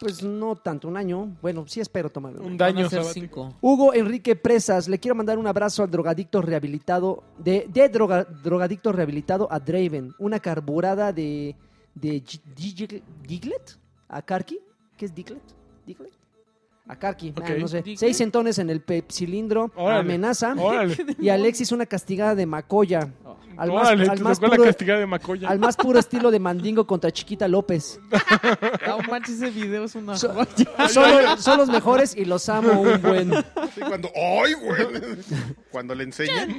S5: pues no tanto un año, bueno sí espero tomarlo.
S4: Un
S2: Van
S4: daño
S2: a ser
S4: sabático.
S2: cinco.
S5: Hugo Enrique Presas, le quiero mandar un abrazo al drogadicto rehabilitado de, de droga- drogadicto rehabilitado a Draven, una carburada de de G- Digil- Diglett a Karki, ¿qué es Diglett? Diglett. A Karki, ah,
S4: Ok.
S5: no sé.
S2: Diglett.
S5: Seis centones en el pe- cilindro,
S4: Órale.
S5: amenaza
S4: Órale.
S5: y Alexis una castigada de Macoya. Al más,
S4: Órale,
S5: al
S4: te
S5: más
S4: tocó la
S5: puro,
S4: castigada de Macoya.
S5: al más puro estilo de Mandingo contra Chiquita López.
S2: No manches, ese video es una
S5: So-
S2: joya.
S5: Solo- son los mejores y los amo un buen.
S1: Sí, cuando, ¡ay, güey! Cuando le enseñan.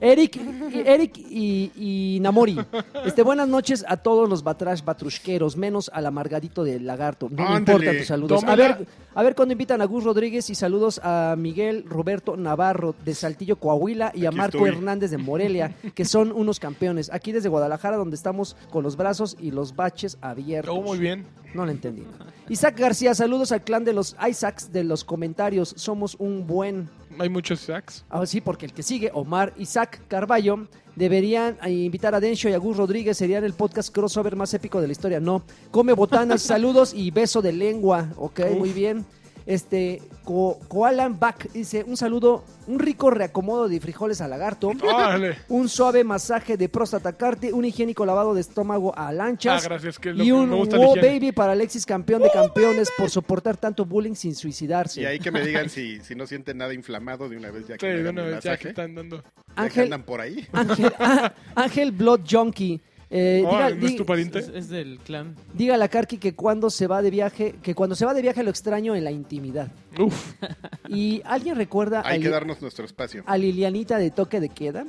S5: Eric, Eric y, y Namori. Este, buenas noches a todos los batrash batrusqueros, menos al amargadito del lagarto. No me
S1: Ándale,
S5: importan tus saludos. A
S4: tómela.
S5: ver, a ver cuando invitan a Gus Rodríguez y saludos a Miguel Roberto Navarro de Saltillo, Coahuila y a
S1: Aquí
S5: Marco
S1: estoy.
S5: Hernández de Morelia, que son unos campeones. Aquí desde Guadalajara, donde estamos con los brazos y los baches abiertos.
S4: Oh, muy bien.
S5: No lo entendí. Isaac García, saludos al clan de los Isaacs de los comentarios. Somos un buen
S4: Hay muchos sacks.
S5: Ah, sí, porque el que sigue, Omar Isaac Carballo, deberían eh, invitar a Dencho y a Gus Rodríguez, serían el podcast crossover más épico de la historia. No, come botanas, saludos y beso de lengua, ok, muy bien. Este, Ko- Koalan Back dice, un saludo, un rico reacomodo de frijoles al lagarto,
S4: Órale.
S5: un suave masaje de próstata carte, un higiénico lavado de estómago a
S4: Ah,
S5: lanchas.
S4: gracias, que es lo
S5: y
S4: que
S5: un
S4: me gusta la
S5: wow
S4: higiene.
S5: baby para Alexis, campeón de campeones, por soportar tanto bullying sin suicidarse.
S1: Y ahí que me digan si, si no sienten nada inflamado de una vez ya
S4: Sí,
S1: que me
S4: de
S1: hagan
S4: una
S1: el
S4: vez, ya que
S1: masaje, ya
S4: están dando.
S5: Eh,
S1: que
S5: Ángel,
S1: andan por ahí.
S5: Ángel, Á- Ángel Blood Junkie. Eh,
S4: Oh,
S5: diga-
S4: ¿no es
S5: di-
S4: tu pariente?
S2: Es, es del clan.
S5: dígale a Karki que cuando se va de viaje, que cuando se va de viaje lo extraño en la intimidad.
S4: Uf,
S5: Y alguien recuerda a,
S1: Hay que
S5: Li-
S1: darnos nuestro espacio.
S5: a Lilianita de toque de queda.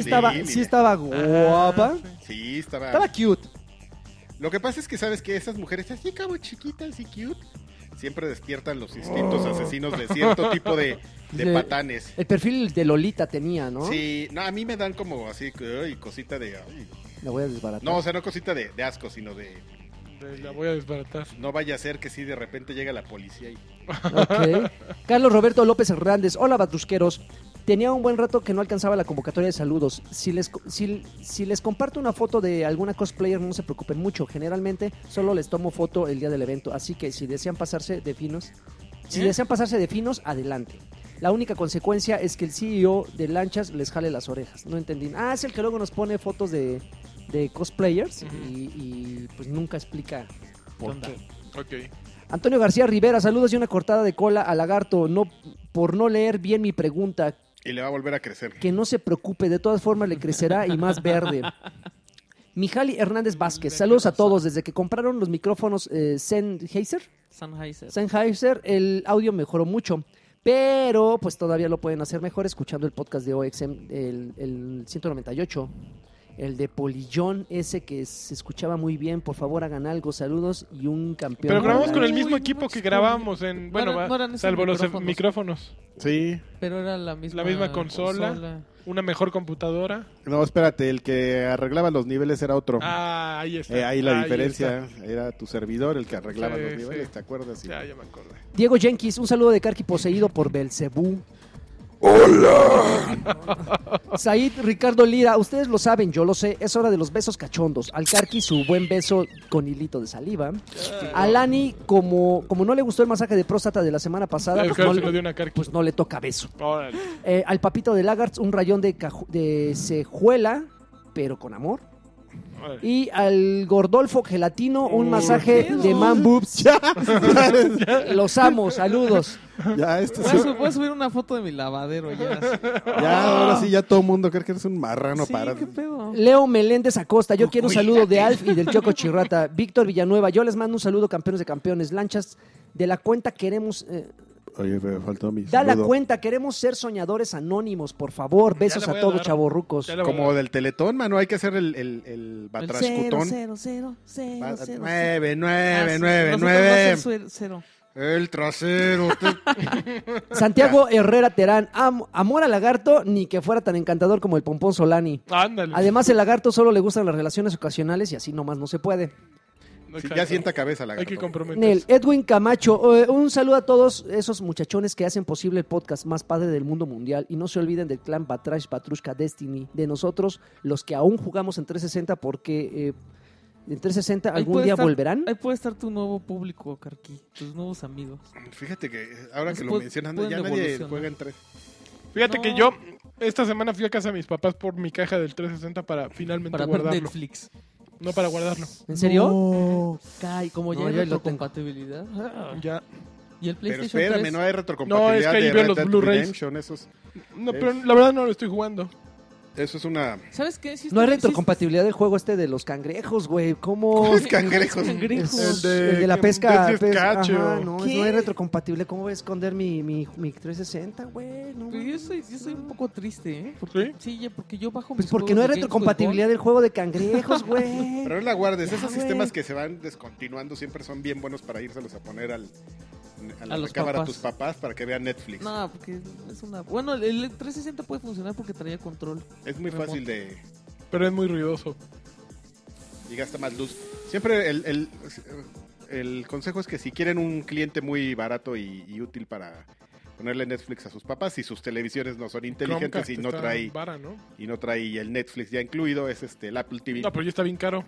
S1: Sí,
S5: estaba,
S1: Lilian.
S5: sí estaba guapa.
S1: Sí, estaba...
S5: Estaba cute.
S1: Lo que pasa es que sabes que esas mujeres así como chiquitas y cute siempre despiertan los instintos
S4: Oh.
S1: asesinos de cierto tipo de, de
S5: De-
S1: patanes.
S5: El perfil de Lolita tenía, ¿no?
S1: Sí, no, a mí me dan como así, ay, cosita de... ay.
S5: La voy a desbaratar.
S1: No, o sea, no cosita de, de asco, sino de...
S4: me la voy a desbaratar.
S1: No vaya a ser que sí de repente llega la policía y...
S5: Ok. Carlos Roberto López Hernández. Hola, batrusqueros. Tenía un buen rato que no alcanzaba la convocatoria de saludos. Si les, co- si, si les comparto una foto de alguna cosplayer, no se preocupen mucho. Generalmente solo les tomo foto el día del evento. Así que si desean pasarse de finos, si
S2: ¿Eh?
S5: desean pasarse de finos, adelante. La única consecuencia es que el CEO de Lanchas les jale las orejas. No entendí. Ah, es el que luego nos pone fotos de, de cosplayers
S4: Ujú.
S5: y, y, pues nunca explica por qué.
S4: Ok.
S5: Antonio García Rivera, saludos y una cortada de cola a Lagarto. No, por no leer bien mi pregunta,
S1: Y le va a volver a crecer.
S5: que no se preocupe, de todas formas le crecerá y más verde. Mijali Hernández Vázquez, saludos a todos. Desde que compraron los micrófonos eh, Sennheiser,
S2: Sennheiser.
S5: Sennheiser, el audio mejoró mucho. Pero pues todavía lo pueden hacer mejor escuchando el podcast de OXM, el, el 198. El de Polillón, ese que se escuchaba muy bien. Por favor, hagan algo. Saludos y un campeón.
S4: Pero grabamos
S5: para
S4: con el
S5: la-
S4: mismo
S2: Uy,
S4: equipo
S2: no,
S4: que
S2: es-
S4: grabamos en. Bueno,
S2: eran-
S4: va,
S2: no eran esos
S4: salvo los em-
S2: micrófonos.
S4: micrófonos.
S1: Sí.
S2: Pero era la misma,
S4: misma consola. Una mejor computadora.
S1: No, espérate, el que arreglaba los niveles era otro.
S4: Ah, ahí está.
S1: Eh, ahí la
S4: ahí
S1: diferencia Eh, era tu servidor el que arreglaba
S4: Sí,
S1: los niveles,
S4: sí.
S1: ¿te acuerdas?
S4: está.
S1: Sí.
S4: Ya, ya me acordé.
S5: Diego Jenkins, un saludo de Karki poseído por Belcebú. ¡Hola! Said Ricardo Lira, ustedes lo saben, yo lo sé, es hora de los besos cachondos. Al Karki su buen beso con hilito de saliva. A Lani, como, como no le gustó el masaje de próstata de la semana pasada,
S4: El
S5: pues
S4: Carlos
S5: no,
S4: se lo dio
S5: le,
S4: una carqui.
S5: pues no le toca beso.
S4: Órale.
S5: Eh, al papito de Lagarts, un rayón de, caju- de cejuela, pero con amor.
S4: órale.
S5: Y al Gordolfo Gelatino, un
S4: Uy,
S5: masaje
S2: qué
S5: de man boobs. Los amo, saludos.
S1: Ya, este
S2: Voy
S1: sí-
S2: a, su- voy a subir una foto de mi lavadero ya.
S1: ya, ahora sí, ya todo el mundo cree que eres un marrano
S2: sí,
S1: para...
S2: ¿qué pedo?
S5: Leo Meléndez Acosta, yo quiero un saludo de Alf y del Choco Chirrata. Víctor Villanueva, yo les mando un saludo, campeones de campeones. Lanchas, de la cuenta queremos. eh,
S1: Oye, me faltó mi
S5: da la
S1: saludo.
S5: cuenta, queremos ser soñadores anónimos, por favor. Besos
S4: le
S5: a
S4: voy a
S5: todos,
S4: dar.
S5: chavorrucos.
S4: Ya la voy a-
S1: Como del teletón, mano, hay que hacer el, el, el
S2: El
S1: batrascutón.
S2: cero, cero, cero,
S1: Va-
S2: cero, cero.
S1: Nueve,
S2: Ah,
S1: nueve,
S2: sí,
S1: nueve,
S2: nosotros va a
S1: nueve.
S2: ser cero.
S1: El trasero. te-
S5: Santiago Herrera Terán, am- amor al lagarto, ni que fuera tan encantador como el pompón Solani.
S4: Ándale.
S5: Además, el lagarto solo le gustan las relaciones ocasionales y así nomás no se puede.
S1: Sí,
S4: Exacto.
S1: ya sienta cabeza la
S4: Hay que
S5: Nel,
S2: Pues
S4: comprometerse.
S5: Edwin Camacho, eh, un saludo a todos esos muchachones que hacen posible el podcast más padre del mundo mundial y no se olviden del clan Batrash Batrushka Destiny, de nosotros los que aún jugamos en 360 porque eh, en 360
S2: Ahí
S5: algún
S2: puede
S5: día
S2: estar-
S5: volverán.
S2: Ahí puede estar tu nuevo público, Carqui. Tus nuevos amigos.
S1: Fíjate que eh, ahora
S2: Nos
S1: que lo
S2: pu-
S1: mencionan,
S2: pueden
S1: ya nadie
S2: evolucionar.
S1: juega en tres.
S4: Fíjate que
S2: No.
S4: yo esta semana fui a casa de mis papás por mi caja del 360 para finalmente
S2: Para ver
S4: guardarlo.
S2: Netflix.
S4: No para guardarlo.
S5: ¿En serio?
S2: No, cae, como
S5: No,
S2: ya hay
S5: yo ahí lo
S2: retrocompatibilidad. Ah,
S4: Ya.
S2: Y el
S1: Pero
S2: PlayStation
S1: espérame,
S2: 3.
S1: no hay retrocompatibilidad
S4: No, es que ahí
S1: de
S4: veo
S1: Red
S4: los
S1: Dead
S4: Blu-rays.
S1: Redemption, esos-
S4: No,
S1: Es-
S4: pero la verdad no lo estoy jugando.
S1: Eso es una...
S2: ¿Sabes qué? Sí
S5: No hay
S2: está- sí-
S5: retrocompatibilidad del juego este de los cangrejos, güey. ¿Cómo?
S1: Los cangrejos.
S2: Cangrejos.
S5: Es-
S4: El de-
S5: el de la pesca.
S4: Death
S5: pes-
S4: Catch,
S5: ajá,
S4: o-
S5: no,
S2: ¿Qué?
S5: no hay retrocompatible. ¿Cómo voy a esconder mi, mi, mi 360, güey?
S2: Pero
S5: No,
S2: Pues yo
S5: mames.
S2: soy, yo soy un poco triste, ¿eh?
S4: ¿Sí?
S2: Sí, ya, porque yo bajo
S5: Pues
S2: mis
S5: porque
S2: juegos
S5: no
S2: de
S5: hay
S2: Games with
S5: retrocompatibilidad del juego de cangrejos, güey.
S1: Pero no la guardes, esos
S5: Ya,
S1: sistemas
S5: güey.
S1: que se van descontinuando siempre son bien buenos para írselos a poner al, a la
S2: A los
S1: recámara a
S2: papás.
S1: tus papás para que vean Netflix.
S2: Gold. No, porque es una... Bueno, el- el 360 puede funcionar porque traía control.
S1: es muy
S2: remoto.
S1: fácil de...
S4: Pero es muy ruidoso.
S1: y gasta más luz. Siempre el, el, el consejo es que si quieren un cliente muy barato y, y útil para ponerle Netflix a sus papás y sus televisiones no son inteligentes
S4: Chromecast
S1: y no
S4: está
S1: trae
S4: vara, ¿no?
S1: y no trae el Netflix ya incluido es este el Apple TV.
S4: No, pero ya está bien caro.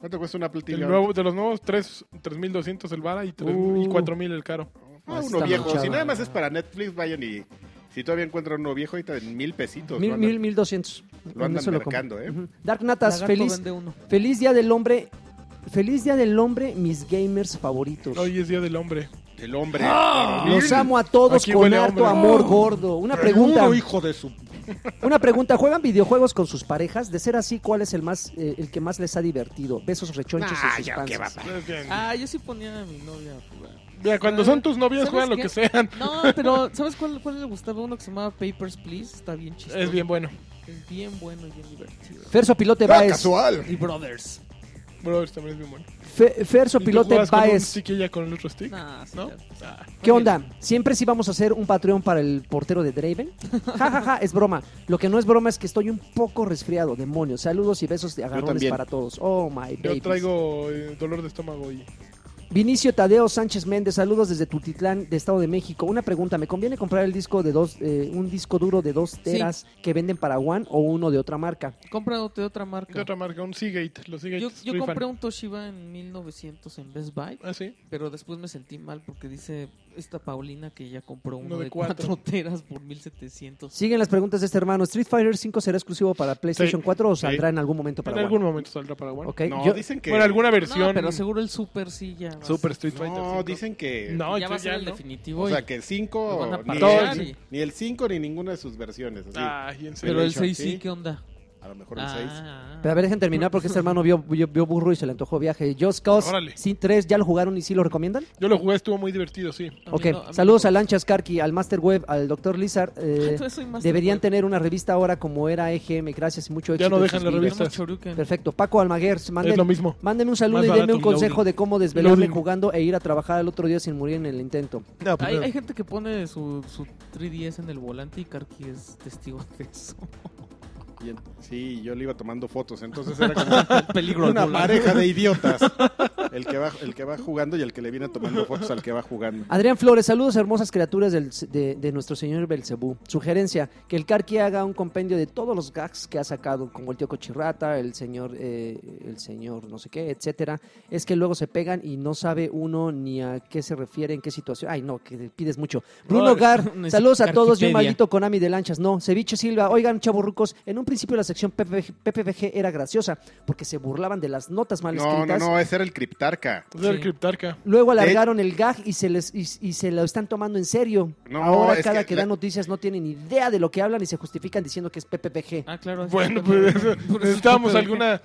S1: ¿Cuánto cuesta un Apple TV?
S2: Uh.
S4: El nuevo- de los nuevos, tres- 3.200 el vara y, tres- y 4.000 el caro.
S1: ahora? Ah,
S6: Ah,
S1: uno
S6: está
S1: viejo.
S6: manchado.
S1: Si nada más es para Netflix, vayan y. Si todavía encuentran uno viejo, ahorita en mil pesitos.
S6: Mil,
S1: lo
S6: mil,
S1: andan-
S6: mil doscientos.
S1: Lo
S6: En
S1: andan
S6: eso compro.
S1: mercando, ¿eh?
S6: Ujú.
S5: Dark Natas,
S2: Lagarto
S5: feliz,
S2: vende uno.
S5: feliz día del hombre. Feliz día del hombre, mis gamers favoritos.
S4: Hoy es Día del Hombre.
S1: El hombre.
S5: Los amo a todos
S4: Aquí
S5: con
S4: huele a
S5: harto
S4: hombre.
S5: amor
S4: Oh.
S5: gordo. Una pregunta,
S3: Pregunta. hijo de su...
S5: una pregunta. ¿Juegan videojuegos con sus parejas? De ser así, ¿cuál es el más, eh, el que más les ha divertido? Besos rechonchos
S1: Ah,
S5: en sus
S1: ya,
S5: panzas.
S1: ¿qué va a
S2: Ah, yo sí ponía a mi novia a jugar.
S4: Mira, cuando son tus novias,
S2: ¿Sabes
S4: juegan lo
S2: qué?
S4: que sean.
S2: No, pero ¿sabes cuál, cuál le gustaba? Uno que se llamaba Papers, Please. Está bien chistoso.
S4: Es bien bueno.
S2: Es bien bueno y bien divertido.
S5: Ferso Pilote
S3: Ah,
S5: Baez.
S3: casual.
S2: Y Brothers.
S4: Brothers también es bien bueno.
S5: Fe- Ferso
S4: ¿Y tú
S5: Pilote
S4: jugabas Con un
S5: Baez.
S4: stick y ella con el otro stick.
S2: Nah, sí,
S4: ¿No?
S2: claro.
S4: Ah.
S5: ¿Qué onda? ¿Siempre sí vamos a hacer un Patreon para el portero de Draven? Ja, ja, ja, es broma. Lo que no es broma es que estoy un poco resfriado, demonios. Saludos y besos de agarrones
S1: también.
S5: para todos. Oh, my
S4: Yo
S5: baby.
S4: traigo eh, dolor de estómago y
S5: Vinicio Tadeo Sánchez Méndez, saludos desde Tultitlán, de Estado de México. Una pregunta, ¿me conviene comprar el disco de dos, eh, un disco duro de dos teras que venden para One o uno de otra marca?
S2: Cómprate de otra marca.
S4: de otra marca, un Seagate. Los Seagate.
S2: Yo, yo compré un Toshiba en 1900 en Best Buy,
S4: Ah, sí.
S2: pero después me sentí mal porque dice esta Paulina que ya compró uno,
S4: Uno de
S2: de, 4
S4: cuatro.
S2: teras por 1700.
S5: Siguen las preguntas de este hermano. ¿Street Fighter 5 será exclusivo para PlayStation
S4: Sí,
S5: 4 o
S4: sí.
S5: saldrá en algún momento para
S4: en
S5: One?
S4: algún momento saldrá para One.
S5: Ok,
S1: No,
S5: yo-
S1: dicen que.
S4: Bueno, alguna
S2: No,
S4: versión.
S2: pero seguro el Super sí ya. va a
S4: Super Street Fighter.
S1: No,
S4: cinco.
S1: dicen que.
S4: No,
S2: ser- ya va a ser el
S4: ¿no?
S2: definitivo.
S1: O
S2: y-
S1: sea, que el 5.
S2: Lo van a
S1: Ni,
S2: patear
S1: el-
S2: y-
S1: ni el 5 ni ninguna de sus versiones. así.
S4: Ay, en serio.
S2: pero el
S1: Revelation,
S2: 6 sí,
S1: sí.
S2: ¿qué onda?
S1: A lo mejor el 6.
S2: Ah,
S5: Pero a ver, dejen terminar porque este hermano vio, vio, vio burro y se le antojó viaje. Just Cause
S4: Órale.
S5: Sin 3, ¿ya lo jugaron y sí lo recomiendan?
S4: Yo lo jugué, estuvo muy divertido, sí.
S2: a mí
S5: Ok,
S2: no- a mí
S5: saludos
S2: no.
S5: a Lanchas Karki, al Master Web, al Dr. Lizard. eh,
S2: Entonces soy más
S5: deberían
S2: de-
S5: tener una revista ahora como era EGM. Gracias y mucho éxito.
S4: Ya no
S5: en
S4: dejan
S5: sus
S4: la
S5: vidas.
S4: revista.
S2: Tenemos Shoryuken.
S5: Perfecto. Paco Almaguer,
S4: Es lo
S5: manden,
S4: mismo.
S5: mándenme un saludo
S4: Más
S5: y
S4: barato
S5: denme un
S4: y
S5: consejo
S4: loading.
S5: de cómo desvelarme
S4: Loading.
S5: jugando e ir a trabajar al otro día sin morir en el intento.
S3: No, pues
S2: Hay,
S3: no.
S2: hay gente que pone su, su 3DS en el volante y Karki es testigo de eso.
S1: Y en- Sí, yo le iba tomando fotos. Entonces era como
S2: Peligro
S1: una pareja de idiotas. El que, va, el que va jugando y el que le viene tomando fotos al que va jugando.
S5: Adrián Flores, saludos hermosas criaturas del- de, de nuestro señor Belcebú. Sugerencia, que el Karki haga un compendio de todos los gags que ha sacado, como el tío Cochirrata, el señor, eh, el señor no sé qué, etcétera. Es que luego se pegan y no sabe uno ni a qué se refiere, en qué situación. Ay, no, que pides mucho. Bruno
S2: Ahora,
S5: Gar,
S2: necesito
S5: saludos a todos y
S2: Karkipedia.
S5: un maldito Konami de lanchas. No, Ceviche Silva, oigan, chaburrucos, en un principio la sección PPVG, era graciosa porque se burlaban de las notas mal
S1: No,
S5: Ah, escritas.
S1: no, no, ese era el Criptarca.
S4: Es el
S2: Sí.
S4: Cryptarca.
S5: Luego alargaron el gag y se, les, y, y se lo están tomando en serio.
S1: No,
S5: Ahora
S1: es
S5: cada que,
S1: que
S5: da
S1: la-
S5: noticias no tienen idea de lo que hablan y se justifican diciendo que es PPPG.
S2: Ah, claro. así
S4: Bueno,
S2: está bien.
S4: pues necesitábamos alguna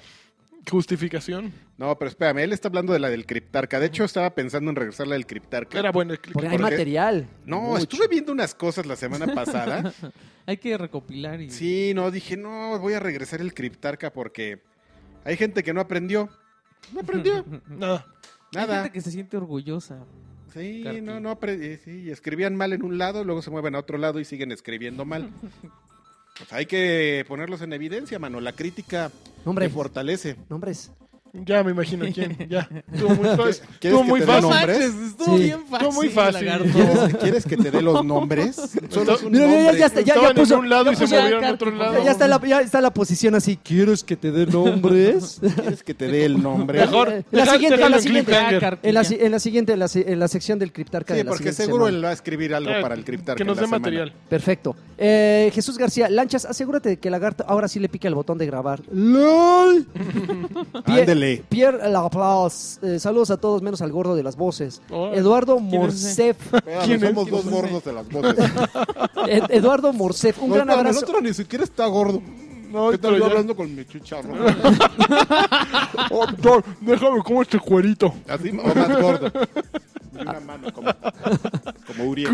S4: justificación.
S1: No, pero espérame, él está hablando de la del Criptarca. De hecho, estaba pensando en regresar la del Criptarca.
S4: Era bueno.
S5: Porque hay
S1: ¿Por qué?
S5: material.
S1: No,
S5: Mucho.
S1: estuve viendo unas cosas la semana pasada.
S2: Hay que recopilar y...
S1: sí, no, dije, no, voy a regresar el Criptarca porque hay gente que no aprendió. No aprendió
S4: Nada.
S2: Hay
S1: nada.
S2: gente que se siente orgullosa.
S1: Sí,
S2: Carti.
S1: no, no, apre- eh, sí, escribían mal en un lado, luego se mueven a otro lado y siguen escribiendo mal. Pues hay que ponerlos en evidencia, mano. La crítica te
S5: Nombres.
S1: fortalece.
S5: Nombres.
S4: Ya me imagino quién. Ya. Estuvo muy,
S1: ¿Quieres
S4: estuvo
S1: que
S4: muy
S1: te dé
S4: fácil.
S1: nombres?
S2: Estuvo
S5: Sí.
S2: bien fácil.
S4: Estuvo muy fácil.
S2: lagarto.
S1: ¿Quieres que te dé los nombres? Solo es un
S5: Mira, mira, ya,
S1: nombre.
S5: ya está, ya, ya
S4: Estaban
S5: puso.
S4: en un lado y se
S2: puso la
S4: movieron a
S2: carta,
S4: otro
S2: por
S4: lado.
S5: Ya, ya está la, ya está la posición así. ¿Quieres que te dé nombres?
S1: ¿Quieres que te dé el nombre?
S4: Mejor.
S5: La
S4: deja-
S5: siguiente,
S4: déjalo
S5: la
S4: en
S5: siguiente.
S4: cliffhanger.
S2: Carqui,
S5: en, la,
S2: ya.
S5: si- en la siguiente, en la, si- en la sección del Criptarca.
S1: Sí,
S5: de la
S1: porque
S5: siguiente
S1: seguro
S5: semana.
S1: él va a escribir algo
S4: Eh,
S1: para el criptar.
S4: Que nos dé material.
S5: Perfecto. Eh, Jesús García, Lanchas, asegúrate de que Lagarto ahora sí le pique al botón de grabar. ¡Lol! Pie-
S1: Ándele.
S5: Pierre Laplace, eh, saludos a todos menos al gordo de las voces.
S4: Órale.
S5: Eduardo
S2: ¿Quién es
S5: Morcef,
S1: Espérame, somos
S2: ¿Quién
S1: dos
S2: es?
S1: gordos de las voces.
S5: Ed- Eduardo Morcef, un
S1: No,
S5: gran
S1: espérame, El
S5: abrazo.
S1: otro ni siquiera está gordo.
S4: No,
S1: ¿Qué tal
S4: pero
S1: yo
S4: ya-
S1: hablando con mi chicharro?
S4: Oh, no, déjame como este cuerito.
S1: Así o más gordo. Y una mano como, como Uriel.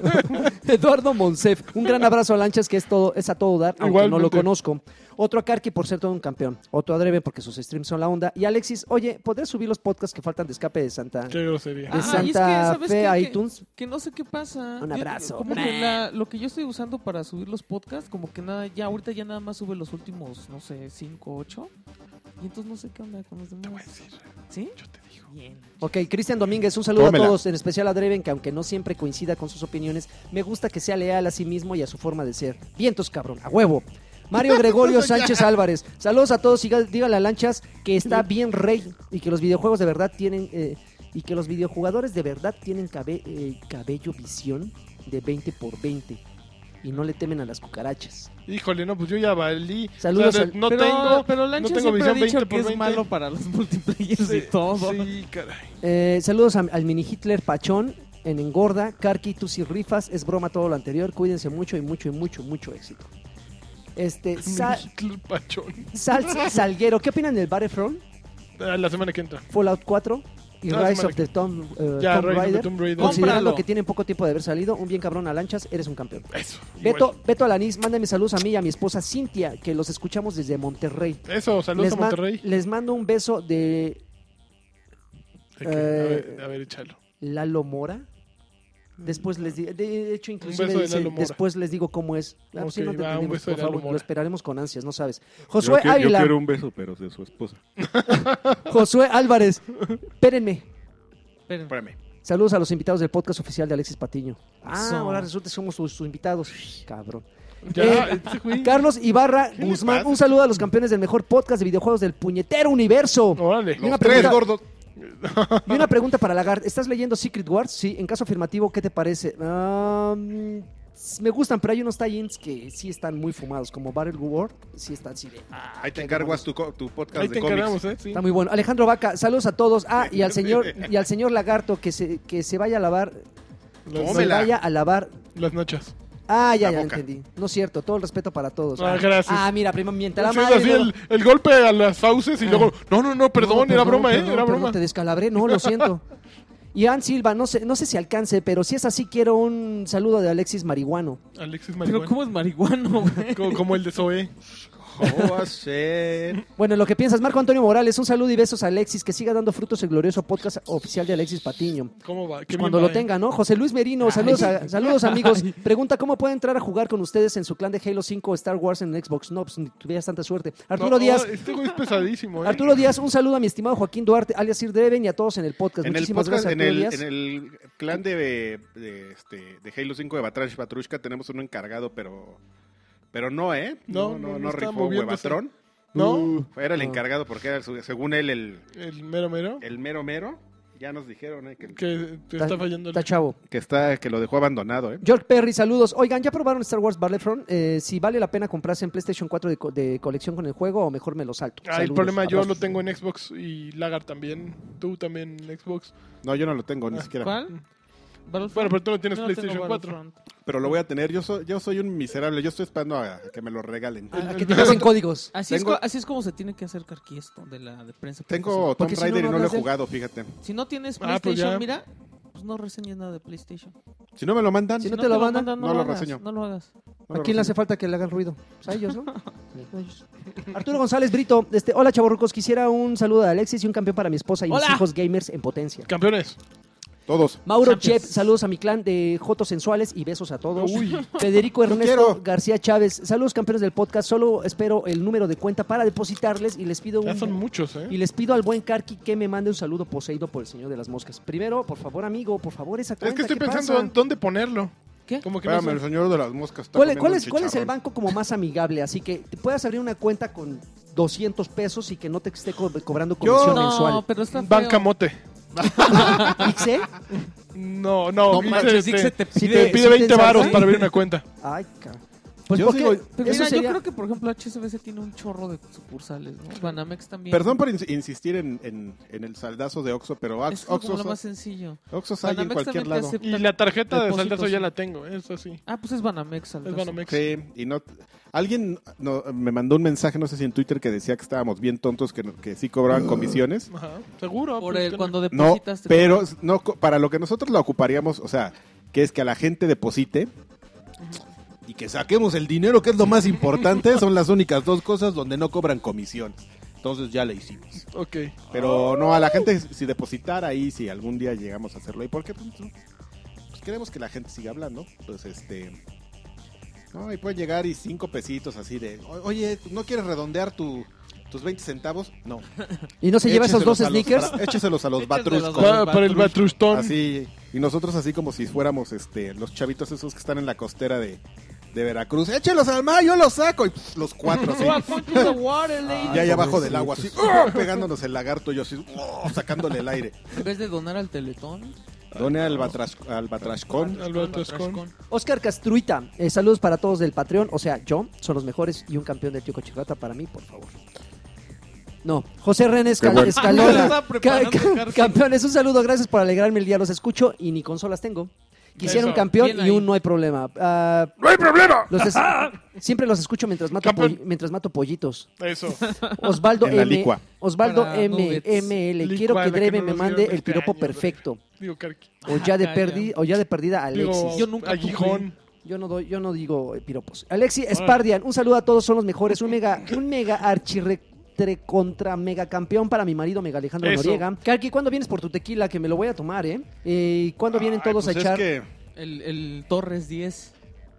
S5: Eduardo Morcef, un gran abrazo a Lanchas que es todo es a todo dar, aunque no lo
S4: Igualmente.
S5: conozco. Otro a Karki por ser todo un campeón. Otro a Dreve porque sus streams son la onda. Y Alexis, oye, ¿podrás subir los podcasts que faltan de Escape de Santa?
S4: Qué grosería.
S2: Ah,
S5: De
S2: y es que,
S5: Santa
S2: ¿sabes
S5: Fe
S2: qué?
S5: a
S2: Que-
S5: iTunes.
S2: Que no sé qué pasa.
S5: Un
S2: Yo-
S5: abrazo.
S2: como que
S5: Meh.
S2: la- lo que yo estoy usando para subir los podcasts, como que nada, ya ahorita ya nada más sube los últimos, no sé, 5, 8. Y entonces no sé qué onda con los demás. ¿Sí?
S4: Yo te digo.
S2: Bien.
S5: Ok, Cristian Domínguez, un saludo
S1: Tómela.
S5: a todos, en especial a Dreven, que aunque no siempre coincida con sus opiniones, me gusta que sea leal a sí mismo y a su forma de ser. Vientos, cabrón, a huevo. Mario Gregorio Sánchez Álvarez, saludos a todos y díganle a Lanchas que está bien rey y que los videojuegos de verdad tienen, eh, y que los videojugadores de verdad tienen cabe- eh, cabello visión de 20 por 20 y no le temen a las cucarachas.
S4: Híjole, no, pues yo ya valí.
S5: Saludos
S4: O sea,
S5: al-
S4: no
S2: pero,
S4: tengo.
S2: pero Lancho
S4: no tengo
S2: siempre ha
S4: visión
S2: dicho
S4: 20
S2: que
S4: por
S2: es
S4: 20.
S2: malo para los multiplayers y todo.
S4: Sí, caray.
S5: Eh, saludos a- al mini Hitler Pachón en Engorda, Karki, tú sí rifas, es broma todo lo anterior, cuídense mucho y mucho y mucho, mucho éxito. Este, Sa-
S4: Hitler Pachón.
S5: Sal- Salguero, ¿qué opinan del Battlefront,
S4: Ah, La semana que entra.
S5: Fallout 4 y
S4: No,
S5: Rise
S4: semana
S5: of the Tomb, eh,
S4: Ya,
S5: Tomb
S4: Rise of the
S5: Raider?
S4: Tomb Raider.
S5: Considerando
S2: Cómpralo.
S5: que tienen poco tiempo de haber salido, un bien cabrón a lanchas, eres un campeón.
S4: Eso. igual.
S5: Beto, Beto Alanís, mándame saludos a mí y a mi esposa Cintia, que los escuchamos desde Monterrey.
S4: Eso, saludos
S5: les,
S4: a
S5: ma- eh,
S4: Monterrey.
S5: les mando un beso de
S4: Ok, a, ver,
S5: eh,
S4: a ver, échalo.
S5: Lalo Mora. Después les digo, de hecho inclusive
S4: Mm. beso de
S5: dice,
S4: Lalo Mora.
S5: después les digo cómo es. Ah, pues sí,
S4: Ok,
S5: no te
S4: va, un
S5: entendimos,
S4: beso de
S5: por
S4: Lalo
S5: favor,
S4: Mora.
S5: lo esperaremos con ansias, no sabes.
S1: Yo,
S5: Josué
S1: qui- yo
S5: Águila,
S1: quiero un beso, pero de su esposa.
S5: Josué Álvarez, espérenme.
S2: Esperen.
S1: Espérame.
S5: Saludos a los invitados del podcast oficial de Alexis Patiño. Ah,
S2: Eso.
S5: ahora resulta que somos sus, sus invitados. Cabrón.
S4: Ya,
S5: Eh,
S4: este güey.
S5: Carlos Ibarra
S1: le
S5: Guzmán,
S1: pasa?
S5: un saludo a los campeones del mejor podcast de videojuegos del puñetero universo.
S4: Órale.
S5: Y una
S1: Los tres
S5: pregunta-
S1: gordos.
S5: Y una pregunta para Lagarde. ¿Estás leyendo Secret Wars? Sí. En caso afirmativo, ¿qué te parece? Ah, mm, s- me gustan, pero hay unos tie-ins que sí están muy fumados, como Battle War. Sí están así de- ah,
S1: Ahí te encargas tu, co- tu podcast
S4: Ahí
S1: de
S4: te
S1: cómics.
S4: encargamos, ¿eh? Sí.
S5: Está muy bueno. Alejandro Vaca, saludos a todos. Ah, y al señor, y al señor Lagarto que se, que se vaya a lavar. que
S4: Las,
S5: se
S1: Tómela.
S5: vaya a lavar.
S4: las noches.
S5: Ah, ya,
S1: La
S5: ya
S1: boca.
S5: entendí. No es cierto, todo el respeto para todos.
S4: Ah, gracias.
S5: Ah, mira, prima, mientras la
S4: Sí,
S5: madre.
S4: así
S5: no-
S4: el, el golpe a las fauces y luego. No, no, no, perdón,
S5: No,
S4: era broma, ¿eh?
S5: perdón,
S4: Era
S5: perdón,
S4: broma.
S5: Te descalabré, no, lo siento. Ian Silva, no sé, no sé si alcance, pero si es así, quiero un saludo de Alexis Marihuano.
S4: Alexis
S2: Pero
S4: Marihuana.
S2: ¿cómo es marihuano, güey?
S4: Como, como el de Zoe.
S1: ¿Cómo Oh, va a ser?
S5: Bueno, lo que piensas, Marco Antonio Morales, un saludo y besos a Alexis, que siga dando frutos el glorioso podcast oficial de Alexis Patiño.
S4: ¿Cómo va? ¿Qué
S5: Pues
S4: bien
S5: Cuando
S4: va,
S5: lo
S4: eh?
S5: tenga, ¿no? José Luis Merino, saludos, a- saludos amigos. Pregunta cómo puede entrar a jugar con ustedes en su clan de Halo 5 o Star Wars en Xbox. No, pues ni tuvieras tanta suerte. Arturo
S4: No,
S5: Díaz,
S4: Este güey es pesadísimo, ¿eh?
S5: Arturo Díaz, un saludo a mi estimado Joaquín Duarte, alias Sir Dreven y a todos en el
S1: En
S5: podcast.
S1: el
S5: Pues Muchísimas
S1: podcast, en
S5: gracias, Arturo
S1: el,
S5: Díaz.
S1: en el clan de, de, este, de Halo 5 de Batrash Batrushka tenemos uno encargado, pero pero no, ¿eh?
S4: No, no, no está moviéndose.
S1: Huevatrón.
S4: ¿No?
S5: Uh.
S1: Era el
S5: no.
S1: encargado porque era, su- según él, el,
S4: El mero mero.
S1: el mero mero. Ya nos dijeron eh, que,
S4: Que te está fallando el...
S5: Está chavo.
S1: que está que lo dejó abandonado, ¿eh?
S5: York Perry, saludos. Oigan, ¿ya probaron Star Wars Battlefront? Eh, si vale la pena comprarse en PlayStation 4 de, co- de colección con el juego o mejor me lo salto.
S4: Ah, el
S5: Saludos,
S4: problema yo
S5: abrazos.
S4: lo tengo en Xbox y Lagar también. Tú también en Xbox.
S1: No, yo no lo tengo
S5: Ah,
S1: ni siquiera.
S2: ¿Cuál? Battlefront.
S4: Bueno, pero tú no tienes
S2: Yo
S4: PlayStation
S2: tengo
S4: 4.
S2: Battlefront.
S1: Pero lo voy a tener. Yo soy, yo soy un miserable. Yo estoy esperando a que me lo regalen.
S5: Ah, que te pasen códigos.
S2: Así,
S1: Tengo-
S2: es, co- así es como se tiene que hacer Carqui esto de la de prensa.
S1: Tengo Tomb
S5: Porque si no,
S1: Raider
S5: no
S1: y no lo he
S5: hablas de él.
S1: jugado, fíjate.
S2: profesional. Si no tienes
S4: Ah, pues
S2: PlayStation,
S4: ya.
S2: mira, pues no reseñes nada de PlayStation.
S1: Si no me lo mandan,
S5: Si no te lo mandan,
S1: no lo
S2: hagas,
S1: reseño.
S2: No lo hagas.
S1: no lo
S5: ¿A quién le hace falta que le hagan ruido? Pues a ellos, ¿no? A ellos. Arturo González Brito, este, hola chavorrucos, quisiera un saludo a Alexis y un campeón para mi esposa y mis
S2: Hola.
S5: hijos gamers en potencia.
S4: Campeones.
S1: todos.
S5: Mauro Chep,
S2: Champions.
S5: saludos a mi clan de Jotos Sensuales y besos a todos.
S4: Uy.
S5: Federico Ernesto
S1: quiero.
S5: García Chávez, saludos campeones del podcast, solo espero el número de cuenta para depositarles y les pido
S4: Ya
S5: un,
S4: son muchos,
S5: Y
S4: ¿eh?
S5: les pido al buen Karki que me mande un saludo poseído por el Señor de las Moscas. Primero, por favor, amigo, por favor, esa cuenta.
S4: Es que estoy
S5: ¿qué
S4: pensando
S5: pasa?
S4: en dónde ponerlo.
S2: ¿Qué?
S4: Como que no
S1: Espérame, el
S4: sé.
S1: señor de las moscas está
S5: ¿Cuál,
S1: comiendo
S5: cuál
S1: un
S5: es, ¿Cuál es el
S1: chicharrón.
S5: banco como más amigable? Así que te puedas abrir una cuenta con 200 pesos y que no te esté co- cobrando comisión
S2: no,
S5: mensual.
S2: pero está feo.
S4: Banca Mote.
S5: ¿Ixe?
S4: No, no.
S2: No manches,
S4: dice,
S2: Ix se
S4: este,
S2: te
S5: sí
S2: pide.
S4: te pide 20
S5: ensalza,
S4: varos
S5: ¿eh?
S4: para abrir una cuenta.
S5: Ay, cabrón. Pues
S1: Yo
S5: ¿por qué?
S1: digo-
S2: Pero
S5: Eso
S2: mira,
S5: sería-
S2: yo creo que, por ejemplo, HSBC tiene un chorro de sucursales, ¿no? Banamex también.
S1: Perdón por ins- insistir en, en- en el saldazo de Oxxo, pero
S2: Es
S1: Ox-
S2: como lo más
S1: Oxxo
S2: sencillo.
S1: Oxxo sale en
S2: Banamex
S1: cualquier
S2: también te
S1: lado.
S2: hace-
S4: Y la tarjeta de
S2: Depósitos.
S4: saldazo ya la tengo, eso sí.
S2: Ah, pues es Banamex. al
S4: Es
S2: caso.
S4: Banamex.
S1: Sí, y no... Alguien no- me mandó un mensaje, no sé si en Twitter, que decía que estábamos bien tontos, que, no- que sí cobraban comisiones.
S4: Ajá, seguro.
S2: Por
S4: pues,
S2: el,
S4: que no.
S2: cuando
S1: No,
S2: depositas. te-
S1: pero no, co- para lo que nosotros la ocuparíamos, o sea, que es que a la gente deposite y que saquemos el dinero, que es lo más importante, son las únicas dos cosas donde no cobran comisiones. Entonces ya le hicimos.
S4: Ok.
S1: Pero no, a la gente si depositar ahí, si algún día llegamos a hacerlo. ¿Y por qué? Pues, no, pues queremos que la gente siga hablando. Pues este... No, y pueden llegar y cinco pesitos así de... "O- Oye, ¿no quieres redondear tu, tus 20 centavos? No.
S5: ¿Y no se lleva esos
S1: Écheselos
S5: dos
S1: a los-
S5: sneakers?
S1: para- écheselos a los
S2: Échaselos a los
S1: batruscos.
S4: Para, para Ah, el Batrustón.
S1: Así, y nosotros así como si fuéramos este los chavitos esos que están en la costera de... de Veracruz. Échelos al mar, yo los saco. Y pff, los cuatro así.
S2: Rock on to the water, lady.
S1: Y ahí abajo del agua, así, ¡oh! pegándonos el lagarto, yo así, ¡oh! sacándole el aire.
S2: En vez de donar al teletón.
S1: Done al, batras, al batrascón.
S4: Alberto Escon.
S5: Oscar Castruita, eh, saludos para todos del Patreon. O sea, yo, son los mejores y un campeón del tío Cochicata para mí, por favor. No, José René Escal-
S1: bueno.
S2: Ah, yo
S5: Escalona.
S2: estaba preparando,
S5: Ca- ca-
S2: Carson.
S5: campeones, un saludo, gracias por alegrarme el día, los escucho y ni consolas tengo. Quisiera un
S4: Eso,
S5: campeón
S2: bien
S5: y
S2: ahí.
S5: un no hay problema. Ah,
S3: ¡No hay problema!
S5: los es- siempre los escucho mientras mato,
S4: Campeón.
S5: poll- mientras mato pollitos.
S4: Eso.
S5: Osvaldo
S1: En la
S5: M.
S1: licua.
S5: Osvaldo
S2: Para
S5: M.
S2: nuggets.
S5: ML.
S4: Licua
S5: Quiero
S4: la
S5: que
S4: que
S5: Dreve
S4: no
S5: me
S4: nos
S5: mande
S4: dieron
S5: el
S4: este
S5: piropo
S4: año, güey.
S5: perfecto.
S4: Digo, Carqui.
S5: O ya de,
S2: Ah,
S5: perdi- o ya de perdida, Alexis.
S4: Digo,
S2: Yo nunca tuve.
S4: Aguijón.
S5: Yo no doy, yo no digo eh, piropos. Alexi Spardian, un saludo a todos, son los mejores. Un mega, un mega archirretre contra mega campeón para mi marido, mega Alejandro
S4: Eso.
S5: Noriega. Karki, ¿cuándo vienes por tu tequila? Que me lo voy a tomar, ¿eh? Eh, ¿Y cuándo vienen
S1: Ay,
S5: todos
S1: pues
S5: a
S1: es
S5: echar?
S1: que
S2: El, el Torres 10.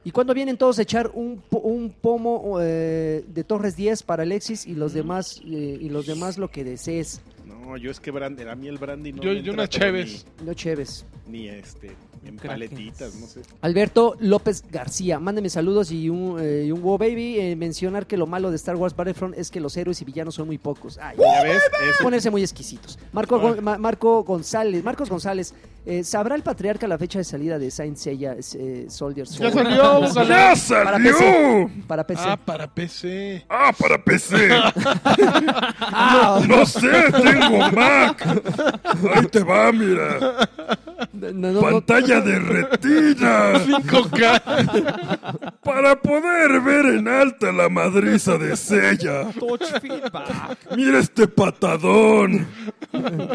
S5: ¿Y cuándo vienen todos a echar un, po- un pomo eh, de Torres 10 para Alexis y
S1: Mm.
S5: los demás eh, y los demás lo que desees?
S1: No, yo es que brandy, a mí el brandy no
S4: Yo-
S1: me
S4: yo
S1: entra,
S4: unas
S1: pero
S4: cheves.
S5: No chéves.
S1: Ni, ni, este, en
S2: Crackers.
S1: paletitas, no sé.
S5: Alberto López García, mándeme saludos y un, eh, y un wow baby. Eh, mencionar que lo malo de Star Wars Battlefront es que los héroes y villanos son muy pocos. ¡Oh, Ay,
S1: ¿Ya ves? Eso.
S5: ponerse muy exquisitos. Marco, Gon- Ma- Marco González, Marcos González, eh, ¿sabrá el patriarca la fecha de salida de Saint Seiya eh, Soldier Soul?
S4: Ya salió, búscalo.
S3: ¡Ya
S5: Para
S3: salió!
S5: PC. Para PC.
S4: Ah, para PC.
S3: ¡Ah, para PC! ¡No sé! ¡Tengo Mac! ¡Ahí te va, mira!
S5: No, no, no,
S3: ¡Pantalla de retina!
S4: 5K.
S3: Para poder ver en alta la madriza de Sella. Mira este patadón.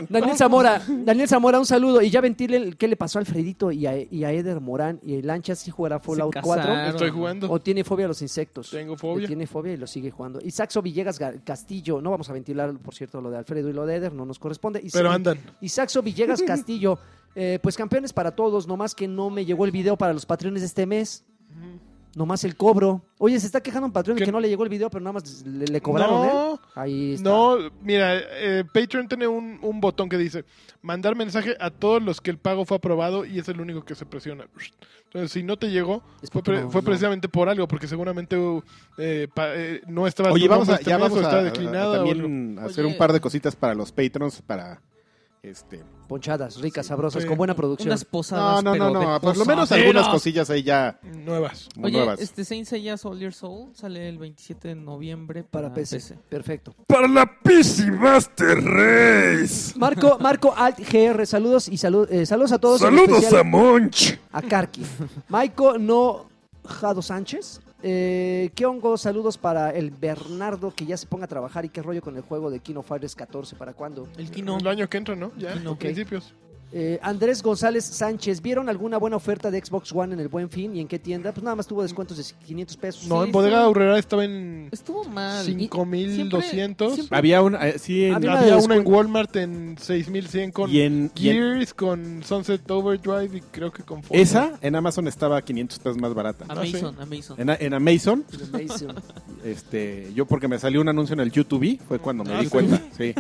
S5: Daniel Zamora, Daniel Zamora, un saludo. Y ya ventilen qué le pasó a Alfredito y a, y a Eder Morán. Y Lanchas si jugará Fallout 4.
S2: casaron.
S4: Estoy jugando.
S5: ¿O tiene fobia a los insectos? Eh,
S4: Tengo fobia.
S5: Tiene fobia y lo sigue jugando. Y Saxo Villegas Ga- Castillo, no vamos a ventilar, por cierto, lo de Alfredo y lo de Eder, no nos corresponde. Y
S4: Pero
S5: sí,
S4: andan.
S5: Y Saxo Villegas Castillo, eh, pues campeones para todos, nomás que no me llegó el video para los patrones de este mes. Nomás el cobro. Oye, se está quejando un patrón de
S4: ¿Qué?
S5: que no le llegó el video, pero nada más le, le cobraron,
S4: No.
S5: ¿eh? Ahí está.
S4: No, mira, eh, Patreon tiene un, un botón que dice mandar mensaje a todos los que el pago fue aprobado y es el único que se presiona. Entonces, si no te llegó,
S5: Es
S4: fue,
S5: porque
S4: pre-
S5: no,
S4: fue
S5: no.
S4: precisamente por algo, porque seguramente uh, eh, pa- eh, no estaba
S1: Oye,
S4: tu
S1: vamos
S4: nombre
S1: a,
S4: este
S1: ya
S4: mes,
S1: vamos
S4: o
S1: a,
S4: estaba
S1: a- a-
S4: declinada o algo.
S1: también hacer
S2: Oye.
S1: un par de cositas para los patrons, para este...
S5: Ponchadas, ricas,
S1: Sí.
S5: sabrosas,
S4: Sí.
S5: con buena producción.
S2: Unas
S1: No,
S2: posadas.
S1: no, no,
S2: pero de
S1: no, por lo menos algunas cosillas ahí ya
S4: nuevas.
S1: muy
S2: Oye,
S1: nuevas.
S2: este Saint Seiya Soldier Soul sale el 27 de noviembre para,
S5: Para PC. Perfecto.
S3: Para la PC Master Race.
S5: Marco, Marco Alt GR, saludos y salu- eh, saludos a todos. en
S3: Saludos
S5: especial-
S3: a Monch.
S5: a Karki. Maiko no Jado Sánchez. Eh, ¿Qué hongo? Saludos para el Bernardo que ya se ponga a trabajar y qué rollo con el juego de Kino Fighters 14 para cuándo.
S2: El Kino.
S4: El año que entra, ¿no? Ya,
S2: No,
S4: a
S5: ok.
S4: principios.
S5: Eh, Andrés González Sánchez, ¿vieron alguna buena oferta de Xbox One en el Buen Fin y en qué tienda? Pues nada más tuvo descuentos de 500 pesos.
S4: No,
S2: Sí,
S4: en Bodega
S2: sí.
S4: Aurrera estaba en
S2: Estuvo mal. Y-
S4: 5200.
S2: siempre-
S1: Había una, eh, sí, en-
S5: Había una
S4: Había
S5: de
S4: una en Walmart en 6100 con
S1: y en, y en-
S4: Gears, con Sunset Overdrive y creo que con Forza.
S1: esa en Amazon estaba 500 pesos más barata.
S2: Amazon, Amazon.
S1: En, a- en Amazon,
S5: pues, Amazing.
S1: este, yo porque me salió un anuncio en el YouTube, fue cuando me
S4: Ah,
S1: di
S4: ¿sí?
S1: cuenta. Sí.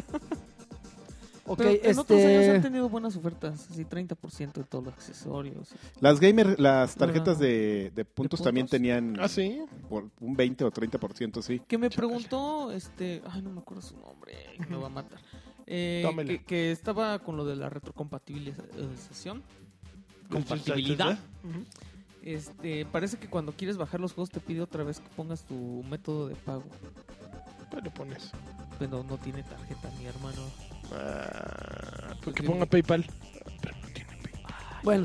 S5: Ok,
S2: Pero en otros años han
S5: este...
S2: tenido buenas ofertas, así 30% de todos los accesorios.
S1: Las gamer, las tarjetas
S2: Ah.
S1: de, de puntos
S2: puntos.
S1: también tenían
S4: Ah, sí.
S1: por un 20 o 30%, sí.
S2: Que me preguntó, este, ay, no me acuerdo su nombre, me va a matar. Eh,
S4: Tómela.
S2: que, que estaba con lo de la eh, retrocompatibilización. Compatibilidad.
S4: Ujú.
S2: Este, parece que cuando quieres bajar los juegos te pide otra vez que pongas tu método de pago.
S4: Pues le pones.
S2: Pero no tiene tarjeta, mi hermano.
S4: Ah, pues que
S2: Sí.
S4: ponga PayPal. Pero no tiene PayPal.
S5: Bueno,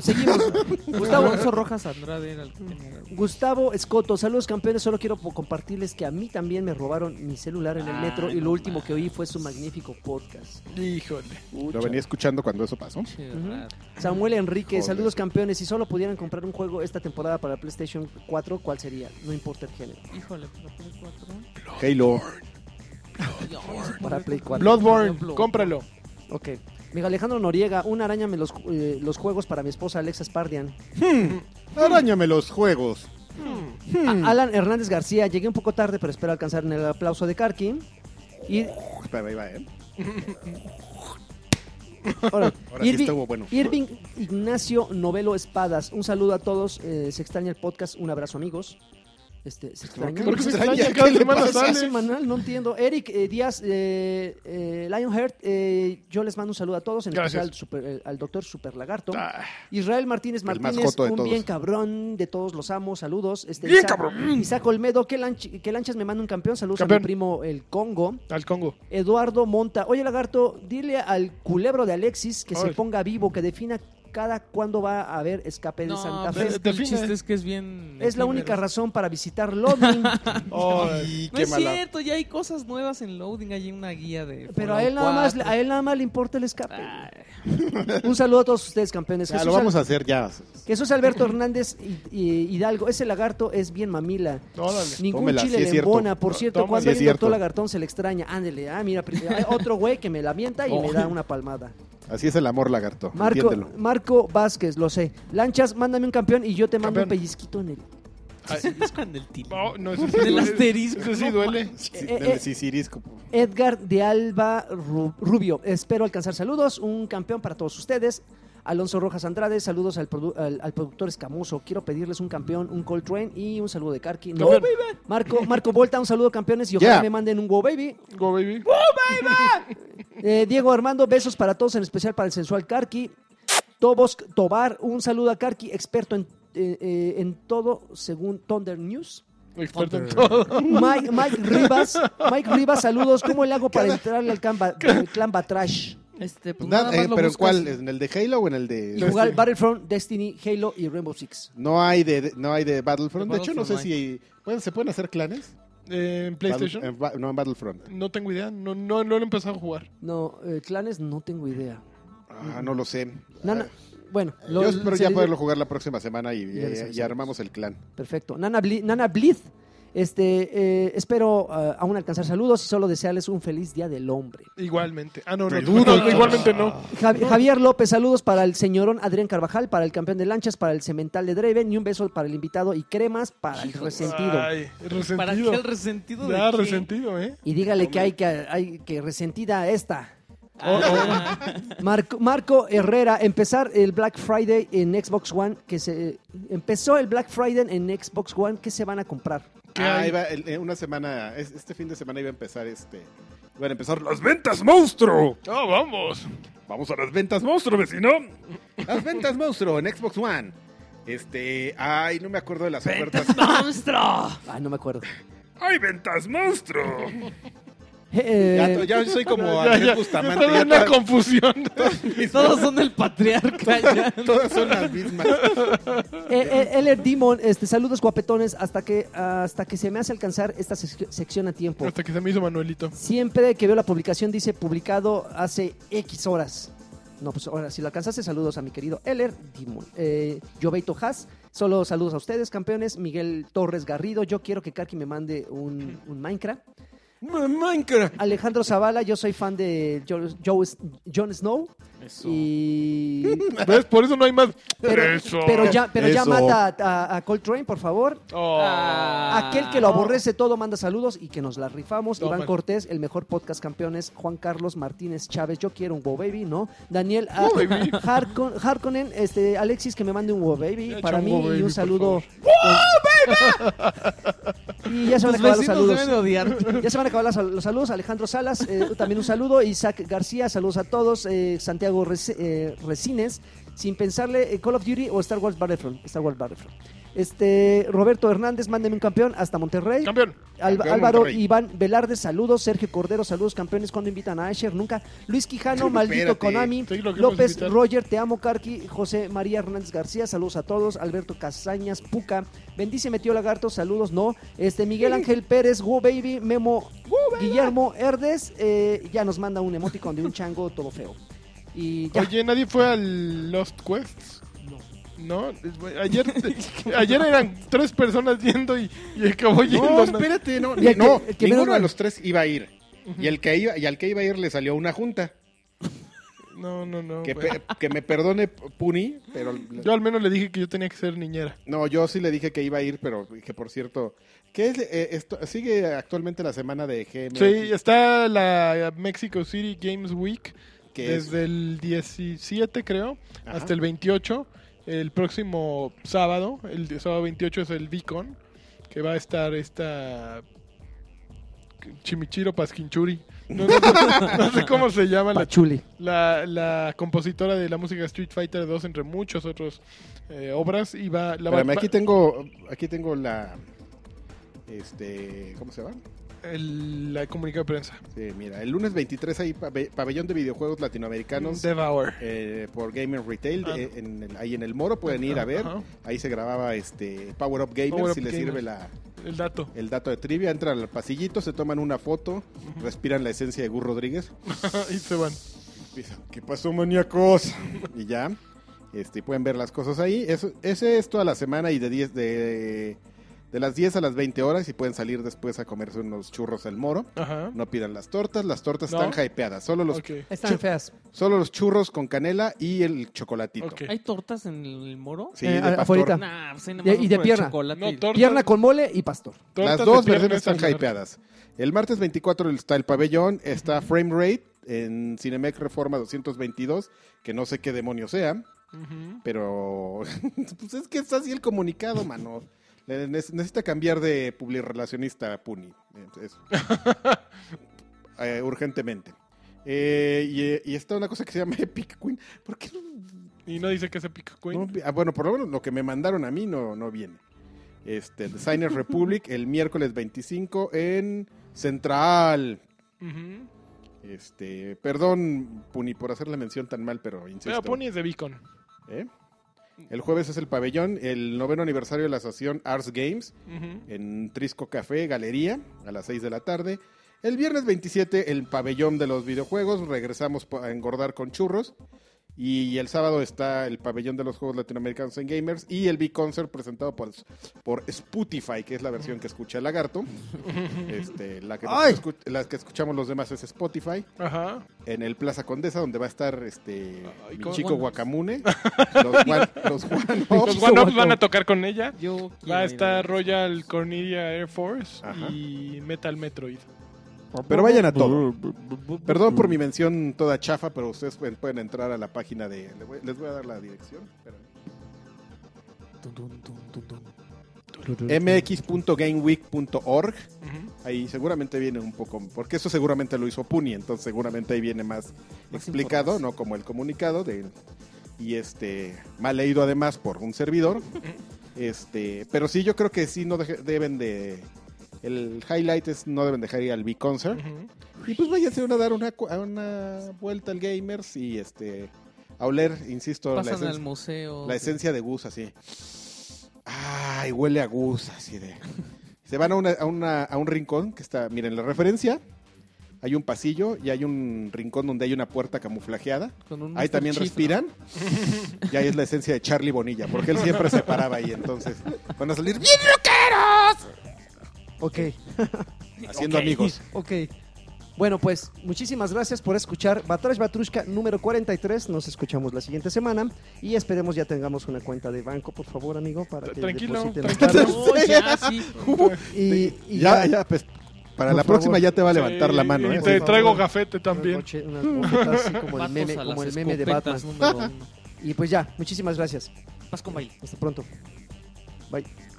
S5: seguimos.
S2: Gustavo
S5: Gustavo,
S2: Alonso Rojas Andrade era el que tenía.
S5: Gustavo Escoto, saludos campeones, solo quiero po- compartirles que a mí también me robaron mi celular en el metro
S2: Ay,
S5: y lo
S2: Ah, no
S5: último
S2: más.
S5: que oí fue su magnífico podcast.
S4: Híjole.
S1: Lo venía escuchando cuando eso pasó.
S2: Che,
S5: Ujú.
S2: raro.
S5: Samuel Enrique,
S1: Joder.
S5: saludos campeones. Si solo pudieran comprar un juego esta temporada para PlayStation 4, ¿cuál sería? No importa el género.
S2: Híjole, pero Play 4.
S1: Halo.
S2: Dios,
S5: Para Play 4.
S4: Bloodborne,
S2: ejemplo.
S4: cómpralo.
S5: Ok. Miguel Alejandro Noriega, una araña me los, eh, los juegos para mi esposa Alexa Spardian.
S1: Aráñame los juegos. Hmm.
S5: A- Alan Hernández García, llegué un poco tarde, pero espero alcanzar en el aplauso de Karki. Y
S1: Uy, espera, ahí va, ¿eh?
S5: ahora,
S1: Ahora sí
S5: Irving-
S1: estuvo bueno.
S5: Irving Ignacio Novelo Espadas, un saludo a todos. eh, se extraña el podcast, un abrazo amigos. Este, se
S1: ¿Por qué
S5: extraña.
S1: lo
S4: Porque se
S1: extraña?
S4: extraña,
S1: ¿Qué
S4: cada
S1: le
S4: semana
S1: pasa?
S4: sale.
S5: Es semanal, no entiendo. Eric eh, Díaz, eh, eh, Lionheart, eh, yo les mando un saludo a todos, en
S4: Gracias.
S5: especial super- eh, al doctor Super Lagarto.
S1: Ah,
S5: Israel Martínez
S1: El más
S5: Martínez,
S1: joto de
S5: un
S1: todos.
S5: bien cabrón de todos los amos, saludos. Este,
S4: Bien
S5: Isaac,
S4: cabrón.
S5: Isaac Olmedo, ¿qué, lanch- qué lanchas me manda un campeón? Saludos a
S4: Campeón.
S5: mi primo el Congo.
S4: Al Congo.
S5: Eduardo Monta, oye Lagarto, dile al culebro de Alexis que
S4: Ay.
S5: se ponga vivo, que defina cada cuándo va a haber escape de
S2: No, pero
S5: Santa Fe.
S4: pues,
S2: es que el
S4: Define.
S2: chiste es que es bien...
S5: Es la
S2: efímero.
S5: única razón para visitar Lodin.
S1: ay,
S2: No
S1: qué
S2: es
S1: mala.
S2: cierto, ya hay cosas nuevas en Loading, hay una guía de...
S5: Pero a
S2: Fallout
S5: él, nada más,
S2: 4.
S5: a él nada más le importa el escape.
S2: Ay.
S5: Un saludo a todos ustedes, campeones.
S1: Ya, lo
S5: Jesús,
S1: vamos a hacer ya.
S5: Al- Jesús Alberto Hernández y- y- Hidalgo, ese lagarto es bien mamila.
S4: Órale.
S5: Ningún
S1: Tómela,
S5: chile
S1: sí es
S5: de
S1: cierto.
S5: embona, por cierto,
S4: Toma,
S1: sí
S5: cuando
S1: es
S5: hay un
S1: cierto.
S5: doctor lagartón se le extraña. Ándele, ah, mira, pri- hay otro güey que me la mienta y me da una palmada.
S1: Así es el amor, lagarto.
S5: Marco,
S1: Entiéndelo.
S5: Marco Vázquez, lo sé. Lanchas, mándame un campeón y yo te mando
S4: Campeón.
S5: un pellizquito en el.
S2: Con el tilín.
S4: No, Oh, no, ese sí
S2: Del
S4: duele.
S2: asterisco.
S4: Ese sí duele.
S1: Sí,
S5: eh,
S1: del
S5: eh.
S1: sisirisco.
S5: Edgar de Alba Ru- Rubio, espero alcanzar saludos. Un campeón para todos ustedes. Alonso Rojas Andrade, saludos al, produ- al- al productor escamoso. Quiero pedirles un campeón, un Cold Train y un saludo de Karki. No,
S4: Campeón.
S5: Marco, Marco Volta, un saludo campeones y ojalá
S1: Yeah.
S5: me manden un Go Baby.
S4: Go, baby.
S5: Eh, Diego Armando, besos para todos, en especial para el sensual Karki. Tobos Tobar, un saludo a Karki, experto en, eh, eh, en todo según Thunder News.
S4: Experto en todo.
S5: Mike, Mike Rivas, Mike Rivas, saludos. ¿Cómo le hago para entrarle al clan, Ba- al clan Batrash?
S2: Este, pues
S1: Nada,
S2: nada más
S1: eh,
S2: lo
S1: ¿Pero
S2: buscas.
S1: cuál? ¿En el de Halo o en el de.?
S5: Y jugar Battlefront, Destiny, Halo y Rainbow Six.
S1: No hay de, de- no hay de Battlefront.
S2: De
S1: De, hecho, no sé
S2: Battlefront
S1: si pueden- se pueden hacer clanes.
S4: Eh, En PlayStation.
S1: Battle- en Ba- no, en Battlefront.
S4: No tengo idea. No, no, no lo he empezado a jugar.
S5: No, eh, clanes no tengo idea.
S1: Ah, no lo sé.
S5: Nana, bueno,
S1: Ah,
S5: lo-
S1: Yo espero
S5: se
S1: ya
S5: le-
S1: poderlo jugar la próxima semana y, y-
S5: Ya les
S1: y armamos el clan.
S5: Perfecto. Nana, Bli- Nana Blith, este, eh, espero ah, aún alcanzar saludos y solo desearles un feliz Día del Hombre.
S4: Igualmente. Ah, no, no.
S1: Pero
S4: no,
S1: dudo.
S4: no, igualmente no.
S5: Javi- Javier López, saludos para el señorón Adrián Carvajal, para el campeón de lanchas, para el cemental de Draven y un beso para el invitado y cremas para el resentido.
S4: Ay, resentido.
S2: ¿Para qué el resentido de
S4: Ya,
S2: qué?
S4: resentido, ¿eh?
S5: Y dígale que hay que, hay que resentida esta.
S4: Oh,
S2: Ah,
S5: Marco, Marco Herrera, empezar el Black Friday en Xbox One, que se empezó el Black Friday en Xbox One, ¿qué se van a comprar?
S4: ¿Qué
S1: Ah,
S4: hay?
S1: iba- el- eh, una semana, es- este fin de semana iba a empezar este. Iban a empezar los.
S3: ¡Las ventas monstruo!
S4: No, vamos.
S1: Vamos a las ventas.
S3: ¡Las monstruo, vecino!
S1: Las ventas monstruo en Xbox One. Este. Ay, no me acuerdo de las ofertas.
S2: ¡Monstruo!
S5: Ah, no me acuerdo.
S3: ¡Hay ventas monstruo!
S5: Eh,
S1: Ya, ya soy como
S4: Ya,
S1: Andrés
S4: ya,
S1: Bustamante.
S4: Está en
S1: ya
S4: una
S1: todas-
S4: confusión.
S2: Todos son el patriarca ya.
S1: todas son las mismas.
S5: eh, eh, LR Demon, este, saludos guapetones hasta que, hasta que se me hace alcanzar esta sec- sección a tiempo.
S4: Hasta que se me hizo Manuelito.
S5: Siempre que veo la publicación dice publicado hace X horas. No, pues ahora, si lo alcanzaste, saludos a mi querido Eller Dimon. Eh, Joveito Haas, solo saludos a ustedes, campeones. Miguel Torres Garrido, yo quiero que Karki me mande un, un Minecraft.
S2: Minecraft.
S5: Alejandro Zavala, yo soy fan de Jo- Joe- Jon Snow. Y...
S4: ¿Ves? Por eso no hay más.
S5: Pero,
S4: Eso.
S5: pero ya, pero ya
S1: Eso.
S5: mata a, a- a Coltrane, por favor.
S4: Oh.
S5: Ah. Aquel que lo aborrece todo manda saludos y que nos la rifamos.
S4: Toma.
S5: Iván Cortés, el mejor podcast campeones. Juan Carlos Martínez Chávez, yo quiero un Wo Baby, ¿no? Daniel ah,
S4: Wo Baby.
S5: Harkon- Harkonnen, este, Alexis, que me mande un Wo Baby
S4: Echa
S5: para
S4: un
S5: mí
S4: Wo
S5: y
S4: Baby,
S5: un
S4: por
S5: saludo.
S4: favor.
S5: y ya se van a
S2: Tus
S5: acabar los
S2: vecinos deben de
S5: saludos.
S2: odiarte.
S5: Ya se van a acabar las- los saludos. Alejandro Salas, eh, también un saludo. Isaac García, saludos a todos. Eh, Santiago Reci- eh, Resines, sin pensarle, eh, Call of Duty o Star Wars Battlefront. Star Wars Battlefront. Este, Roberto Hernández, mándeme un campeón hasta Monterrey.
S4: Campeón.
S5: Al-
S1: Campeón
S5: Álvaro
S1: Monterrey.
S5: Iván Velarde, saludos. Sergio Cordero, saludos. Campeones, cuando invitan a Asher? Nunca. Luis Quijano, maldito
S1: Espérate,
S5: Konami.
S4: sí lo queremos
S5: López
S4: invitar.
S5: Roger, te amo, Carqui. José María Hernández García, saludos a todos. Alberto Casañas, Puca. Bendíceme, tío Lagarto, saludos, no. Este Miguel Ángel Pérez, Woo Baby, Memo Guillermo Herdes, eh, ya nos manda un emoticon de un chango todo feo. Y ya.
S4: Oye, ¿nadie fue al Lost Quest? No. No, ayer, ayer eran tres personas yendo y, y acabó yendo.
S1: No,
S4: ¿no?
S1: espérate, no,
S5: Y el
S1: no,
S5: que- el que
S1: ninguno
S5: menos-
S1: de los tres iba a ir. Y el que iba, y al que iba a ir le salió una junta.
S4: No, no, no.
S1: Que,
S4: güey.
S1: pe- que me perdone Puni, pero
S4: Yo al menos le dije que yo tenía que ser niñera.
S1: no, yo sí le dije que iba a ir, pero que por cierto, ¿qué es eh, esto? Sigue actualmente la semana de GM.
S4: Sí, está la Mexico City Games Week
S1: que es-
S4: desde el 17, creo,
S1: Ajá.
S4: hasta el 28. El próximo sábado, el de- sábado 28 es el Beacon, que va a estar esta Chimichiro Pasquinchuri. No, no sé, no sé cómo se llama la,
S5: Pachuli.
S4: la, la compositora de la música Street Fighter 2 entre muchas otras eh, obras y va la va-
S1: Espérame, aquí
S4: va-
S1: tengo, aquí tengo la, este, ¿cómo se va?
S4: el- la comunicada de prensa.
S1: Sí, mira, el lunes 23 hay pab- pabellón de videojuegos latinoamericanos
S4: Devour.
S1: eh, por Gamer Retail,
S4: Ah,
S1: eh, en el- ahí en el Moro pueden ir a ver.
S4: Ajá.
S1: Ahí se grababa este Power Up Gamer,
S4: Power
S1: si
S4: Up
S1: les
S4: Gamer.
S1: sirve la,
S4: El dato.
S1: el dato de trivia. Entran al pasillito, se toman una foto, respiran la esencia de Gus Rodríguez.
S4: y se van.
S1: Empieza, ¿Qué pasó, maníacos? y ya. Este, y pueden ver las cosas ahí. Eso, ese es toda la semana y de 10 de, de las 10 a las 20 horas y pueden salir después a comerse unos churros al moro.
S4: Ajá.
S1: No pidan las tortas, las tortas
S4: No.
S1: están hypeadas. Solo los,
S4: Ok.
S5: Están feas.
S1: solo los churros con canela y el chocolatito.
S4: ok.
S2: ¿Hay tortas en el moro?
S1: Sí,
S5: Eh,
S1: de
S5: a-
S1: pastor.
S5: afuerita.
S2: Nah, pues ahí
S5: Y-
S2: nomás
S5: y de
S2: con el
S5: pierna.
S2: chocolate
S4: No,
S2: y-
S4: tortas-
S5: Pierna con mole y pastor.
S1: Las
S4: tortas de
S1: dos
S4: pierna
S1: versiones están
S4: señor.
S1: hypeadas. El martes 24 está el pabellón, está Frame Rate en Cinemex Reforma 222, que no sé qué demonio sea.
S4: Ujú.
S1: Pero pues es que está así el comunicado, mano. Le- ne- necesita cambiar de publirrelacionista a Puni. Eh, eso. Eh, urgentemente. Eh, y, eh, y está una cosa que se llama Epic Queen. ¿Por qué no-
S4: Y no dice que se pica Queen.
S1: no vi- ah, bueno, por lo menos lo que me mandaron a mí no, no viene. Este, Designers Republic el miércoles 25 en Central.
S4: Ujú.
S1: Este, perdón, Puni, por hacer la mención tan mal, pero
S4: Pero
S1: insisto.
S4: Pony es de Beacon.
S1: ¿Eh? El jueves es el pabellón, el noveno aniversario de la asociación Arts Games
S4: Ujú.
S1: en Trisco Café, Galería, a las 6 de la tarde. El viernes 27, el pabellón de los videojuegos, regresamos pa- a engordar con churros. Y el sábado está el pabellón de los juegos latinoamericanos en Gamers y el B-Concert presentado por, por Spotify, que es la versión que escucha el lagarto. Este, la, que
S5: ¡Ay!
S1: escu- la que escuchamos los demás es Spotify
S4: Ajá.
S1: en el Plaza Condesa, donde va a estar este
S4: Ay,
S1: mi
S4: ¿cómo?
S1: chico Guacamune, los, Juan- los Juan
S4: Los One Ups van a tocar con ella.
S2: Yo quiero
S4: Va a
S2: ir
S4: estar
S2: ver.
S4: Royal Cornelia Air Force
S1: Ajá.
S4: y Metal Metroid.
S1: Pero vayan a todo. Perdón
S3: Mm.
S1: por mi mención toda chafa, pero ustedes pueden, pueden entrar a la página de... le voy- Les voy a dar la dirección. espérame. mx.gameweek.org.
S4: Ujú.
S1: Ahí seguramente viene un poco, porque eso seguramente lo hizo Puni, entonces seguramente ahí viene más explicado, no como el comunicado de y este mal leído además por un servidor. Este, pero sí yo creo que sí no deje- deben de el highlight es no deben dejar ir al B concert
S4: Ujú.
S1: y pues váyanse a dar una cu- a una vuelta al gamers y este a oler, insisto, la
S2: Pasan al
S1: esencia,
S2: museo.
S1: la esencia de Gus así. Ay, huele a Gus así de se van a, una- a una- a un rincón que está, miren, la referencia, hay un pasillo y hay un rincón donde hay una puerta camuflajeada.
S2: Con un
S1: Ahí
S2: Mr.
S1: también
S2: Chief, ¿no?
S1: respiran. Y ahí es la esencia de Charlie Bonilla, porque él siempre se paraba ahí. Entonces van a salir bien
S5: Ok,
S1: haciendo amigos.
S5: ok. Bueno, pues muchísimas gracias por escuchar Batrash Batrushka número 43. Nos escuchamos la siguiente semana y esperemos ya tengamos una cuenta de banco, por favor, amigo, para que
S4: Tranquilo,
S5: depositen las
S4: tranquilo. pues,
S5: lana.
S2: No, Oh, ya, sí.
S5: Y, y
S1: ya, ya, pues, para
S5: Por
S1: la próxima
S5: favor.
S1: ya te va a levantar
S4: Sí,
S1: la mano.
S4: y
S1: ¿eh?
S4: te
S5: Por
S4: traigo
S5: favor.
S4: gafete
S5: unas
S4: también.
S5: boche- unas bofetadas así como el
S2: Vatos
S5: meme,
S2: a
S5: como
S2: las
S5: el meme de Batman.
S2: escopetas número uno.
S5: Y pues ya, muchísimas gracias.
S2: Vas con baile.
S5: Hasta pronto. Bye.